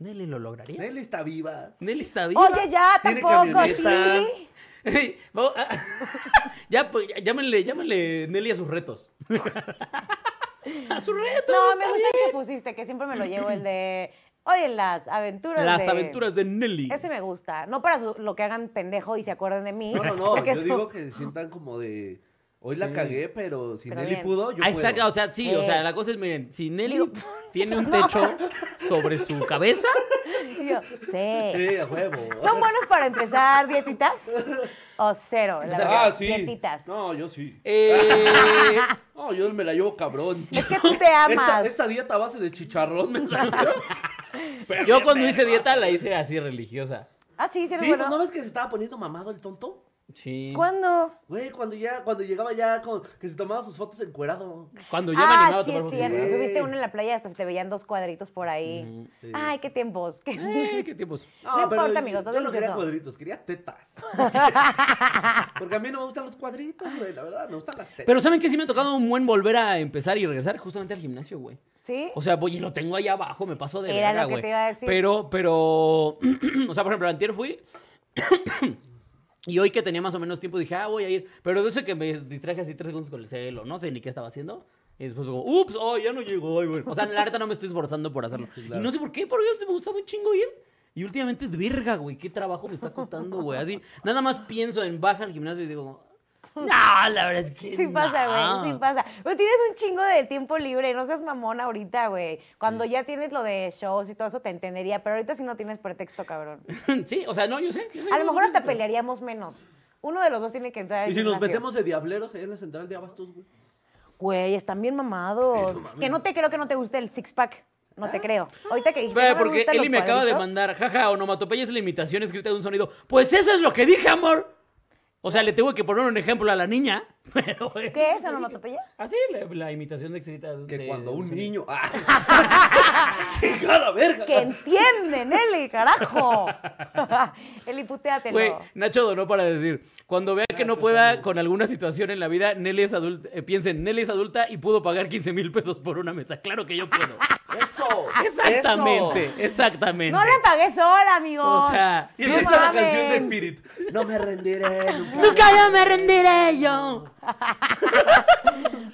Speaker 2: Nelly lo
Speaker 1: ¿Eh?
Speaker 2: lograría.
Speaker 4: Nelly está viva.
Speaker 2: Nelly está viva.
Speaker 1: Oye, ya,
Speaker 4: Tiene
Speaker 1: tampoco,
Speaker 4: camioneta.
Speaker 1: sí.
Speaker 2: Ey, vamos, ah, ya, pues, ya- llámenle, llámenle Nelly a sus retos. a sus retos.
Speaker 1: No, me
Speaker 2: está
Speaker 1: gusta el
Speaker 2: bien.
Speaker 1: que pusiste, que siempre me lo llevo el de. Oye, las aventuras.
Speaker 2: Las
Speaker 1: de-
Speaker 2: aventuras de Nelly.
Speaker 1: Ese me gusta. No para su- lo que hagan pendejo y se acuerden de mí.
Speaker 4: No, no, no.
Speaker 1: porque
Speaker 4: Yo
Speaker 1: eso-
Speaker 4: digo que se sientan como de. Hoy la cagué, pero si
Speaker 1: Pero
Speaker 4: Nelly
Speaker 1: bien.
Speaker 4: pudo, yo
Speaker 2: Ah,
Speaker 4: puedo.
Speaker 2: exacto, o sea, sí, o
Speaker 1: Eh.
Speaker 2: sea, la cosa es, miren, si Nelly
Speaker 1: Digo,
Speaker 2: tiene
Speaker 1: no.
Speaker 2: un techo sobre su cabeza,
Speaker 1: Y yo, sí.
Speaker 4: Sí, a huevo.
Speaker 1: ¿Son buenos para empezar dietitas? O cero, la
Speaker 2: sea,
Speaker 1: verdad.
Speaker 4: Ah, sí.
Speaker 1: Dietitas.
Speaker 4: No, yo sí.
Speaker 2: eh,
Speaker 4: No, yo me la llevo cabrón.
Speaker 1: Es que tú te amas.
Speaker 4: Esta, esta dieta a base de chicharrón me salió.
Speaker 2: yo cuando hice dieta la hice así religiosa.
Speaker 1: Ah, sí, sí,
Speaker 4: Sí,
Speaker 1: recuerdo.
Speaker 4: pues, ¿no ves que se estaba poniendo mamado el tonto?
Speaker 2: Sí.
Speaker 1: ¿Cuándo?
Speaker 4: Güey, cuando ya, cuando llegaba ya con, que se tomaba sus fotos encuerado.
Speaker 2: Cuando ya me animaba
Speaker 1: Ah,
Speaker 2: a
Speaker 1: sí,
Speaker 2: tomar
Speaker 1: es
Speaker 2: fotos.
Speaker 1: cierto.
Speaker 4: Sí.
Speaker 1: Tuviste uno en la playa hasta se te veían dos cuadritos por
Speaker 2: Mm,
Speaker 1: ahí.
Speaker 4: sí.
Speaker 1: Ay, qué tiempos. qué-
Speaker 2: Eh, qué tiempos.
Speaker 1: No importa, amigo,
Speaker 4: Yo
Speaker 1: todo
Speaker 4: no
Speaker 1: delicioso.
Speaker 4: quería cuadritos, quería tetas. Porque a mí no me gustan los cuadritos, güey, la verdad, me gustan las tetas.
Speaker 2: Pero ¿saben qué? Sí me ha tocado un buen volver a empezar y regresar justamente al gimnasio, güey.
Speaker 1: ¿Sí?
Speaker 2: O sea, voy y lo tengo ahí abajo, me paso de
Speaker 1: Era
Speaker 2: verga,
Speaker 1: lo que
Speaker 2: güey.
Speaker 1: te iba a decir.
Speaker 2: Pero, pero, o sea, por ejemplo, antier fui y hoy que tenía más o menos tiempo dije, ah, voy a ir. Pero de eso que me distraje así tres segundos con el celo, no sé ni qué estaba haciendo. Y después como, ups, oh, ya no llegó. ay, güey. O sea, la neta no me estoy esforzando por hacerlo.
Speaker 4: claro.
Speaker 2: Y no sé por qué, porque antes me gustaba un chingo ir. Y últimamente, verga, güey, qué trabajo me está costando, güey. Así, nada más pienso en baja al gimnasio y digo, no, la verdad es que
Speaker 1: Sí pasa,
Speaker 2: no".
Speaker 1: güey, sí pasa. Pero tienes un chingo de tiempo libre, no seas mamón ahorita, güey. Cuando ya tienes lo de shows y todo eso, te entendería, pero ahorita sí no tienes pretexto, cabrón.
Speaker 2: sí, o sea, no, yo sé. yo sé,
Speaker 1: A lo
Speaker 2: yo
Speaker 1: mejor
Speaker 2: sé,
Speaker 1: hasta
Speaker 2: pero-
Speaker 1: pelearíamos menos. Uno de los dos tiene que entrar al
Speaker 4: Y si nos
Speaker 1: gimnasio.
Speaker 4: metemos de diableros ahí en la central de Abastos, güey.
Speaker 1: Güey, están bien mamados. que no te creo que no te guste el six-pack. No
Speaker 4: Ah.
Speaker 1: te creo. Ahorita que dijiste,
Speaker 2: Espera,
Speaker 1: no me
Speaker 2: Pues porque
Speaker 1: gustan
Speaker 2: Eli
Speaker 1: los
Speaker 2: me acaba de
Speaker 1: cuadritos.
Speaker 2: mandar, jaja, onomatopeya es la imitación escrita de un sonido. Pues eso es lo que dije, amor. O sea, le tengo que poner un ejemplo a la niña. Pero
Speaker 1: ¿Qué es onomatopeya?
Speaker 2: Así, la, la imitación de Xelita de-
Speaker 4: Que
Speaker 2: de-
Speaker 4: cuando
Speaker 2: de
Speaker 4: un
Speaker 2: sonido.
Speaker 4: niño. ¡Ah! ¡Chingada verga!
Speaker 1: Que entienden, Eli, carajo. Eli, putéatelo.
Speaker 2: Güey, Nacho donó para decir, cuando vea
Speaker 4: Ah,
Speaker 2: que no pueda con alguna situación en la vida, Nelly es adulta, eh, piensen, Nelly es adulta y pudo pagar 15 mil pesos por una mesa. Claro que yo puedo.
Speaker 4: ¡Eso!
Speaker 2: Exactamente,
Speaker 4: eso.
Speaker 2: exactamente.
Speaker 1: No la pagué sola, amigos.
Speaker 2: O sea,
Speaker 4: Y
Speaker 2: sí
Speaker 1: No
Speaker 4: empieza la
Speaker 1: mames.
Speaker 4: canción de Spirit. No me rendiré. nunca.
Speaker 5: Nunca yo me rendiré yo.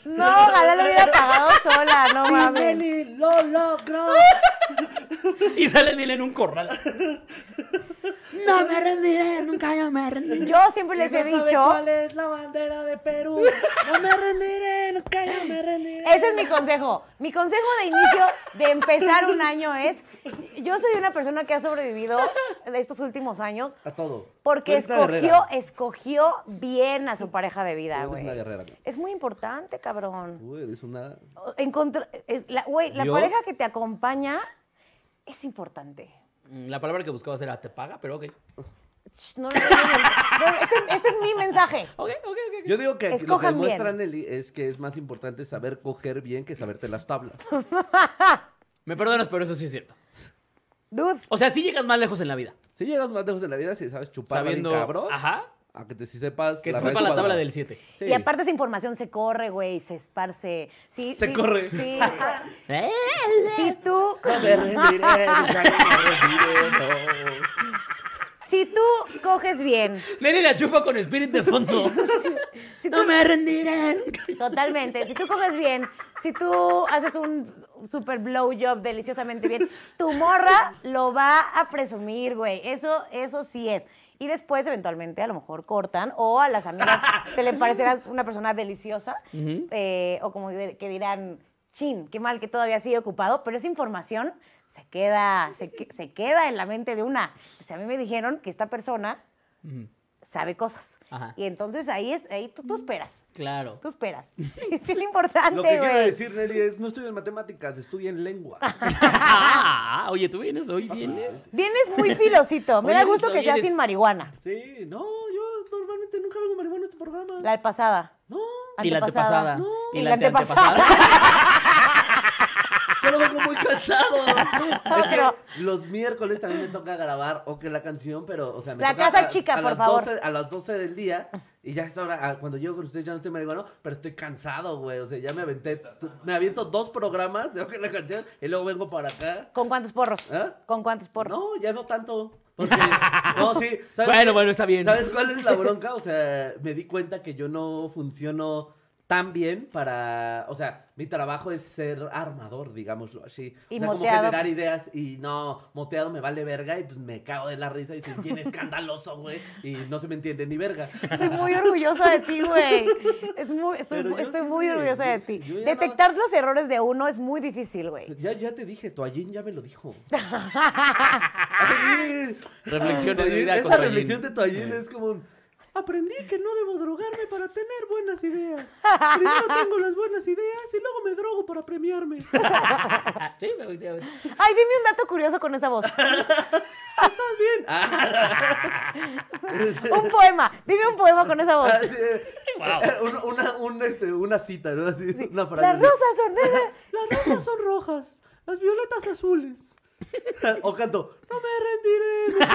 Speaker 1: No, ojalá lo hubiera pagado sola, no mames.
Speaker 4: Nelly, lo logró.
Speaker 2: y sale Nelly en un corral.
Speaker 5: No me rendiré, nunca yo me rendiré.
Speaker 1: Yo siempre les
Speaker 4: Y no
Speaker 1: he
Speaker 4: sabe
Speaker 1: dicho,
Speaker 4: ¿Cuál es la bandera de Perú? No me rendiré, nunca yo me rendiré.
Speaker 1: ese es mi consejo. Mi consejo de inicio de empezar un año es, yo soy una persona que ha sobrevivido de estos últimos años
Speaker 4: A todo.
Speaker 1: porque
Speaker 4: Tú eres Pues una
Speaker 1: escogió,
Speaker 4: guerrera.
Speaker 1: escogió bien a su pareja de vida,
Speaker 4: Tú eres
Speaker 1: güey.
Speaker 4: una guerrera. güey.
Speaker 1: Es muy importante, cabrón.
Speaker 4: Tú eres una...
Speaker 1: Encontr- es la, güey, la
Speaker 4: Dios.
Speaker 1: pareja que te acompaña es importante.
Speaker 2: Mm, La palabra que buscaba era te paga, pero ok.
Speaker 1: Sh, no, no, no, no, no, este, es- este es mi mensaje.
Speaker 2: Ok, ok, ok. ok.
Speaker 4: Yo digo que lo que
Speaker 1: Escojan
Speaker 4: demuestra Nelly es que es más importante saber coger bien que saberte las tablas.
Speaker 2: Me perdonas, pero eso sí es cierto.
Speaker 1: Dude,
Speaker 2: O sea, sí llegas más lejos en la vida.
Speaker 4: Si llegas más lejos en la vida, si sabes chupar bien
Speaker 2: sabiendo.
Speaker 4: cabrón,
Speaker 2: Ajá.
Speaker 4: a que te si sepas
Speaker 2: Que te
Speaker 4: raíz
Speaker 2: sepa la tabla
Speaker 4: cuadrada.
Speaker 2: del 7.
Speaker 4: Sí.
Speaker 1: Y aparte esa información se corre, güey, se esparce. Sí,
Speaker 4: Se
Speaker 1: sí,
Speaker 4: corre.
Speaker 1: Sí. si tú,
Speaker 4: No me rendiré, nunca me rendiré, no.
Speaker 1: si tú coges bien,
Speaker 2: Nelly la chupa con Spirit de fondo.
Speaker 5: No me rendiré, nunca.
Speaker 1: totalmente, si tú coges bien, si tú haces un super blow job deliciosamente bien, tu morra lo va a presumir, güey. Eso, eso sí es. Y después, eventualmente, a lo mejor cortan o a las amigas te le parecerás una persona deliciosa eh, o como de- que dirán, chin, qué mal que todavía sigue ocupado, pero esa información se queda, se, que- se queda en la mente de una. O sea, a mí me dijeron que esta persona sabe cosas.
Speaker 2: Ajá.
Speaker 1: Y entonces ahí, es, ahí tú, tú esperas.
Speaker 2: Claro.
Speaker 1: Tú esperas. Es lo importante,
Speaker 4: Lo que quiero
Speaker 1: güey.
Speaker 4: decir, Nelly, es no estudien matemáticas, estudien lengua.
Speaker 2: Ah, oye, tú vienes hoy, vienes.
Speaker 1: Vienes muy filosito. Me
Speaker 2: Oye,
Speaker 1: da gusto que
Speaker 2: oye,
Speaker 1: seas
Speaker 2: eres-
Speaker 1: sin marihuana.
Speaker 4: Sí, no, yo normalmente nunca vengo marihuana a este programa.
Speaker 1: La pasada.
Speaker 4: No,
Speaker 2: Y la antepasada.
Speaker 1: No.
Speaker 2: Y la antepasada.
Speaker 4: solo vengo muy cansado. Es que
Speaker 1: Otro.
Speaker 4: los miércoles también me toca grabar o que la canción, pero, o sea, me
Speaker 1: La
Speaker 4: toca
Speaker 1: casa
Speaker 4: a-
Speaker 1: chica,
Speaker 4: a
Speaker 1: por
Speaker 4: las
Speaker 1: favor.
Speaker 4: 12 a las 12 del día y ya es hora, a- cuando llego con ustedes ya no estoy marihuano, pero estoy cansado, güey. O sea, ya me aventé, t- me aviento dos programas de que la canción y luego vengo para acá.
Speaker 1: ¿Con cuántos porros?
Speaker 4: ¿Eh?
Speaker 1: ¿Con cuántos porros?
Speaker 4: No, ya no tanto. Porque, no, sí. ¿sabes
Speaker 2: Bueno,
Speaker 4: qué?
Speaker 2: bueno, está bien.
Speaker 4: ¿Sabes cuál es la bronca? O sea, me di cuenta que yo no funciono tan bien para, o sea, mi trabajo es ser armador, digámoslo así.
Speaker 1: Y
Speaker 4: o sea,
Speaker 1: moteado.
Speaker 4: como generar ideas y no, moteado me vale verga y pues me cago de la risa y soy bien escandaloso, güey, y no se me entiende ni verga.
Speaker 1: Estoy muy orgullosa de ti, güey. Es muy, estoy
Speaker 4: Pero yo
Speaker 1: estoy
Speaker 4: sí,
Speaker 1: muy orgullosa
Speaker 4: yo
Speaker 1: de ti.
Speaker 4: sí, yo ya
Speaker 1: Detectar los errores de uno es muy difícil, güey.
Speaker 4: Ya, ya te dije, Toallín ya me lo dijo.
Speaker 2: Reflexiones de
Speaker 4: Toallín,
Speaker 2: vida con
Speaker 4: Esa
Speaker 2: Toallín.
Speaker 4: reflexión de Toallín es como un, Aprendí que no debo drogarme para tener buenas ideas. Primero tengo las buenas ideas y luego me drogo para premiarme. Estás
Speaker 2: Ah, Sí, me voy, me voy.
Speaker 1: Ay, dime un dato curioso con esa voz.
Speaker 4: bien.
Speaker 1: Un poema. Dime un poema con esa voz.
Speaker 4: Así, eh, un- una, un, este, una cita, ¿no? Así, una frase.
Speaker 1: Las
Speaker 4: así.
Speaker 1: rosas son...
Speaker 4: Las rosas son rojas, las violetas azules. o canto, no me rendiré.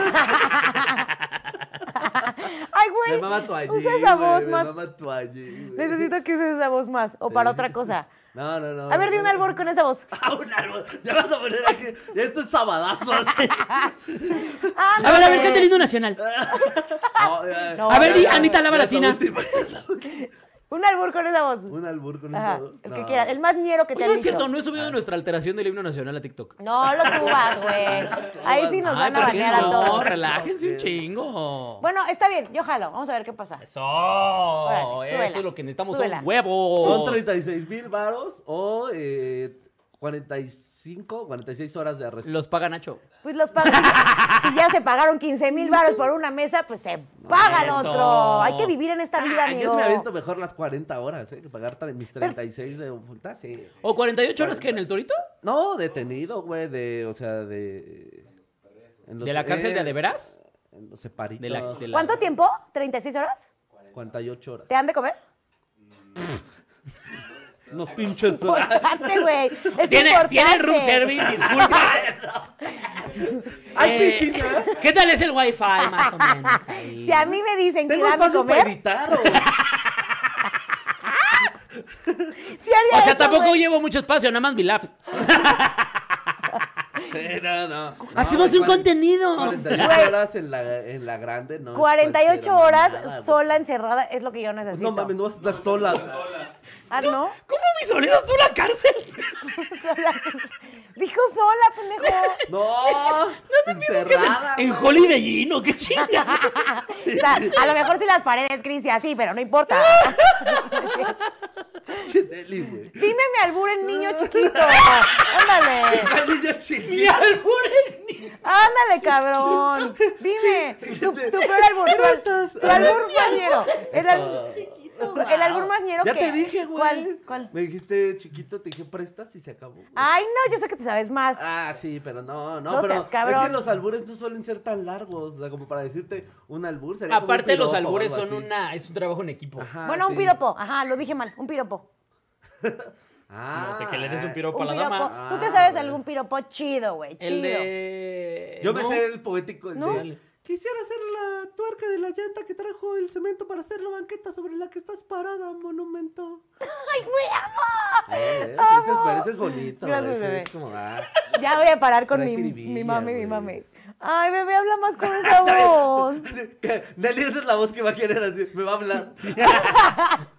Speaker 1: Ay,
Speaker 4: Me
Speaker 1: güey.
Speaker 4: mama Toallín,
Speaker 1: Usa esa
Speaker 4: güey,
Speaker 1: voz
Speaker 4: me
Speaker 1: más.
Speaker 4: mama Toallín, güey.
Speaker 1: Necesito que uses esa voz más. O para
Speaker 4: Sí.
Speaker 1: otra cosa.
Speaker 4: No, no, no.
Speaker 1: A ver, de un
Speaker 4: no.
Speaker 1: albor con esa voz.
Speaker 4: Ah, un árbol. Ya vas a poner aquí. Ya esto es sabadazo. así.
Speaker 1: Ah,
Speaker 5: A ver, a ver,
Speaker 1: no,
Speaker 5: canta el himno nacional.
Speaker 4: Ah, No, eh,
Speaker 1: No, A ver,
Speaker 4: ya,
Speaker 1: di,
Speaker 4: ya,
Speaker 5: Anita la
Speaker 4: ya esta
Speaker 5: Latina.
Speaker 4: última.
Speaker 1: Un albur con esa voz.
Speaker 4: Un albur con un
Speaker 1: Ajá,
Speaker 4: dedo.
Speaker 1: el
Speaker 4: No.
Speaker 1: que quiera, el más ñero que te
Speaker 2: Oye,
Speaker 1: han
Speaker 2: es cierto,
Speaker 1: dicho.
Speaker 2: no he
Speaker 4: Ah.
Speaker 2: subido nuestra alteración del himno nacional a TikTok.
Speaker 1: No lo subas, güey. Ahí sí nos
Speaker 2: Ay,
Speaker 1: van a
Speaker 2: ¿por qué
Speaker 1: banear a
Speaker 2: no?
Speaker 1: todos.
Speaker 2: Relájense un chingo.
Speaker 1: Bueno, está bien, yo jalo. Vamos a ver qué pasa.
Speaker 2: Eso,
Speaker 1: Órale, tú vela,
Speaker 2: eso es lo que necesitamos,
Speaker 1: tú vela.
Speaker 2: son huevos.
Speaker 4: Son 36 mil varos o eh, 45, 46 horas de arresto.
Speaker 2: Los paga Nacho.
Speaker 1: Pues los pagan. si ya se pagaron 15 mil baros por una mesa, pues se paga el
Speaker 2: Eso.
Speaker 1: otro. Hay que vivir en esta vida,
Speaker 4: Ah, yo sí
Speaker 1: amigo.
Speaker 4: me aviento mejor las 40 horas, ¿eh? Que pagar tra- mis 36 de multa, sí.
Speaker 2: ¿O 48 horas que en el Torito?
Speaker 4: No, detenido, güey, de, o sea, de... en los-
Speaker 2: ¿De la cárcel de
Speaker 4: eh,
Speaker 2: Adeveras?
Speaker 4: En los separitos.
Speaker 2: De la- de la-
Speaker 1: ¿Cuánto tiempo? ¿36 horas?
Speaker 4: 48 horas.
Speaker 1: ¿Te dan de comer?
Speaker 4: Unos pinches.
Speaker 1: Importante, güey. Es
Speaker 2: ¿Tiene,
Speaker 1: importante.
Speaker 2: tiene room service, disculpa. Eh,
Speaker 4: ¡Ay, piscina!
Speaker 2: ¿Qué tal es el wifi más o menos ahí?
Speaker 1: Si a mí me dicen que
Speaker 4: Tengo
Speaker 1: dan de
Speaker 4: espacio para
Speaker 1: comer,
Speaker 4: editar. o-
Speaker 1: sí haría
Speaker 2: O sea,
Speaker 1: eso,
Speaker 2: tampoco
Speaker 1: güey.
Speaker 2: llevo mucho espacio, nada más mi lap. no, no.
Speaker 5: Hacemos un
Speaker 4: cuarenta-
Speaker 5: contenido.
Speaker 4: 48 horas en la, en la grande, ¿no? es
Speaker 1: 48
Speaker 4: cualquier
Speaker 1: horas
Speaker 4: mamada, güey.
Speaker 1: sola, encerrada, es lo que yo
Speaker 4: Pues
Speaker 1: necesito.
Speaker 4: No mames, no vas a estar sola.
Speaker 1: Ah, ¿no?
Speaker 2: ¿Cómo visualizas tú la cárcel?
Speaker 1: Sola. Dijo sola, pendejo.
Speaker 4: No, no te
Speaker 2: ¿Qué es en- en Holiday Inn o qué chinga?
Speaker 1: O sea, a lo mejor si las paredes, Cris, y así, pero no importa.
Speaker 4: güey.
Speaker 1: Dime mi albur en niño chiquito. Ándale.
Speaker 4: Al niño chiquito.
Speaker 2: Mi albur en niño.
Speaker 1: Ándale, cabrón. Dime. Tu, tu peor albur. Tu, al- tu albur más ñero. El, al- el albur más ñero
Speaker 4: Ah. Ya
Speaker 1: que-
Speaker 4: te dije, güey.
Speaker 1: ¿Cuál? ¿Cuál?
Speaker 4: Me dijiste chiquito, te dije prestas y se acabó. güey.
Speaker 1: Ay, no, yo sé que te sabes más.
Speaker 4: Ah, sí, pero no, no,
Speaker 1: No
Speaker 4: pero
Speaker 1: seas cabrón.
Speaker 4: es que los albures no suelen ser tan largos, o sea, como para decirte un albur sería como un
Speaker 2: Aparte, los
Speaker 4: piropo o
Speaker 2: albures
Speaker 4: algo
Speaker 2: son
Speaker 4: así.
Speaker 2: una. Es un trabajo en equipo.
Speaker 4: Ajá,
Speaker 1: bueno, un
Speaker 4: sí.
Speaker 1: piropo. Ajá, lo dije mal. Un piropo.
Speaker 4: Ah,
Speaker 2: No, te- que le des un piropo a
Speaker 1: Un
Speaker 2: la
Speaker 1: piropo.
Speaker 2: dama.
Speaker 1: Tú te sabes
Speaker 4: Ah,
Speaker 1: algún piropo chido, güey. Chido.
Speaker 2: El de.
Speaker 4: eh, Yo me
Speaker 2: No.
Speaker 4: sé el poético el
Speaker 1: ¿No?
Speaker 4: de, Quisiera hacer la tuerca de la llanta que trajo el cemento para hacer la banqueta sobre la que estás parada, monumento.
Speaker 1: ¡Ay, güey, amo!
Speaker 4: Eh, ese, es,
Speaker 1: Amo.
Speaker 4: pero ese es bonito,
Speaker 1: Gracias,
Speaker 4: ese
Speaker 1: Ah, bebé.
Speaker 4: es como ah.
Speaker 1: Ya voy a parar con
Speaker 4: Pero
Speaker 1: mi,
Speaker 4: hay jiribilla,
Speaker 1: mi mami, mi
Speaker 4: güey.
Speaker 1: mami. Ay, bebé, habla más con esa voz.
Speaker 4: Nelly, esa es la voz que va a queerer así, me va a hablar.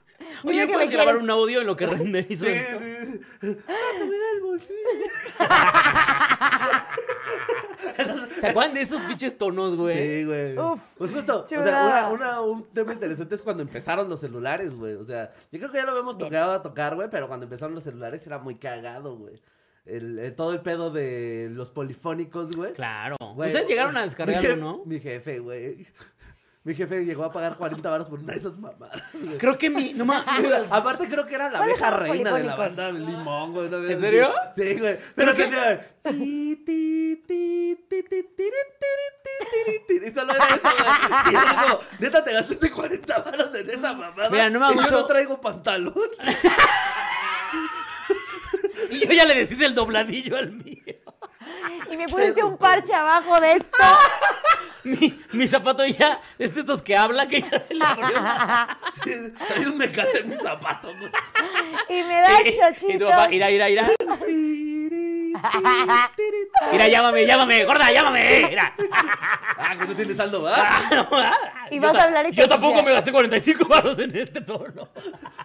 Speaker 4: Sí,
Speaker 1: Dime
Speaker 2: Oye,
Speaker 1: que
Speaker 2: ¿puedes
Speaker 1: me
Speaker 2: grabar
Speaker 1: quieres.
Speaker 2: un audio en lo que renderizo
Speaker 4: sí,
Speaker 2: esto?
Speaker 4: sí. Ah, me da el bolsillo.
Speaker 2: ¿Se acuerdan de esos pinches tonos, güey?
Speaker 4: Sí, güey.
Speaker 1: Uf,
Speaker 4: pues justo, o sea,
Speaker 1: chulada.
Speaker 4: una, una- un tema interesante es cuando empezaron los celulares, güey. O sea, yo creo que ya lo habíamos tocado a tocar, güey, pero cuando empezaron los celulares era muy cagado, güey. El, el- todo el pedo de los polifónicos, güey.
Speaker 2: Claro.
Speaker 4: Güey,
Speaker 2: Ustedes llegaron a
Speaker 4: mi
Speaker 2: descargarlo,
Speaker 4: jef-
Speaker 2: ¿no?
Speaker 4: Mi jefe, güey. Mi jefe llegó a pagar 40 baros por una de esas mamadas, güey.
Speaker 2: Creo que mi. No mames.
Speaker 4: Aparte creo que era la abeja
Speaker 1: son los
Speaker 4: reina de la
Speaker 1: polifónicos?
Speaker 4: banda del limón, güey. una vez
Speaker 2: ¿En
Speaker 4: así.
Speaker 2: serio?
Speaker 4: Sí, güey. Pero tenía... ti, ti, ti, ti, ti, ti, ti, ti, ti, ti, ti, Y solo era eso, güey. Y era como, neta, te gastaste 40 varos en esa mamada.
Speaker 2: Mira, no me
Speaker 4: y yo
Speaker 2: mucho-
Speaker 4: no traigo pantalón.
Speaker 2: Y yo ya le decís el dobladillo al mío.
Speaker 1: Y me pusiste un parche abajo de esto.
Speaker 2: Mi, mi zapato ya. Es de estos que habla que ya se le abrió.
Speaker 4: Sí, Traía un mecate en mi zapato, güey.
Speaker 1: Y me da el
Speaker 2: Y tu
Speaker 1: chochito.
Speaker 2: papá, irá, irá, irá. Mira, llámame, llámame, gorda, llámame. eh, Mira.
Speaker 4: Ah, que no tiene saldo, ¿verdad?
Speaker 1: Y
Speaker 2: Yo
Speaker 1: vas
Speaker 2: ta-
Speaker 1: a hablar y te
Speaker 2: Yo tampoco
Speaker 1: chillas.
Speaker 2: me gasté 45 baros en este tono.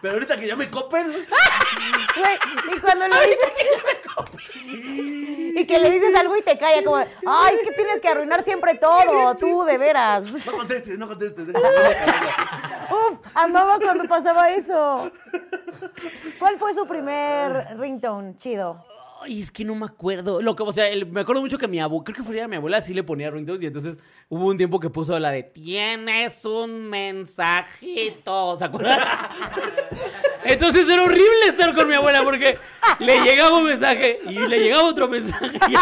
Speaker 4: Pero ahorita que ya me copen...
Speaker 1: Güey, y cuando le dices. Y que le dices algo y te calla, como, de, ay, es que tienes que arruinar siempre todo, tú, de veras.
Speaker 4: No contestes, no contestes.
Speaker 1: Uf, amaba cuando pasaba eso. ¿Cuál fue su primer ringtone chido?
Speaker 2: Ay, es que no me acuerdo. Lo que, o sea, el- me acuerdo mucho que mi abuela, creo que fue mi abuela, sí le ponía ringtones y entonces hubo un tiempo que puso la de tienes un mensajito. ¿Se acuerdan? entonces era horrible estar con mi abuela porque le llegaba un mensaje y le llegaba otro mensaje. Y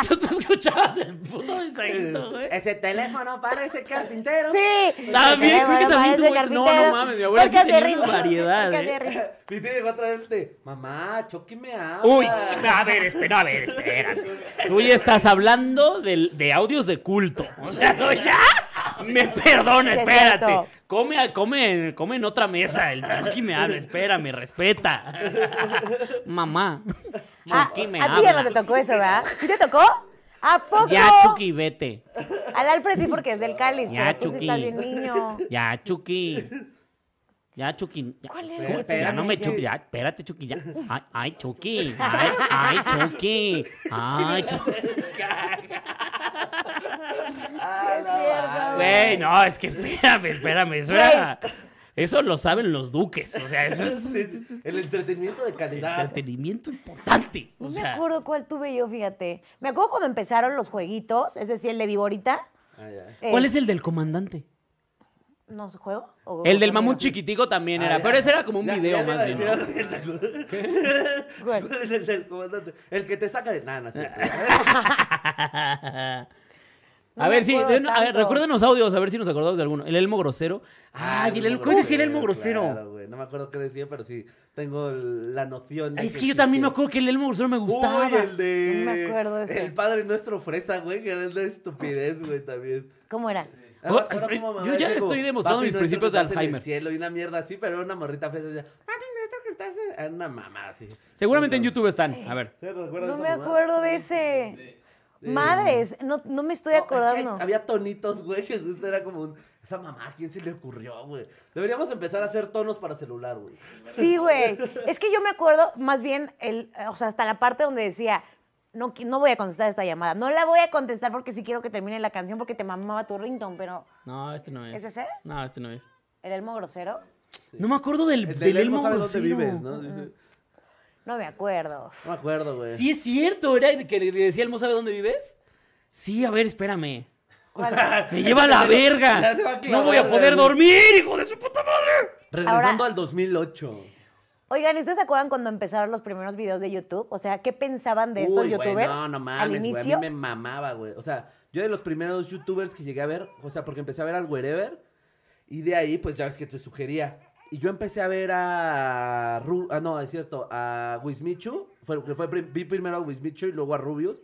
Speaker 2: entonces tú escuchabas el puto mensajito, güey.
Speaker 4: Ese teléfono parece carpintero.
Speaker 1: Sí.
Speaker 2: También, Ah, creo que también tuvo ese- no, no mames, mi abuela sí tenía una variedad, eh.
Speaker 4: Y tiene que traerte, mamá, Chucky me habla.
Speaker 2: Uy,
Speaker 1: Ah.
Speaker 2: a ver, espera, a ver, espérate. Tú ya estás hablando del- de, audios de culto. O sea, no, ya. Me perdona,
Speaker 1: Sí, es
Speaker 2: espérate.
Speaker 1: cierto.
Speaker 2: Come, a- come, come en otra mesa. El Chucky me habla, espérame, respeta. Mamá.
Speaker 1: Ah,
Speaker 2: Chucky me
Speaker 1: a ti ya no te
Speaker 2: habla.
Speaker 1: tocó eso, ¿verdad? ¿Sí te tocó? ¿A poco?
Speaker 2: Ya, Chucky, vete.
Speaker 1: Al Alfred sí, porque es del cáliz,
Speaker 2: Ya,
Speaker 1: pero tú sí
Speaker 2: Chucky.
Speaker 1: estás bien niño.
Speaker 2: Ya, Chucky. Ya, Chucky. Ya,
Speaker 1: ¿Cuál
Speaker 2: Ya,
Speaker 1: era?
Speaker 2: ya no me
Speaker 4: Espérame,
Speaker 2: chupes.
Speaker 4: Chucky.
Speaker 2: Ya, espérate, Chucky. Ya. Ay, ay, Chucky. Ay, ay, Chucky. Ay, Chucky.
Speaker 1: Es cierto,
Speaker 2: Güey, no, es que espérame, espérame. Eso, era- eso lo saben los duques. O sea, eso es
Speaker 4: Sí, sí, sí. El entretenimiento de calidad.
Speaker 2: entretenimiento importante. O
Speaker 1: No me
Speaker 2: sea,
Speaker 1: acuerdo cuál tuve yo, fíjate. Me acuerdo cuando empezaron los jueguitos, es decir, el de Viborita. eh,
Speaker 4: Ah, ya.
Speaker 2: ¿cuál es el del comandante?
Speaker 1: Oh, ¿No se juego? ¿O-
Speaker 2: El
Speaker 1: o
Speaker 2: del
Speaker 1: cómo
Speaker 2: mamut
Speaker 1: era?
Speaker 2: chiquitico también
Speaker 4: Ah,
Speaker 2: era,
Speaker 4: ya.
Speaker 2: pero ese era como un
Speaker 4: Ya-
Speaker 2: video
Speaker 4: ya le
Speaker 2: más
Speaker 4: iba
Speaker 2: bien.
Speaker 4: a
Speaker 2: ¿no?
Speaker 4: decir algo.
Speaker 1: Bueno.
Speaker 4: ¿Cuál es el del comandante? El que te saca de. Nada, no es cierto.
Speaker 1: No
Speaker 2: a
Speaker 1: me
Speaker 2: ver, sí,
Speaker 1: acuerdo de
Speaker 2: den- a ver,
Speaker 1: tanto.
Speaker 2: recuerden los audios, a ver si nos acordamos de alguno. El elmo grosero.
Speaker 4: Ah,
Speaker 2: Ay, el elmo, ¿cómo decía el elmo grosero?
Speaker 4: claro, güey, no me acuerdo qué decía, pero sí tengo el- la noción. de
Speaker 2: Ay, es que yo también me
Speaker 4: existe.
Speaker 2: acuerdo que el elmo grosero me gustaba.
Speaker 4: Uy, el de.
Speaker 1: No me acuerdo de ese.
Speaker 4: El padre nuestro fresa, güey, que era una estupidez, güey, también.
Speaker 1: ¿Cómo era?
Speaker 4: Ah, me acuerdo cómo mamá
Speaker 2: Oh, Yo ya
Speaker 4: dijo,
Speaker 2: estoy demostrando
Speaker 4: "Papi
Speaker 2: mis
Speaker 4: nuestro
Speaker 2: principios
Speaker 4: que
Speaker 2: de
Speaker 4: estás en el
Speaker 2: Alzheimer".
Speaker 4: cielo y una mierda así, pero era una morrita fresa. decía, Papi nuestro que estás en... Era una mamá así.
Speaker 2: Seguramente en YouTube están. A ver.
Speaker 4: ¿Se recuerdan
Speaker 1: No
Speaker 4: esa
Speaker 1: me
Speaker 4: mamá?
Speaker 1: acuerdo de ese. Madres, no, no me estoy
Speaker 4: No, es que
Speaker 1: acordando.
Speaker 4: había tonitos, güey, que justo era como un... Esa mamá, ¿a quién se le ocurrió, güey? Deberíamos empezar a hacer tonos para celular, güey.
Speaker 1: Sí, güey. Es que yo me acuerdo más bien, el, o sea, hasta la parte donde decía, no, qui- no voy a contestar esta llamada. No la voy a contestar porque sí quiero que termine la canción porque te mamaba tu ringtone, pero
Speaker 2: No, este no es.
Speaker 1: ¿Es ese?
Speaker 2: No, este no es.
Speaker 1: el elmo grosero,
Speaker 2: No me acuerdo del,
Speaker 4: El
Speaker 2: del
Speaker 4: del
Speaker 2: elmo
Speaker 4: elmo sabe dónde
Speaker 2: grosero.
Speaker 4: vives, ¿no? Dice,
Speaker 1: no me acuerdo.
Speaker 4: no me acuerdo, güey.
Speaker 2: Sí, es cierto. Era el que le decía elmo, ¿sabe dónde vives? Sí, a ver, espérame.
Speaker 1: ¿Cuál?
Speaker 2: Me lleva a la verga.
Speaker 4: Ya se va a clavar,
Speaker 2: No voy a poder
Speaker 4: güey.
Speaker 2: dormir, hijo de su puta madre.
Speaker 4: Regresando
Speaker 1: Ahora-
Speaker 4: al 2008.
Speaker 1: Oigan, ¿y ¿ustedes se acuerdan cuando empezaron los primeros videos de YouTube? O sea, ¿qué pensaban de estos
Speaker 4: Uy, güey,
Speaker 1: youtubers
Speaker 4: no, no
Speaker 1: al
Speaker 4: mames, güey.
Speaker 1: inicio?
Speaker 4: A mí me mamaba, güey. O sea, yo de los primeros youtubers que llegué a ver, o sea, porque empecé a ver al Wherever, y de ahí, pues ya ves que te sugería. Y yo empecé a ver a. Ru- ah, no, es cierto, a Wismichu. Fue, que fue prim- vi primero a Wismichu y luego a Rubius.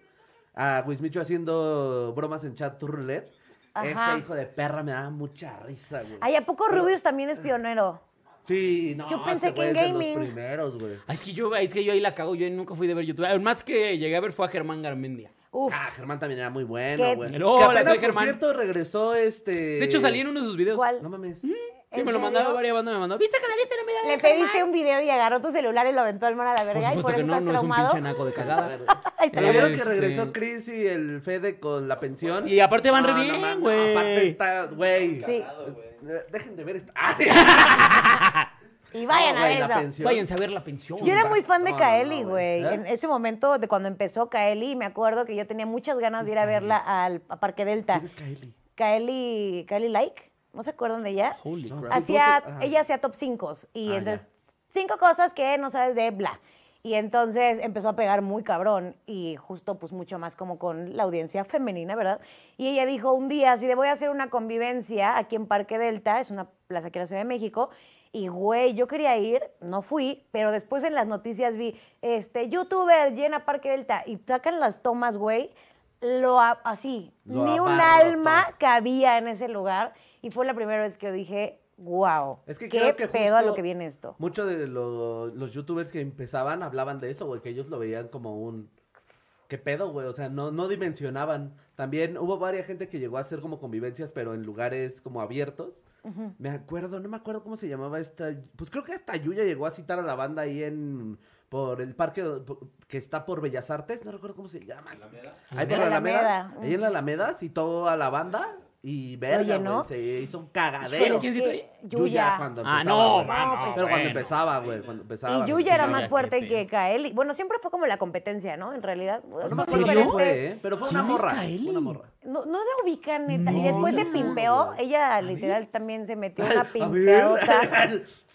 Speaker 4: A Wismichu haciendo bromas en chat roulette.
Speaker 1: Ajá.
Speaker 4: Ese hijo de perra me daba mucha risa, güey.
Speaker 1: Ay, ¿a poco Rubius también es pionero?
Speaker 4: Sí, no,
Speaker 1: Yo pensé
Speaker 4: ese
Speaker 1: que
Speaker 4: güey
Speaker 1: en
Speaker 4: es de los
Speaker 1: gaming.
Speaker 4: primeros, güey.
Speaker 2: Ay, Ah, es que yo, es que yo ahí la cago. Yo nunca fui de ver YouTube. El más que llegué a ver fue a Germán Garmendia.
Speaker 1: Uf,
Speaker 4: Ah, Germán también era muy
Speaker 1: ¿Qué?
Speaker 4: bueno, güey.
Speaker 2: El hola,
Speaker 4: Que apenas,
Speaker 2: soy
Speaker 4: por
Speaker 2: Germán.
Speaker 4: cierto, regresó este...
Speaker 2: De hecho, salí en Mm. uno de sus videos.
Speaker 1: ¿cuál?
Speaker 4: No mames.
Speaker 2: Sí,
Speaker 1: ¿En
Speaker 2: me lo
Speaker 1: serio?
Speaker 2: mandaba varias bandas, me mandó. ¿Viste que saliste en el video de
Speaker 1: Le
Speaker 2: Germán?"
Speaker 1: pediste un video y agarró tu celular y lo aventó al mar a la
Speaker 2: Por
Speaker 1: verga y
Speaker 2: supuesto
Speaker 1: por eso
Speaker 2: que no,
Speaker 1: estás
Speaker 2: no es un
Speaker 1: traumado.
Speaker 2: pinche naco de cagada.
Speaker 1: Ay,
Speaker 4: Pero vieron que
Speaker 2: Este-
Speaker 4: regresó Chris y el Fede con la pensión.
Speaker 2: Y aparte van re
Speaker 4: No, no
Speaker 2: bien,
Speaker 4: mames,
Speaker 2: güey.
Speaker 4: Aparte está, güey.
Speaker 1: Sí.
Speaker 4: Eh, Dejen de ver esta. Ah,
Speaker 1: Y vayan
Speaker 4: no,
Speaker 1: a
Speaker 4: güey,
Speaker 1: ver
Speaker 4: la
Speaker 1: eso.
Speaker 4: pensión.
Speaker 2: Vayan a ver la pensión.
Speaker 1: Yo era muy fan de
Speaker 4: No, no, no,
Speaker 1: Kaeli, güey.
Speaker 4: güey. ¿Eh?
Speaker 1: En ese momento de cuando empezó Kaeli, y me acuerdo que yo tenía muchas ganas de ir a verla al a Parque Delta.
Speaker 4: ¿Quién es Kaeli?
Speaker 1: Kaeli, Kaeli Like, ¿no se acuerdan de ella?
Speaker 2: Holy crap.
Speaker 1: Hacía,
Speaker 4: Entonces, ajá.
Speaker 1: ella hacía top 5 y
Speaker 4: Ah,
Speaker 1: entonces
Speaker 4: ya.
Speaker 1: cinco cosas que no sabes de bla. Y entonces empezó a pegar muy cabrón y justo pues mucho más como con la audiencia femenina, ¿verdad? Y ella dijo un día, si de voy a hacer una convivencia aquí en Parque Delta, es una plaza aquí en la Ciudad de México, y güey, yo quería ir, no fui, pero después en las noticias vi, este, youtuber llena Parque Delta y sacan las tomas, güey, lo a- así,
Speaker 4: Lo
Speaker 1: ni un
Speaker 4: abarrotó.
Speaker 1: alma cabía en ese lugar y fue la primera vez que dije, wow,
Speaker 4: Es que
Speaker 1: qué
Speaker 4: creo que
Speaker 1: pedo a
Speaker 4: justo
Speaker 1: lo que viene esto.
Speaker 4: Muchos de lo- los youtubers que empezaban hablaban de eso, güey, que ellos lo veían como un... ¿Qué pedo, güey? O sea, no, no dimensionaban. También hubo varias gente que llegó a hacer como convivencias, pero en lugares como abiertos. Me acuerdo, no me acuerdo cómo se llamaba esta... Pues creo que hasta Yuya llegó a citar a la banda ahí en... Por el parque do- por- que está por Bellas Artes, no recuerdo cómo se llama. Ahí por la Alameda.
Speaker 1: Alameda.
Speaker 4: Ahí en la Alameda citó a la banda y verga,
Speaker 1: Oye,
Speaker 4: güey,
Speaker 1: ¿no?
Speaker 4: se hizo un cagadero.
Speaker 2: ¿Quién
Speaker 1: Es
Speaker 2: citó
Speaker 1: que
Speaker 2: ella?
Speaker 1: Yuya.
Speaker 4: cuando
Speaker 2: Ah,
Speaker 4: empezaba.
Speaker 2: no,
Speaker 4: güey.
Speaker 2: va, no,
Speaker 4: Pero cuando
Speaker 2: Ah, bueno.
Speaker 4: empezaba, güey, cuando empezaba.
Speaker 1: Y
Speaker 4: cuando
Speaker 1: Yuya era
Speaker 4: empezaba.
Speaker 1: más fuerte que Kaeli. Bueno, siempre fue como la competencia, ¿no? En realidad.
Speaker 4: No
Speaker 1: son
Speaker 4: me acuerdo
Speaker 2: serio?
Speaker 4: quién
Speaker 1: diferentes.
Speaker 4: fue, ¿eh? Pero fue una
Speaker 2: ¿Quién es
Speaker 4: morra.
Speaker 2: Kaeli?
Speaker 4: fue Una morra.
Speaker 1: No, no la ubican, neta. y
Speaker 2: No,
Speaker 1: después se
Speaker 2: no.
Speaker 1: pimpeó. Ella literal también se metió una
Speaker 4: A ver.
Speaker 1: pimpeota.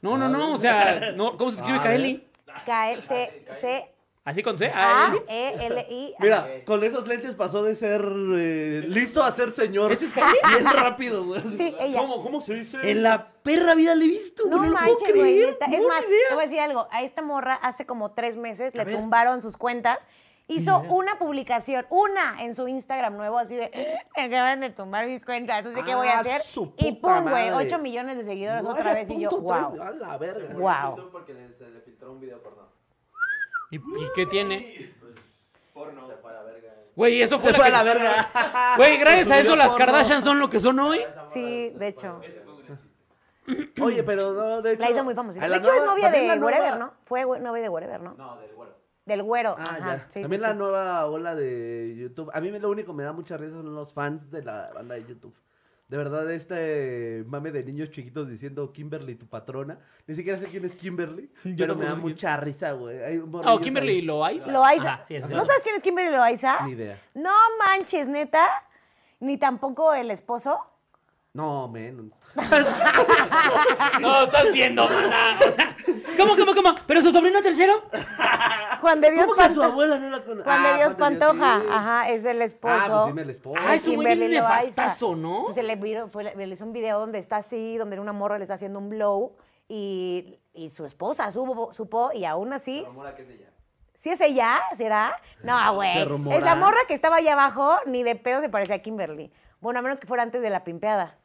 Speaker 2: No, no, no, o sea, no, ¿cómo se escribe
Speaker 4: A
Speaker 2: Kaeli?
Speaker 1: Kaeli, C, C,
Speaker 2: ¿Así con C?
Speaker 1: A,
Speaker 2: ¿A-L?
Speaker 1: E, L, I.
Speaker 4: Mira,
Speaker 2: Ah,
Speaker 4: con esos lentes pasó de ser eh, listo a ser señor.
Speaker 2: ¿Este es Kaeli?
Speaker 4: Bien rápido, güey.
Speaker 1: Sí, ella.
Speaker 4: ¿Cómo, cómo se dice?
Speaker 2: En la perra vida le he visto,
Speaker 1: No,
Speaker 2: güey, no, lo
Speaker 1: manches,
Speaker 2: puedo
Speaker 1: güey.
Speaker 2: creer.
Speaker 1: neta. Es
Speaker 2: no,
Speaker 1: más,
Speaker 2: ni idea.
Speaker 1: te voy a decir algo. A esta morra hace como tres meses le
Speaker 2: ver.
Speaker 1: tumbaron sus cuentas. Hizo una publicación, una en su Instagram nuevo, así de, me acaban de tumbar mis cuentas, no sé qué voy a
Speaker 4: Ah,
Speaker 1: hacer.
Speaker 4: su
Speaker 1: Y
Speaker 4: puta
Speaker 1: pum, güey,
Speaker 4: madre.
Speaker 1: 8 millones de seguidores otra vez. Y yo,
Speaker 4: 9.3,
Speaker 1: wow,
Speaker 4: A la verga.
Speaker 1: wow.
Speaker 6: Porque le- se le filtró un video porno.
Speaker 2: ¿Y, y qué tiene?
Speaker 6: Porno. Se fue a la verga.
Speaker 2: Güey, eso fue
Speaker 4: Se
Speaker 2: la
Speaker 4: fue a
Speaker 2: que-
Speaker 4: la verga. Pues
Speaker 2: Güey, gracias a eso
Speaker 4: Subió
Speaker 2: las
Speaker 4: porno.
Speaker 2: Kardashian son lo que son hoy.
Speaker 1: Sí, de hecho.
Speaker 4: Oye, pero no, de hecho.
Speaker 1: La hizo muy famosa.
Speaker 4: a
Speaker 1: De
Speaker 4: la
Speaker 1: hecho, es
Speaker 4: nueva-
Speaker 1: novia
Speaker 4: también la
Speaker 1: de
Speaker 4: nueva-
Speaker 1: Wherever, ¿no? Fue güe- novia de Wherever, ¿no?
Speaker 6: No, del güero.
Speaker 1: Del güero.
Speaker 4: Ah,
Speaker 1: Ajá.
Speaker 4: ya.
Speaker 1: Sí, sí,
Speaker 4: También la
Speaker 1: sí.
Speaker 4: nueva ola de YouTube. A mí me- lo único que me da mucha risa son los fans de la banda de YouTube. De verdad, este mame de niños chiquitos diciendo Kimberly, tu patrona. Ni siquiera sé quién es Kimberly, pero me
Speaker 2: tampoco
Speaker 4: da
Speaker 2: sé quién.
Speaker 4: mucha risa, güey. Hay un
Speaker 2: Ah,
Speaker 4: morrillo
Speaker 2: o Kimberly
Speaker 4: ahí.
Speaker 2: Loaiza.
Speaker 1: Loaiza.
Speaker 2: Ajá, sí, ese es
Speaker 1: ¿No
Speaker 2: el-
Speaker 1: sabes quién es Kimberly Loaiza?
Speaker 4: Ni idea.
Speaker 1: No manches, neta. Ni tampoco el esposo.
Speaker 4: No, men.
Speaker 2: No, estás viendo, mana. O sea,
Speaker 5: ¿Cómo, cómo, cómo? ¿Pero su sobrino tercero?
Speaker 1: Juan de Dios
Speaker 4: Ah, ¿Cómo que su Ah,
Speaker 1: Pantoja.
Speaker 4: abuela no la conoce?
Speaker 1: Juan de Dios Pantoja.
Speaker 4: sí.
Speaker 1: Ajá, es el esposo.
Speaker 4: Ah, pues dime el esposo.
Speaker 5: Ah, es un güey bien
Speaker 1: Kimberly Loaiza.
Speaker 5: nefastazo, ¿no?
Speaker 1: Pues se le, viro- fue- le hizo un video donde está así, donde una morra le está haciendo un blow y, y su esposa supo, supo y aún así...
Speaker 6: Rumora que es ella.
Speaker 1: ¿Sí es ella? ¿Será? No, güey.
Speaker 4: rumora.
Speaker 1: Es la morra que estaba allá abajo, ni de pedo se parecía a Kimberly. Bueno, a menos que fuera antes de la pimpeada.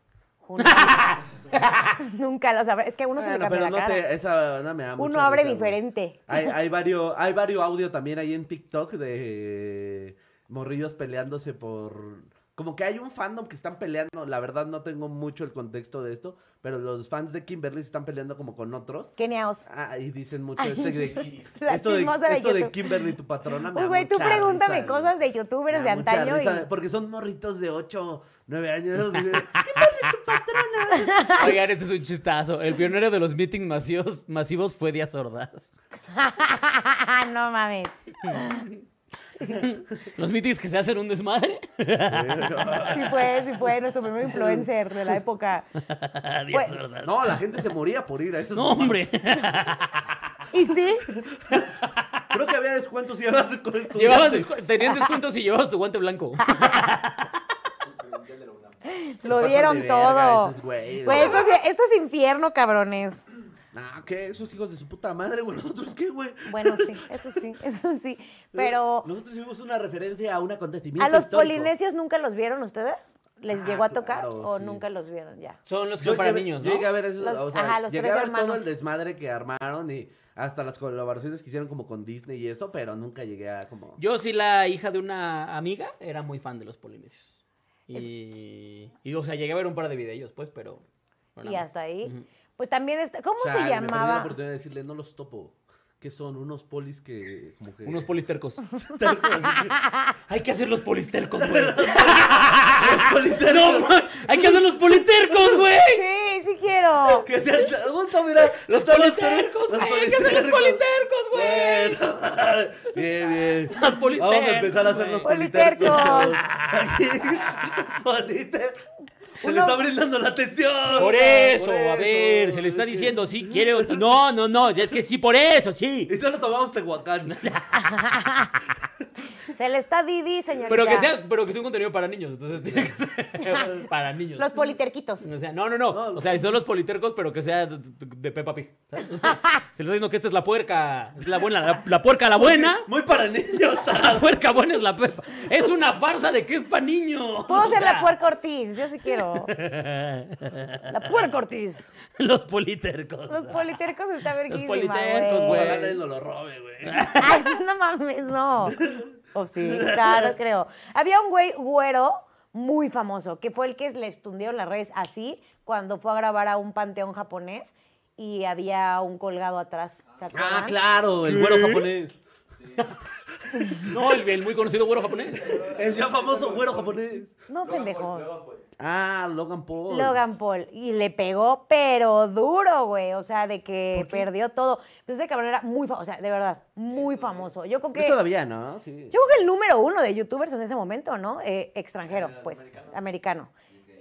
Speaker 1: Uno- Nunca lo sabré. Es que a uno se le
Speaker 4: Bueno,
Speaker 1: cambia la
Speaker 4: pero no
Speaker 1: cara.
Speaker 4: sé, esa no me da
Speaker 1: Uno
Speaker 4: mucha
Speaker 1: abre
Speaker 4: risa, güey.
Speaker 1: diferente.
Speaker 4: Hay, hay varios, hay varios audio también ahí en TikTok de morrillos peleándose por. Como que hay un fandom que están peleando. La verdad no tengo mucho el contexto de esto, pero los fans de Kimberly se están peleando como con otros.
Speaker 1: Keniaos.
Speaker 4: Ah, y dicen mucho este de,
Speaker 1: La
Speaker 4: esto, de,
Speaker 1: chismosa de
Speaker 4: esto de
Speaker 1: YouTube.
Speaker 4: Kimberly, tu
Speaker 1: Uy,
Speaker 4: patrona. me da
Speaker 1: Pues, güey, tú
Speaker 4: mucha
Speaker 1: pregúntame
Speaker 4: risa, güey.
Speaker 1: cosas de youtubers
Speaker 4: Me
Speaker 1: de
Speaker 4: da mucha
Speaker 1: antaño
Speaker 4: risa,
Speaker 1: y...
Speaker 4: Porque son morritos de 8, 9 años. y de-
Speaker 2: Oigan, este es un chistazo. El pionero de los meetings masivos, masivos fue Díaz Ordaz.
Speaker 1: no mames.
Speaker 2: Los meetings que se hacen un desmadre.
Speaker 1: Sí fue, sí fue nuestro primer influencer de la época.
Speaker 2: ah, Díaz Ordaz.
Speaker 4: No, la gente se moría por ir a esos.
Speaker 2: No, hombre.
Speaker 1: Y sí,
Speaker 4: Creo que había descuentos y llevabas con estudiantes.
Speaker 2: Llevabas descu- tenían descuentos y llevabas tu guante blanco.
Speaker 1: lo
Speaker 4: pasan
Speaker 1: dieron
Speaker 4: de verga
Speaker 1: todo.
Speaker 4: esos güeyes.
Speaker 1: Güey, esto, es- esto es infierno, cabrones.
Speaker 4: Ah, ¿qué? Esos hijos de su puta madre, güey. ¿Nosotros qué, güey?
Speaker 1: Bueno, sí, eso sí, eso sí. Pero,
Speaker 4: Nosotros hicimos una referencia a un acontecimiento
Speaker 1: ¿a los
Speaker 4: histórico.
Speaker 1: polinesios nunca los vieron ustedes? ¿Les
Speaker 4: Ah,
Speaker 1: llegó a tocar
Speaker 4: claro,
Speaker 1: o
Speaker 4: sí.
Speaker 1: nunca los vieron ya?
Speaker 2: Son los que
Speaker 4: Yo
Speaker 2: son para
Speaker 4: llegué-
Speaker 2: niños,
Speaker 4: yo Llegué a
Speaker 2: ¿no?
Speaker 4: ver eso,
Speaker 1: Los-
Speaker 4: o sea,
Speaker 1: ajá, los
Speaker 4: llegué
Speaker 1: tres
Speaker 4: a ver todo
Speaker 1: hermanos.
Speaker 4: el desmadre que armaron y hasta las colaboraciones que hicieron como con Disney y eso, pero nunca llegué a como...
Speaker 2: Yo sí, la hija de una amiga era muy fan de los polinesios. Y, y, o sea, llegué a ver un par de videos, pues, pero... pero
Speaker 1: Y
Speaker 2: nada más.
Speaker 1: hasta ahí.
Speaker 2: Ujú.
Speaker 1: Pues también, está, ¿cómo
Speaker 4: Chale,
Speaker 1: se
Speaker 4: me perdí la
Speaker 1: llamaba?
Speaker 4: oportunidad de decirle, no los topo. Que son unos polis que... Como que...
Speaker 2: Unos polistercos.
Speaker 4: tercos, así que-
Speaker 2: Hay que hacer los polistercos, güey.
Speaker 4: los politercos.
Speaker 2: No, ma- hay que hacer los politercos, güey.
Speaker 1: Sí, sí quiero.
Speaker 4: Que se gusta, mira.
Speaker 2: Los
Speaker 4: están
Speaker 2: politercos,
Speaker 4: los
Speaker 2: güey. Hay que hacer los politercos, güey.
Speaker 4: Bueno, bien, bien.
Speaker 2: Los politercos,
Speaker 4: Vamos a empezar a hacer
Speaker 2: güey.
Speaker 4: los
Speaker 1: Politercos.
Speaker 4: politercos. Aquí, los politercos. Se le
Speaker 1: Uno-
Speaker 4: está brindando la atención.
Speaker 2: Por eso,
Speaker 4: Por
Speaker 2: a
Speaker 4: eso,
Speaker 2: ver, se le está
Speaker 4: es que-
Speaker 2: diciendo, sí, quiere. o- No, no, no, es que sí, por eso, sí.
Speaker 4: Y solo tomamos Tehuacán.
Speaker 1: Se le está Didi, señorita.
Speaker 2: Pero que, sea, pero que sea un contenido para niños, entonces tiene que ser para niños.
Speaker 1: Los politerquitos.
Speaker 2: O sea, no, no, no. O sea, son los politercos, pero que sea de, de Peppa Pig. ¿sabes? O sea, se les está diciendo que esta es la puerca. Es la buena, la, la puerca la buena.
Speaker 4: Muy para niños.
Speaker 2: La puerca buena es la Peppa. Es una farsa de que es para niños.
Speaker 1: Puedo
Speaker 2: O
Speaker 1: ser la
Speaker 2: sea,
Speaker 1: puerca Ortiz, yo sí quiero. La puerca Ortiz.
Speaker 2: Los politercos.
Speaker 1: Los politercos está verguísima,
Speaker 2: politercos, güey.
Speaker 4: Ojalá nadie nos lo robe, güey.
Speaker 1: Ay, no mames, no. O sí, claro, creo. Había un güey güero muy famoso, que fue el que le en las redes así cuando fue a grabar a un panteón japonés y había un colgado atrás. ¿se acuerdan?
Speaker 4: Ah, claro, el güero japonés.
Speaker 2: No, el, el muy conocido güero japonés.
Speaker 4: El ya famoso güero japonés.
Speaker 1: No, pendejo.
Speaker 6: Luego, pues,
Speaker 4: Ah, Logan Paul.
Speaker 1: Logan Paul. Y le pegó, pero duro, güey. O sea, de que perdió todo. Pero ese cabrón era muy famoso, o sea, de verdad, muy famoso. Yo creo que.
Speaker 4: Es Pues todavía, ¿no? Sí.
Speaker 1: Yo creo que el número uno de youtubers en ese momento, ¿no? Eh, extranjero, pues, americano.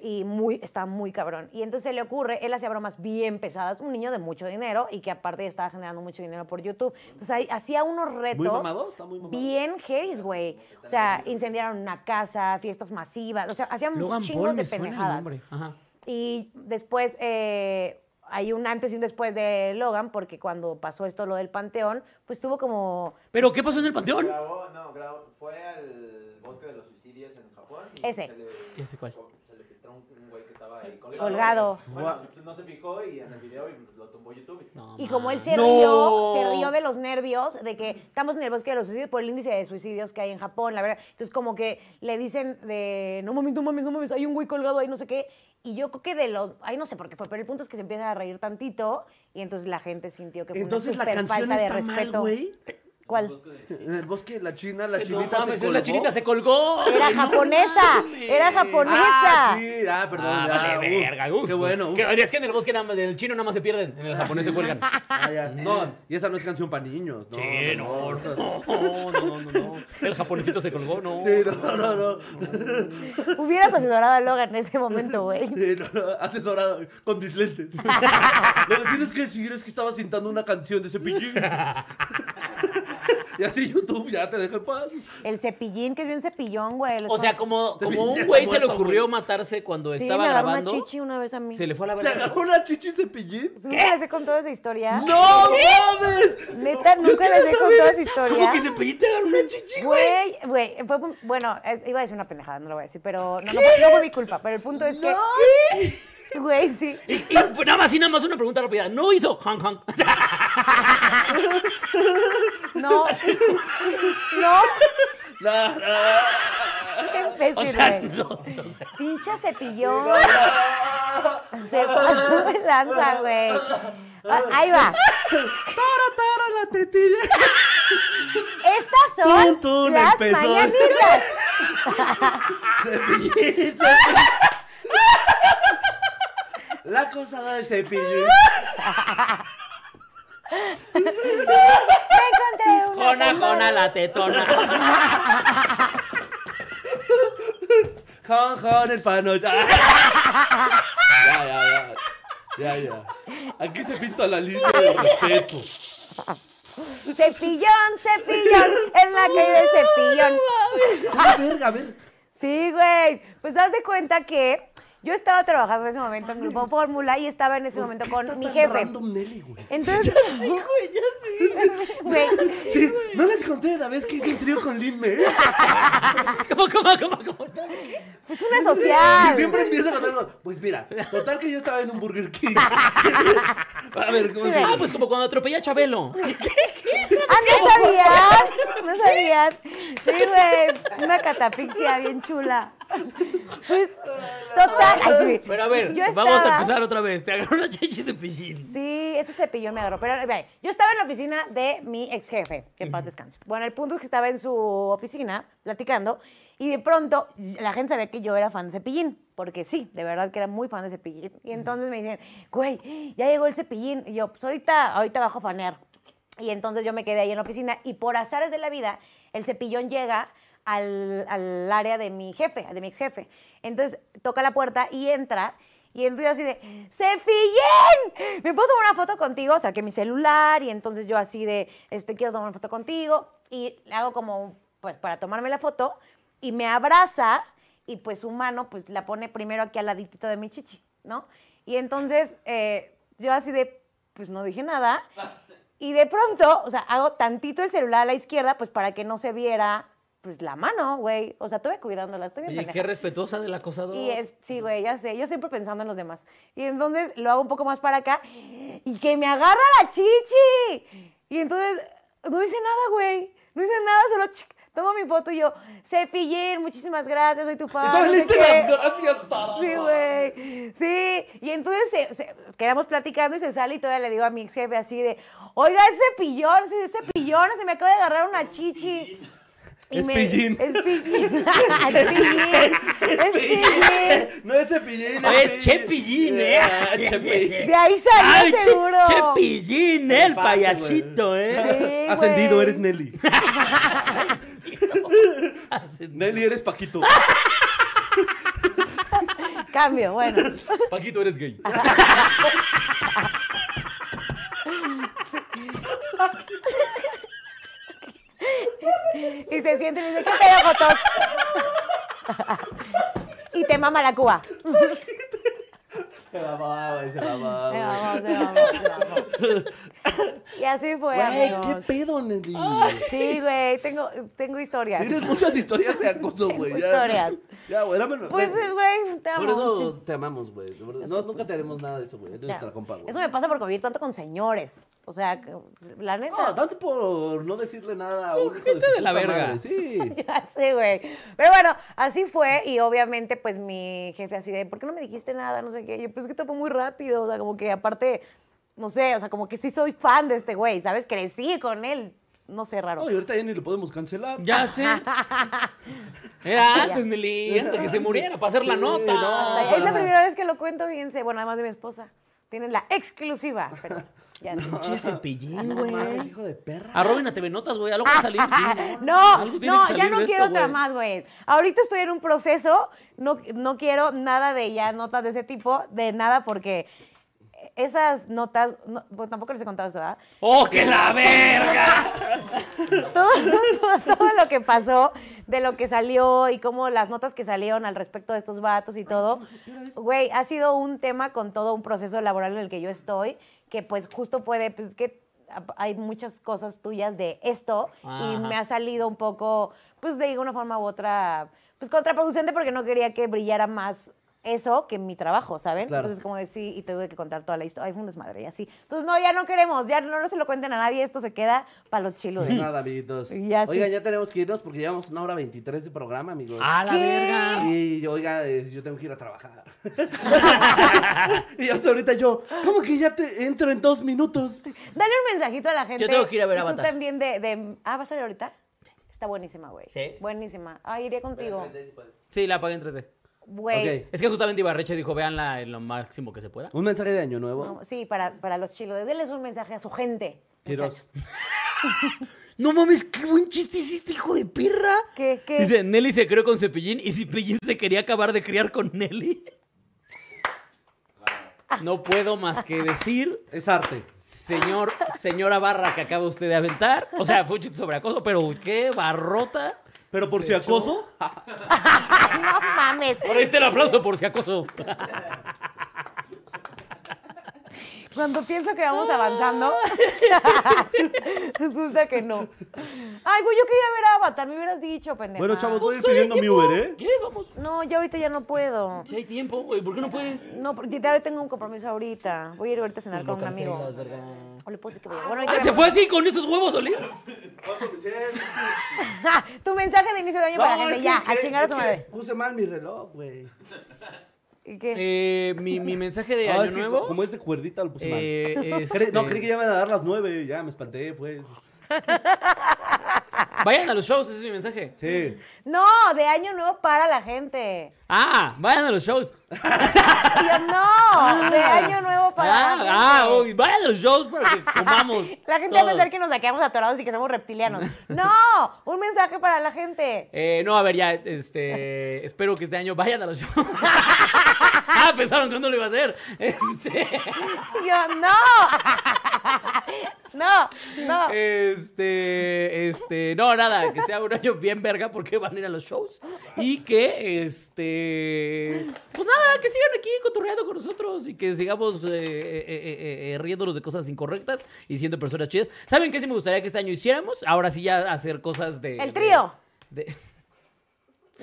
Speaker 1: Y muy, está muy cabrón. Y entonces se le ocurre, él hacía bromas bien pesadas, un niño de mucho dinero y que aparte estaba generando mucho dinero por YouTube. Entonces ahí hacía unos retos.
Speaker 4: mamado, está muy mamado.
Speaker 1: Bien heavy, güey. O sea, incendiaron una casa, fiestas masivas. O sea, hacían un
Speaker 2: Logan
Speaker 1: chingo
Speaker 2: Paul
Speaker 1: de
Speaker 2: me suena el
Speaker 1: pendejadas.
Speaker 2: nombre. Ajá.
Speaker 1: Y después eh, hay un antes y un después de Logan, porque cuando pasó esto lo del Panteón, pues tuvo como
Speaker 2: ¿Pero qué pasó en el panteón?
Speaker 6: grabó, no, grabó, fue al bosque de los suicidios en Japón. Y
Speaker 1: Ese.
Speaker 6: Se le,
Speaker 2: Ya sé cuál.
Speaker 6: Se le filtró un, un güey que estaba ahí
Speaker 1: Colgado.
Speaker 6: Bueno, pues, no se fijó y en el video y lo tumbó YouTube.
Speaker 2: No,
Speaker 1: Y
Speaker 2: ma.
Speaker 1: como él se
Speaker 2: No.
Speaker 1: rió, se rió de los nervios, de que estamos en el bosque de los suicidios por el índice de suicidios que hay en Japón, la verdad. Entonces, como que le dicen de, no mames, no mames, no mames, hay un güey colgado ahí, no sé qué. Y yo creo que de los, ay, no sé por qué fue, pero el punto es que se empiezan a reír tantito y entonces la gente sintió que fue
Speaker 4: Entonces
Speaker 1: una
Speaker 4: la
Speaker 1: super
Speaker 4: canción
Speaker 1: falta de
Speaker 4: está
Speaker 1: respeto.
Speaker 4: mal, güey.
Speaker 1: ¿Cuál?
Speaker 4: En el bosque de la China, la
Speaker 2: No
Speaker 4: chinita
Speaker 2: mames,
Speaker 4: se
Speaker 2: la
Speaker 4: colgó.
Speaker 2: chinita se colgó.
Speaker 1: Era
Speaker 2: No
Speaker 1: japonesa,
Speaker 2: mames.
Speaker 1: era japonesa.
Speaker 4: Ah, sí, ah, perdón.
Speaker 2: Ah,
Speaker 4: ya,
Speaker 2: vale,
Speaker 4: uh,
Speaker 2: verga, uf.
Speaker 4: Qué bueno. uf.
Speaker 2: Que- es que en el bosque nada más, en el chino nada más se pierden, en el japonés se cuelgan.
Speaker 4: Ah, ya. No, y esa no es canción para niños. No,
Speaker 2: Sí, no,
Speaker 4: esa-
Speaker 2: no, no, no, no. El japonesito se colgó, no.
Speaker 4: Sí, no, no, no.
Speaker 1: Hubieras asesorado a Logan en ese momento, güey.
Speaker 4: Sí, no, no, Asesorado con mis lentes. Lo que tienes que decir es que estaba sentando una canción de cepillín. y así YouTube ya te deja en paz.
Speaker 1: El cepillín, que es bien cepillón, güey. Los
Speaker 2: O sea,
Speaker 1: con-
Speaker 2: como,
Speaker 4: Te
Speaker 2: como un
Speaker 4: pillaron
Speaker 2: güey se le
Speaker 4: muerto,
Speaker 2: ocurrió matarse cuando
Speaker 1: Sí,
Speaker 2: estaba
Speaker 1: me agarró una
Speaker 2: grabando.
Speaker 1: chichi una vez a mí.
Speaker 2: Se le fue a la
Speaker 4: ¿Te
Speaker 2: verga.
Speaker 4: agarró una chichi cepillín?
Speaker 1: ¿Nunca les he contado esa historia?
Speaker 2: ¡Oh,
Speaker 4: ¡No mames!
Speaker 1: Neta,
Speaker 4: Yo
Speaker 1: nunca
Speaker 4: quiero
Speaker 1: les he
Speaker 4: saber
Speaker 1: contado esa
Speaker 4: esa-
Speaker 1: historia.
Speaker 4: ¿Cómo que cepillín te agarró una chichi?
Speaker 1: Güey, güey, fue un- bueno, es- iba a decir una pendejada, no lo voy a decir, pero no, no, fue, no fue mi culpa, pero el punto es que... Güey, sí.
Speaker 2: Y, y pues, nada más y nada más una pregunta rápida. No hizo Hong Hong.
Speaker 1: No. No.
Speaker 4: No, no.
Speaker 1: Qué imbécil,
Speaker 2: O sea,
Speaker 1: güey.
Speaker 2: no. o sea,
Speaker 1: Pinche cepillón. Se pasó de lanza, güey. Ah, Ahí va.
Speaker 4: Tara la tetilla.
Speaker 1: Estas son
Speaker 4: Tum, tum,
Speaker 1: las
Speaker 4: empezó.
Speaker 1: mañanitas.
Speaker 4: Cepillín. La acosada de cepillín.
Speaker 1: Me encontré una
Speaker 2: Jona,
Speaker 1: caja-
Speaker 2: jona, la tetona.
Speaker 4: Con, con el pano. Ya, ya, ya. Ya, ya. ya. Aquí se pinta la línea de respeto.
Speaker 1: Cepillón, cepillón. En la calle del cepillón.
Speaker 4: A ver, a ver.
Speaker 1: Sí, güey. Pues haz de cuenta que yo estaba trabajando en ese momento en Grupo Fórmula y estaba en ese momento con mi jefe.
Speaker 4: Random Nelly, güey.
Speaker 1: Entonces,
Speaker 2: Güey, ya sí.
Speaker 1: güey,
Speaker 4: Sí, no les conté la vez que hice un trío con Lin May.
Speaker 2: ¿Cómo, cómo, cómo, cómo?
Speaker 1: es una social.
Speaker 4: Y siempre empieza con algo. Pues mira, total que yo estaba en un Burger King. A ver, ¿cómo
Speaker 1: Sí,
Speaker 4: se
Speaker 2: Ah,
Speaker 4: llama?
Speaker 2: pues como cuando atropellé a Chabelo.
Speaker 1: Ah, no sabían, no sabían. Sí, güey, una catafixia bien chula. Pues, total. ay, güey.
Speaker 2: Pero a ver,
Speaker 1: Yo
Speaker 2: vamos a
Speaker 1: estaba-
Speaker 2: empezar otra vez. Te agarró una chichi cepillín.
Speaker 1: Sí, ese cepillón me agarró. Pero ve, yo estaba en la oficina de mi ex jefe, que en paz descanse. Bueno, el punto es que estaba en su oficina platicando y de pronto la gente sabía que yo era fan de cepillín, porque sí, de verdad que era muy fan de cepillín. Y entonces me dicen, güey, ya llegó el cepillín. Y yo, pues ahorita, ahorita bajo a fanear. Y entonces yo me quedé ahí en la oficina y por azares de la vida, el cepillón llega al, al área de mi jefe, de mi ex jefe. Entonces toca la puerta y entra. Y entonces yo así de, ¡Cepillín! ¿Me puedo tomar una foto contigo? Saqué mi celular y entonces yo así de, este, quiero tomar una foto contigo. Y le hago como, pues, para tomarme la foto. Y me abraza y pues su mano, pues, la pone primero aquí al ladito de mi chichi, ¿no? Y entonces eh, yo así de, pues, no dije nada. Y de pronto, o sea, hago tantito el celular a la izquierda, pues para que no se viera, pues la mano, güey. O sea, estuve cuidándola, estoy bien
Speaker 2: Oye,
Speaker 1: pendeja.
Speaker 2: qué respetuosa del acosador.
Speaker 1: Y es, sí, güey, ya sé, yo siempre pensando en los demás. Y entonces lo hago un poco más para acá y que me agarra la chichi. Y entonces no hice nada, güey. No hice nada, solo chic, tomo mi foto y yo, Cepillín, muchísimas gracias, soy tu fan. Ah, no
Speaker 4: Entonces
Speaker 1: sé
Speaker 4: le diste
Speaker 1: qué".
Speaker 4: las gracias, tarado.
Speaker 1: Sí, güey. Sí. Y entonces se- se- quedamos platicando y se sale y todavía le digo a mi ex jefe así de, oiga, ese pillón, ese, ese pillón, se me acaba de agarrar una chichi. Y
Speaker 4: Es
Speaker 1: me-
Speaker 4: pillín.
Speaker 1: Es pillín. es pillín. Es pillín.
Speaker 4: No es cepillín,
Speaker 2: Oye,
Speaker 4: es
Speaker 2: Chepillín, ¿eh?
Speaker 4: Ah, Chepillín.
Speaker 1: De ahí salió
Speaker 2: Che-
Speaker 1: seguro.
Speaker 2: Chepillín, el
Speaker 4: Paso, güey.
Speaker 2: payasito,
Speaker 1: Sí,
Speaker 2: ¿eh?
Speaker 1: güey.
Speaker 4: Ascendido, eres Nelly.
Speaker 2: Hacen-
Speaker 4: Nelly, eres Paquito.
Speaker 1: Cambio, bueno.
Speaker 2: Paquito, eres gay.
Speaker 1: Y se siente y le dice, ¿qué pedo, Jotos? y te mama la cuba.
Speaker 4: Se mamaba, güey, se mamaba.
Speaker 1: Te
Speaker 4: güey.
Speaker 1: mamó, te mamó, te mamó. Y así fue,
Speaker 4: Güey, qué
Speaker 1: amigos.
Speaker 4: pedo, Nelly.
Speaker 1: Ah. Sí, güey, tengo, tengo historias.
Speaker 4: Tienes muchas historias de acoso, güey. ya.
Speaker 1: Historias.
Speaker 4: Ya, güey, dámelo.
Speaker 1: Pues,
Speaker 4: Ven.
Speaker 1: güey, te amo.
Speaker 4: Por eso
Speaker 1: sí.
Speaker 4: te amamos, güey. De verdad. No, nunca te haremos nada de eso, güey. Eres nuestra compa, güey.
Speaker 1: Eso me pasa por convivir tanto con señores. O sea, que- la neta.
Speaker 4: No, tanto por no decirle nada a un hijo de,
Speaker 2: gente
Speaker 4: su
Speaker 2: de la
Speaker 4: puta
Speaker 2: verga.
Speaker 4: madre, Sí.
Speaker 1: Ya sé, güey. Pero bueno, así fue y obviamente pues mi jefe así de, ¿por qué no me dijiste nada? No sé qué. Yo pues es que topo muy rápido, o sea, como que aparte, no sé, o sea, como que sí soy fan de este güey, ¿sabes? Crecí con él, no sé, raro.
Speaker 4: No, y ahorita ya ni lo podemos cancelar.
Speaker 2: Ya sé. Era antes, Nelly, antes de que se muriera, para hacer la
Speaker 4: Sí,
Speaker 2: nota.
Speaker 4: no.
Speaker 1: Hasta- es la primera vez que lo cuento, fíjense, bueno, además de mi esposa. Tienen la exclusiva, pero Ya sé.
Speaker 2: Pinche cepillín,
Speaker 4: No mames,
Speaker 2: güey.
Speaker 4: hijo de perra.
Speaker 2: A Robin a TV Notas, güey. Algo va a salir. sí,
Speaker 1: No,
Speaker 2: Algo tiene que
Speaker 1: no,
Speaker 2: salir
Speaker 1: ya no
Speaker 2: de
Speaker 1: quiero
Speaker 2: esto,
Speaker 1: otra
Speaker 2: güey.
Speaker 1: más, güey. Ahorita estoy en un proceso, no, no quiero nada de ya notas de ese tipo, de nada, porque esas notas, no, pues tampoco les he contado eso, ¿verdad?
Speaker 2: ¡Oh, que la verga!
Speaker 1: todo, todo- todo lo que pasó, de lo que salió y cómo las notas que salieron al respecto de estos vatos y todo. Güey, ha sido un tema con todo un proceso laboral en el que yo estoy, que pues justo puede, pues es que ap- hay muchas cosas tuyas de esto y
Speaker 2: Ajá.
Speaker 1: me ha salido un poco, pues de una forma u otra, pues contraproducente porque no quería que brillara más eso que mi trabajo, ¿saben?
Speaker 4: Claro.
Speaker 1: Entonces como decir, y tuve que contar toda la historia, ay, fue un desmadre y así. Entonces no, ya no queremos, ya no se lo cuenten a nadie, esto se queda para los chilos.
Speaker 4: De nada, amiguitos.
Speaker 1: Ya, sí.
Speaker 4: Oigan, ya tenemos que irnos porque llevamos una hora 23 de programa, amigos.
Speaker 2: ¡A la
Speaker 1: ¿Qué?
Speaker 2: verga!
Speaker 4: Y oiga, eh, yo tengo que ir a trabajar. y hasta ahorita yo, ¿cómo que ya te entro en dos minutos?
Speaker 1: Dale un mensajito a la gente.
Speaker 2: Yo tengo que ir a ver
Speaker 1: Y
Speaker 2: Avatar.
Speaker 1: Tú también de, de- Ah, ¿vas a ir ahorita? Está buenísima, güey.
Speaker 2: Sí.
Speaker 1: Buenísima. Ah, iría contigo.
Speaker 2: Sí, la apagué en 3D.
Speaker 1: Güey.
Speaker 4: Ok.
Speaker 2: Es que justamente Ibarreche dijo, véanla en lo máximo que se pueda.
Speaker 4: Un mensaje de año nuevo.
Speaker 1: No, sí, para, para los chilos. Denles un mensaje a su gente.
Speaker 4: Quiroz.
Speaker 5: No mames, qué buen chiste hiciste,
Speaker 2: este,
Speaker 5: hijo de perra.
Speaker 1: ¿Qué, qué?
Speaker 2: Dice, Nelly se crió con Cepillín y Cepillín se quería acabar de criar con Nelly. No puedo más que decir,
Speaker 4: Es arte.
Speaker 2: señor, señora barra que acaba usted de aventar. O sea, fue un chiste sobre acoso, pero qué barrota.
Speaker 3: Pero por si acoso,
Speaker 1: No mames.
Speaker 2: Ahora ahí está el aplauso por si acoso.
Speaker 1: Cuando pienso que vamos avanzando, resulta que no. Ay, güey, yo quería ver Avatar. Me hubieras dicho, pendejo.
Speaker 3: bueno, chavos, voy a ir
Speaker 1: Pues,
Speaker 3: pidiendo mi Uber, ¿eh?
Speaker 2: ¿Quieres? Vamos.
Speaker 1: No, yo ahorita ya no puedo.
Speaker 2: Si hay tiempo, güey, ¿por qué no puedes?
Speaker 1: No, porque ya tengo un compromiso ahorita. Voy a ir ahorita a cenar con un amigo.
Speaker 2: Pues cancelas, verga.
Speaker 1: O le puedo decir que vaya. Bueno,
Speaker 2: Ah,
Speaker 1: ahorita
Speaker 2: se
Speaker 1: vemos.
Speaker 2: fue así con esos huevos olidos.
Speaker 1: ¡Ja! Tu mensaje de inicio de año para la
Speaker 4: No,
Speaker 1: gente,
Speaker 4: es que-
Speaker 1: ya, a
Speaker 4: es
Speaker 1: chingar a su
Speaker 4: que
Speaker 1: madre.
Speaker 4: Puse mal mi reloj, güey.
Speaker 1: ¿Y qué?
Speaker 2: Eh, mi, mi mensaje de
Speaker 4: Ah,
Speaker 2: año
Speaker 4: es que
Speaker 2: nuevo.
Speaker 4: Como es de cuerdita, lo puse mal.
Speaker 2: eh,
Speaker 4: Cre- No,
Speaker 2: este,
Speaker 4: creí que ya me iban a dar las nueve. Ya me espanté, pues.
Speaker 2: Vayan a los shows, ese es mi mensaje.
Speaker 4: Sí.
Speaker 1: No, de año nuevo para la gente.
Speaker 2: Ah, vayan a los shows.
Speaker 1: Y yo, no, de año nuevo para la gente.
Speaker 2: Ah, ah, uy, vayan a los shows para que comamos.
Speaker 1: La gente va
Speaker 2: todo.
Speaker 1: a pensar que nos quedamos atorados y que somos reptilianos. No, un mensaje para la gente.
Speaker 2: Eh, no, a ver, ya, este. espero que este año vayan a los shows. ah, pensaron que no lo iba a hacer. Este.
Speaker 1: Y yo, no. No, no.
Speaker 2: Eh, Este, este, no, nada, que sea un año bien verga porque van a ir a los shows y que, este, pues nada, que sigan aquí cotorreando con nosotros y que sigamos eh, eh, eh, eh, riéndonos de cosas incorrectas y siendo personas chidas. ¿Saben qué sí me gustaría que este año hiciéramos? Ahora sí ya hacer cosas de...
Speaker 1: El trío.
Speaker 2: de- de-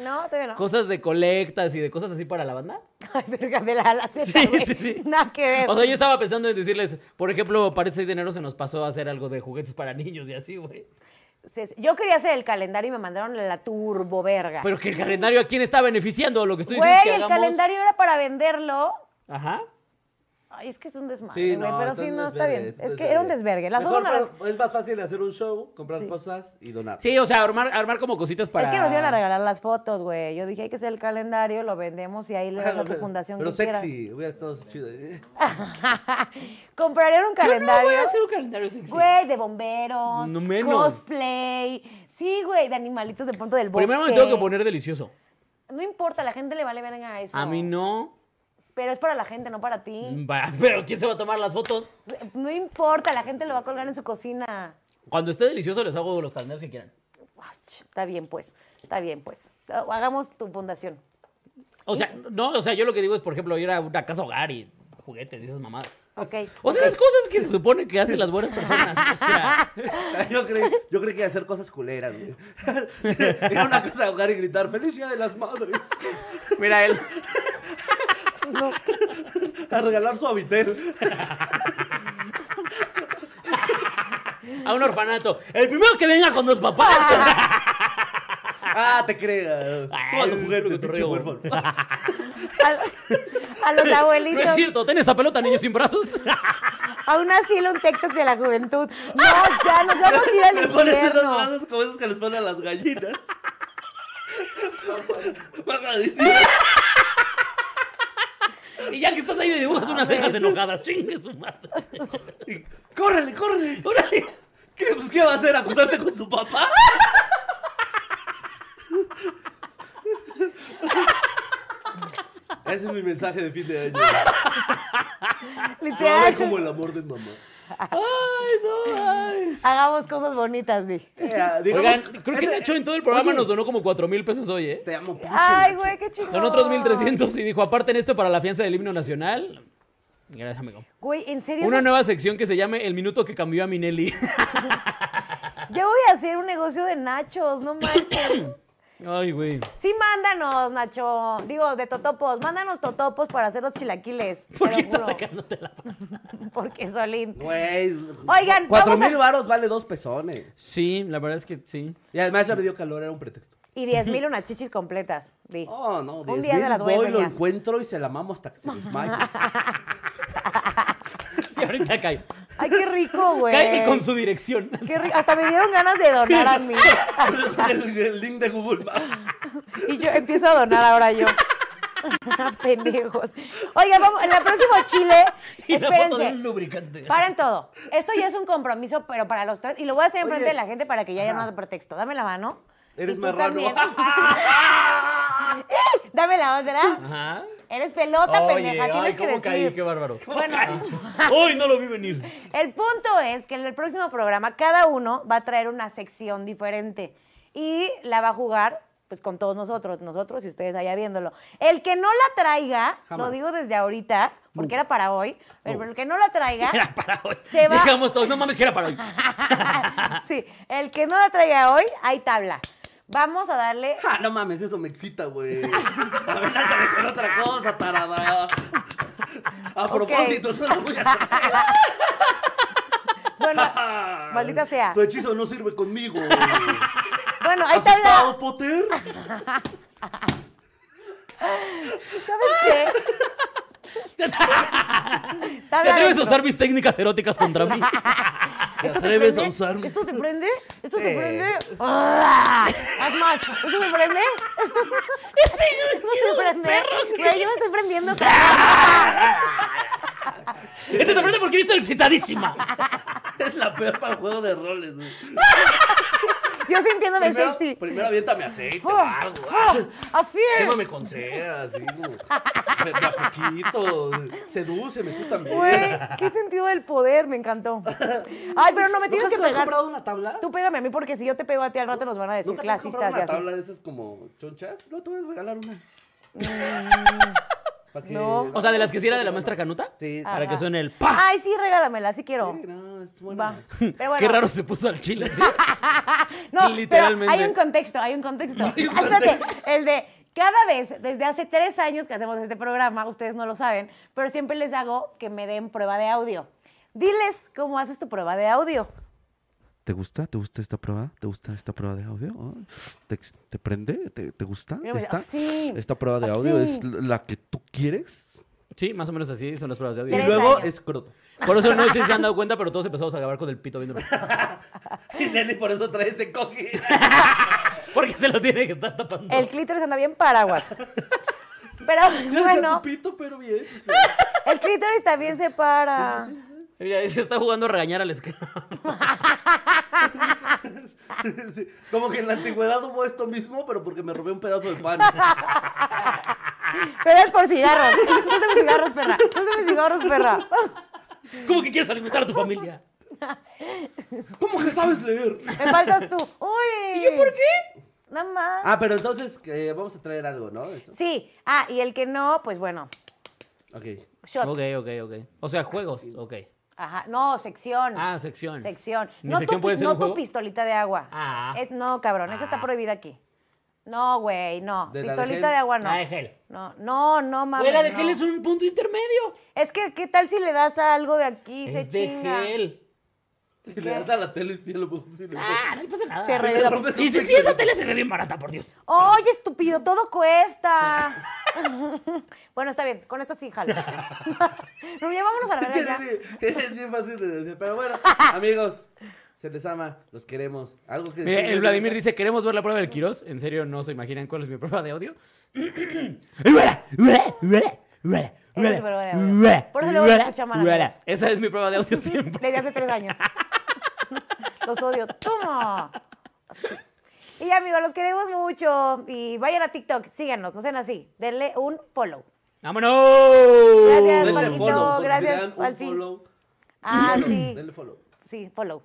Speaker 1: No, todavía no.
Speaker 2: cosas de colectas y de cosas así para la banda.
Speaker 1: Ay, verga, de la la Z,
Speaker 2: Sí,
Speaker 1: güey.
Speaker 2: sí, sí.
Speaker 1: Nada que ver.
Speaker 2: O sea, yo estaba pensando en decirles, por ejemplo, para el 6 de enero se nos pasó a hacer algo de juguetes para niños y así, güey.
Speaker 1: Sí, sí. Yo quería hacer el calendario y me mandaron la turbo verga.
Speaker 2: Pero que el calendario a quién está beneficiando, lo que estoy
Speaker 1: Güey,
Speaker 2: diciendo es que
Speaker 1: el
Speaker 2: hagamos-
Speaker 1: calendario era para venderlo.
Speaker 2: Ajá.
Speaker 1: Ay, es que es un
Speaker 4: Sí,
Speaker 1: desmadre, güey,
Speaker 4: no,
Speaker 1: pero
Speaker 4: es
Speaker 1: sí,
Speaker 4: un
Speaker 1: no, está
Speaker 4: desvergue,
Speaker 1: bien.
Speaker 4: es un
Speaker 1: Es que era un desvergue.
Speaker 4: desvergue.
Speaker 1: Las dos
Speaker 4: Mejor,
Speaker 1: no las-
Speaker 4: pero Es más fácil hacer un show, comprar cosas y donar.
Speaker 2: Sí, o sea, armar, armar como cositas para.
Speaker 1: Es que nos iban a regalar las fotos, güey. Yo dije, hay que hacer el calendario, lo vendemos y ahí le das a tu fundación
Speaker 4: Pero
Speaker 1: que quieras.
Speaker 4: sexy, hubiera estado chido. eh.
Speaker 1: Comprarían un
Speaker 2: Yo no voy
Speaker 1: calendario,
Speaker 2: a hacer un calendario sexy.
Speaker 1: güey, de bomberos,
Speaker 2: No menos.
Speaker 1: cosplay. Sí, güey, de animalitos de pronto del bosque.
Speaker 2: Primero me tengo que poner delicioso.
Speaker 1: No importa, la gente le vale verga a eso.
Speaker 2: A mí no. Mm.
Speaker 1: Pero es para la gente, no para ti.
Speaker 2: Va, Pero ¿quién se va a tomar las fotos?
Speaker 1: No importa, la gente lo va a colgar en su cocina.
Speaker 2: Cuando esté delicioso les hago los calendarios que quieran.
Speaker 1: Ay, Está bien, pues. Está bien, pues. Hagamos tu fundación.
Speaker 2: O sea, no, o sea, yo lo que digo es, por ejemplo, ir a una casa hogar y juguetes y esas mamadas.
Speaker 1: Ok.
Speaker 2: O sea, esas cosas que se supone que hacen las buenas personas. O sea,
Speaker 4: Yo creí, yo creí que iba a hacer cosas culeras, güey. Ir a una casa a jugar y gritar, felicidad de las madres.
Speaker 2: mira él.
Speaker 4: A regalar su habitel.
Speaker 2: A un orfanato. El primero que venga con los papás.
Speaker 4: Ah, te creas. Toma tu juguete,
Speaker 2: Cotorreo.
Speaker 4: pinche huérfano.
Speaker 1: A, a los
Speaker 2: No
Speaker 1: abuelitos.
Speaker 2: es cierto, ten esta pelota, niño sin brazos.
Speaker 1: Aún así, un TikTok de la juventud. No, ya nos vamos a ir al
Speaker 4: Me parecen los
Speaker 1: infierno.
Speaker 4: brazos como esos que les ponen a las gallinas. Van a decir,
Speaker 2: Y ya que estás ahí, le dibujas unas cejas enojadas. Chingue su madre.
Speaker 4: ¡Córrele, córrele!
Speaker 2: Órale.
Speaker 4: ¿Qué, pues, ¿Qué va a hacer? ¿Acusarte con su papá? Ese es mi mensaje de fin de año. No
Speaker 1: Literal.
Speaker 4: es como el amor de mamá.
Speaker 2: Ay, no, ay.
Speaker 1: Hagamos cosas bonitas, di.
Speaker 4: Eh, ah, digamos-
Speaker 2: Oigan, creo que
Speaker 4: ese-
Speaker 2: Nacho en todo el programa
Speaker 4: Oye,
Speaker 2: nos donó como 4 mil pesos hoy, ¿eh?
Speaker 4: Te amo, pinche
Speaker 1: Ay,
Speaker 4: Nacho.
Speaker 1: güey, qué chingón.
Speaker 2: Donó otros 1.300 y dijo, aparten esto para la fianza del himno nacional. Gracias, amigo.
Speaker 1: Güey, en serio.
Speaker 2: Una
Speaker 1: eso-
Speaker 2: nueva sección que se llame El Minuto que Cambió a Minelli.
Speaker 1: Yo voy a hacer un negocio de nachos, no manches.
Speaker 2: Ay, güey.
Speaker 1: Sí, mándanos, Nacho. Digo, de totopos. Mándanos totopos para hacer los chilaquiles. te
Speaker 2: ¿Por
Speaker 1: lo
Speaker 2: qué estás
Speaker 1: juro.
Speaker 2: sacándote la
Speaker 1: Porque Solín.
Speaker 4: Güey.
Speaker 1: Oigan,
Speaker 4: Cuatro
Speaker 1: vamos a-
Speaker 4: mil varos vale dos pezones.
Speaker 2: Sí, la verdad es que sí.
Speaker 4: Y además ya me dio calor, era un pretexto.
Speaker 1: Y 10 mil unas chichis completas, di.
Speaker 4: Oh, no,
Speaker 1: Un
Speaker 4: diez
Speaker 1: día
Speaker 4: mil
Speaker 1: de las voy a
Speaker 4: voy, lo
Speaker 1: enseñar.
Speaker 4: encuentro y se la mamo hasta que se desmaye.
Speaker 2: Y ahorita cae.
Speaker 1: Ay, qué rico, güey.
Speaker 2: Cae con su dirección.
Speaker 1: Qué rico. Hasta me dieron ganas de donar a mí.
Speaker 4: el, el link de Google Maps.
Speaker 1: Y yo empiezo a donar ahora yo. Pendejos. Oiga, vamos, en el próximo Chile,
Speaker 2: Y la foto de un
Speaker 1: espérense.
Speaker 2: lubricante.
Speaker 1: Paren todo. Esto ya es un compromiso, pero para los tres. Y lo voy a hacer enfrente
Speaker 4: Oye.
Speaker 1: de la gente para que ya haya
Speaker 4: Ajá.
Speaker 1: más pretexto. Dame la mano. Y
Speaker 4: Eres
Speaker 1: tú
Speaker 4: marrano.
Speaker 1: también. Dame la otra.
Speaker 2: Ajá.
Speaker 1: Eres pelota,
Speaker 2: Oye,
Speaker 1: pendeja. Tienes
Speaker 2: ay,
Speaker 1: que
Speaker 2: cómo
Speaker 1: decir.
Speaker 2: caí, qué bárbaro.
Speaker 1: Bueno.
Speaker 2: Ay, no lo vi venir.
Speaker 1: El punto es que en el próximo programa cada uno va a traer una sección diferente y la va a jugar pues con todos nosotros, nosotros y ustedes allá viéndolo. El que no la traiga, lo
Speaker 2: Jamás. Uh.
Speaker 1: digo desde ahorita, porque era para hoy, pero el que no la traiga,
Speaker 2: Era para hoy.
Speaker 1: Se va.
Speaker 2: Llegamos todos. No mames, que era para hoy.
Speaker 1: sí, el que no la traiga hoy, hay tabla. Vamos a darle
Speaker 4: Ah, no mames, eso me excita, güey. Amenázame con otra cosa, tarada. A
Speaker 1: Ok.
Speaker 4: propósito, no lo voy a traer.
Speaker 1: Bueno, maldita sea.
Speaker 4: Tu hechizo no sirve conmigo. güey.
Speaker 1: Bueno, hay tabla.
Speaker 4: ¿Asustado, Potter?
Speaker 1: ¿Sabes qué?
Speaker 2: ¿Te
Speaker 1: Tabla
Speaker 2: atreves a
Speaker 1: dentro.
Speaker 2: usar mis técnicas eróticas contra mí?
Speaker 1: ¿Te
Speaker 4: atreves a
Speaker 1: prende?
Speaker 4: usarme?
Speaker 1: ¿Esto te prende? ¿Esto te
Speaker 4: Sí.
Speaker 1: prende? ¡Ah! Haz más. ¿Esto te prende? ¿Esto te prende? Güey, yo me estoy prendiendo.
Speaker 2: Esto te prende porque yo estoy excitadísima.
Speaker 4: Es la peor para el juego de roles, güey.
Speaker 1: Yo sintiéndome
Speaker 4: Primero,
Speaker 1: sexy.
Speaker 4: primero aviéntame aceite o
Speaker 1: Ah,
Speaker 4: algo.
Speaker 1: ah, Así es.
Speaker 4: Quémame con cera, así como. De a poquito. Sedúceme tú también.
Speaker 1: Güey, qué sentido del poder, me encantó. Ay, pero no me tienes
Speaker 4: ¿Nunca
Speaker 1: que
Speaker 4: te has
Speaker 1: pegar.
Speaker 4: comprado una tabla?
Speaker 1: Tú pégame a mí porque si yo te pego a ti al rato nos van a decir
Speaker 4: ¿Nunca te has comprado
Speaker 1: clasistas y
Speaker 4: una
Speaker 1: así.
Speaker 4: tabla de esas como chonchas? No, te voy a regalar una. Pa' que-
Speaker 1: Mm, no. ah,
Speaker 2: O sea, de las que sí era de la maestra Canuta.
Speaker 4: Sí.
Speaker 2: Para que
Speaker 1: Ajá.
Speaker 2: suene el pa.
Speaker 1: Ay, sí, regálamela, sí quiero.
Speaker 4: Sí, no, es
Speaker 1: Va.
Speaker 4: buena.
Speaker 1: Pero bueno. Ah.
Speaker 2: Qué raro se puso al chile. ¿sí?
Speaker 1: No,
Speaker 2: Literalmente.
Speaker 1: Pero hay un contexto, hay un contexto.
Speaker 4: Hay un
Speaker 1: Espérate,
Speaker 4: contexto.
Speaker 1: el de cada vez, desde hace tres años que hacemos este programa, ustedes no lo saben, pero siempre les hago que me den prueba de audio. Diles cómo haces tu prueba de audio.
Speaker 7: ¿Te gusta? ¿Te gusta esta prueba? ¿Te gusta esta prueba de audio? Ah, ¿Te, ex- te prende? ¿Te, te gusta?
Speaker 1: Mira, mira,
Speaker 7: esta,
Speaker 1: así,
Speaker 7: ¿Esta prueba de audio es
Speaker 1: así.
Speaker 7: l- la que tú quieres?
Speaker 2: Sí, más o menos así son las pruebas de
Speaker 4: Y
Speaker 1: Tres
Speaker 2: audio.
Speaker 4: luego
Speaker 1: años.
Speaker 4: escroto.
Speaker 2: Por eso no sé si se han dado cuenta, pero todos empezamos a grabar con el pito viendo.
Speaker 4: Y Nelly por eso trae este coque.
Speaker 2: Porque se lo tiene que estar tapando.
Speaker 1: El clítoris anda bien paraguas. Pero
Speaker 4: Yo
Speaker 1: bueno,
Speaker 4: bueno. pito, pero bien.
Speaker 1: el clítoris también se para.
Speaker 2: Mira, se está jugando a regañar al esclavo.
Speaker 4: Sí. Como que en la antigüedad hubo esto mismo, pero porque me robé un pedazo de pan.
Speaker 1: Pero es por cigarros. Suelta mis cigarros, perra. Suelta mis cigarros, perra.
Speaker 2: ¿Cómo que quieres alimentar a tu familia?
Speaker 4: ¿Cómo que sabes leer?
Speaker 1: Me faltas tú. Uy. ¿Y yo por qué? Nada más.
Speaker 4: Ah, pero entonces eh, vamos a traer algo, ¿no? Eso.
Speaker 1: Sí. Ah, y el que no, pues bueno,
Speaker 4: Ok.
Speaker 1: shot.
Speaker 2: Ok, ok, ok. O sea, juegos. Ok.
Speaker 1: Ajá. No, sección.
Speaker 2: Ah, sección.
Speaker 1: sección.
Speaker 2: ¿Mi
Speaker 1: no
Speaker 2: sección
Speaker 1: tu,
Speaker 2: puede ser
Speaker 1: no
Speaker 2: un
Speaker 1: tu
Speaker 2: juego?
Speaker 1: pistolita de agua.
Speaker 2: Ah.
Speaker 1: Es- no, cabrón, esa está
Speaker 2: Ah.
Speaker 1: prohibida aquí. No, güey, no.
Speaker 4: ¿De la de
Speaker 1: pistolita
Speaker 4: gel?
Speaker 1: de agua no.
Speaker 2: La Ah, de gel.
Speaker 1: No, no, no mames.
Speaker 2: Güey, la de
Speaker 1: no.
Speaker 2: gel es un punto intermedio.
Speaker 1: Es que, ¿qué tal si le das a algo de aquí? y se
Speaker 2: Es de
Speaker 1: chinga.
Speaker 2: gel.
Speaker 4: Si le das a la tele, sí, a lo mejor sí le
Speaker 2: Ah, no le pasa nada.
Speaker 1: Se re-
Speaker 4: Le rompes un
Speaker 2: Y si, si
Speaker 4: pixel.
Speaker 2: esa tele se ve bien barata, por Dios.
Speaker 1: Oye, estúpido, todo cuesta. bueno, está bien, con esta sí, jalo. no, ya vámonos a la
Speaker 4: Che,
Speaker 1: verga. ya.
Speaker 4: nene, Es bien fácil de decir. Pero bueno, amigos, se les ama, los queremos. Algo que
Speaker 2: Mira,
Speaker 4: decir,
Speaker 2: el Vladimir
Speaker 4: ¿no?
Speaker 2: dice, queremos ver la prueba del Quirós. En serio, no se imaginan cuál es mi prueba de audio. ruela,
Speaker 1: mi
Speaker 2: ruela,
Speaker 1: prueba de audio.
Speaker 2: ruela,
Speaker 1: Por eso luego se
Speaker 2: ruela,
Speaker 1: escucha mal,
Speaker 2: ruela.
Speaker 1: amigos.
Speaker 2: Esa es mi prueba de audio siempre.
Speaker 1: Desde hace tres años. los odio. ¡Toma! Así. Y ya, amigos, los queremos mucho. Y vayan a TikTok, síganos, no sean así. Denle un follow.
Speaker 2: ¡Vámonos!
Speaker 1: Gracias,
Speaker 4: Denle
Speaker 1: Marquito,
Speaker 4: follow. Si le
Speaker 1: gracias,
Speaker 4: dan un
Speaker 1: Alfin.
Speaker 4: follow,
Speaker 1: Ah,
Speaker 4: follow,
Speaker 1: sí.
Speaker 4: Denle follow.
Speaker 1: Sí, follow.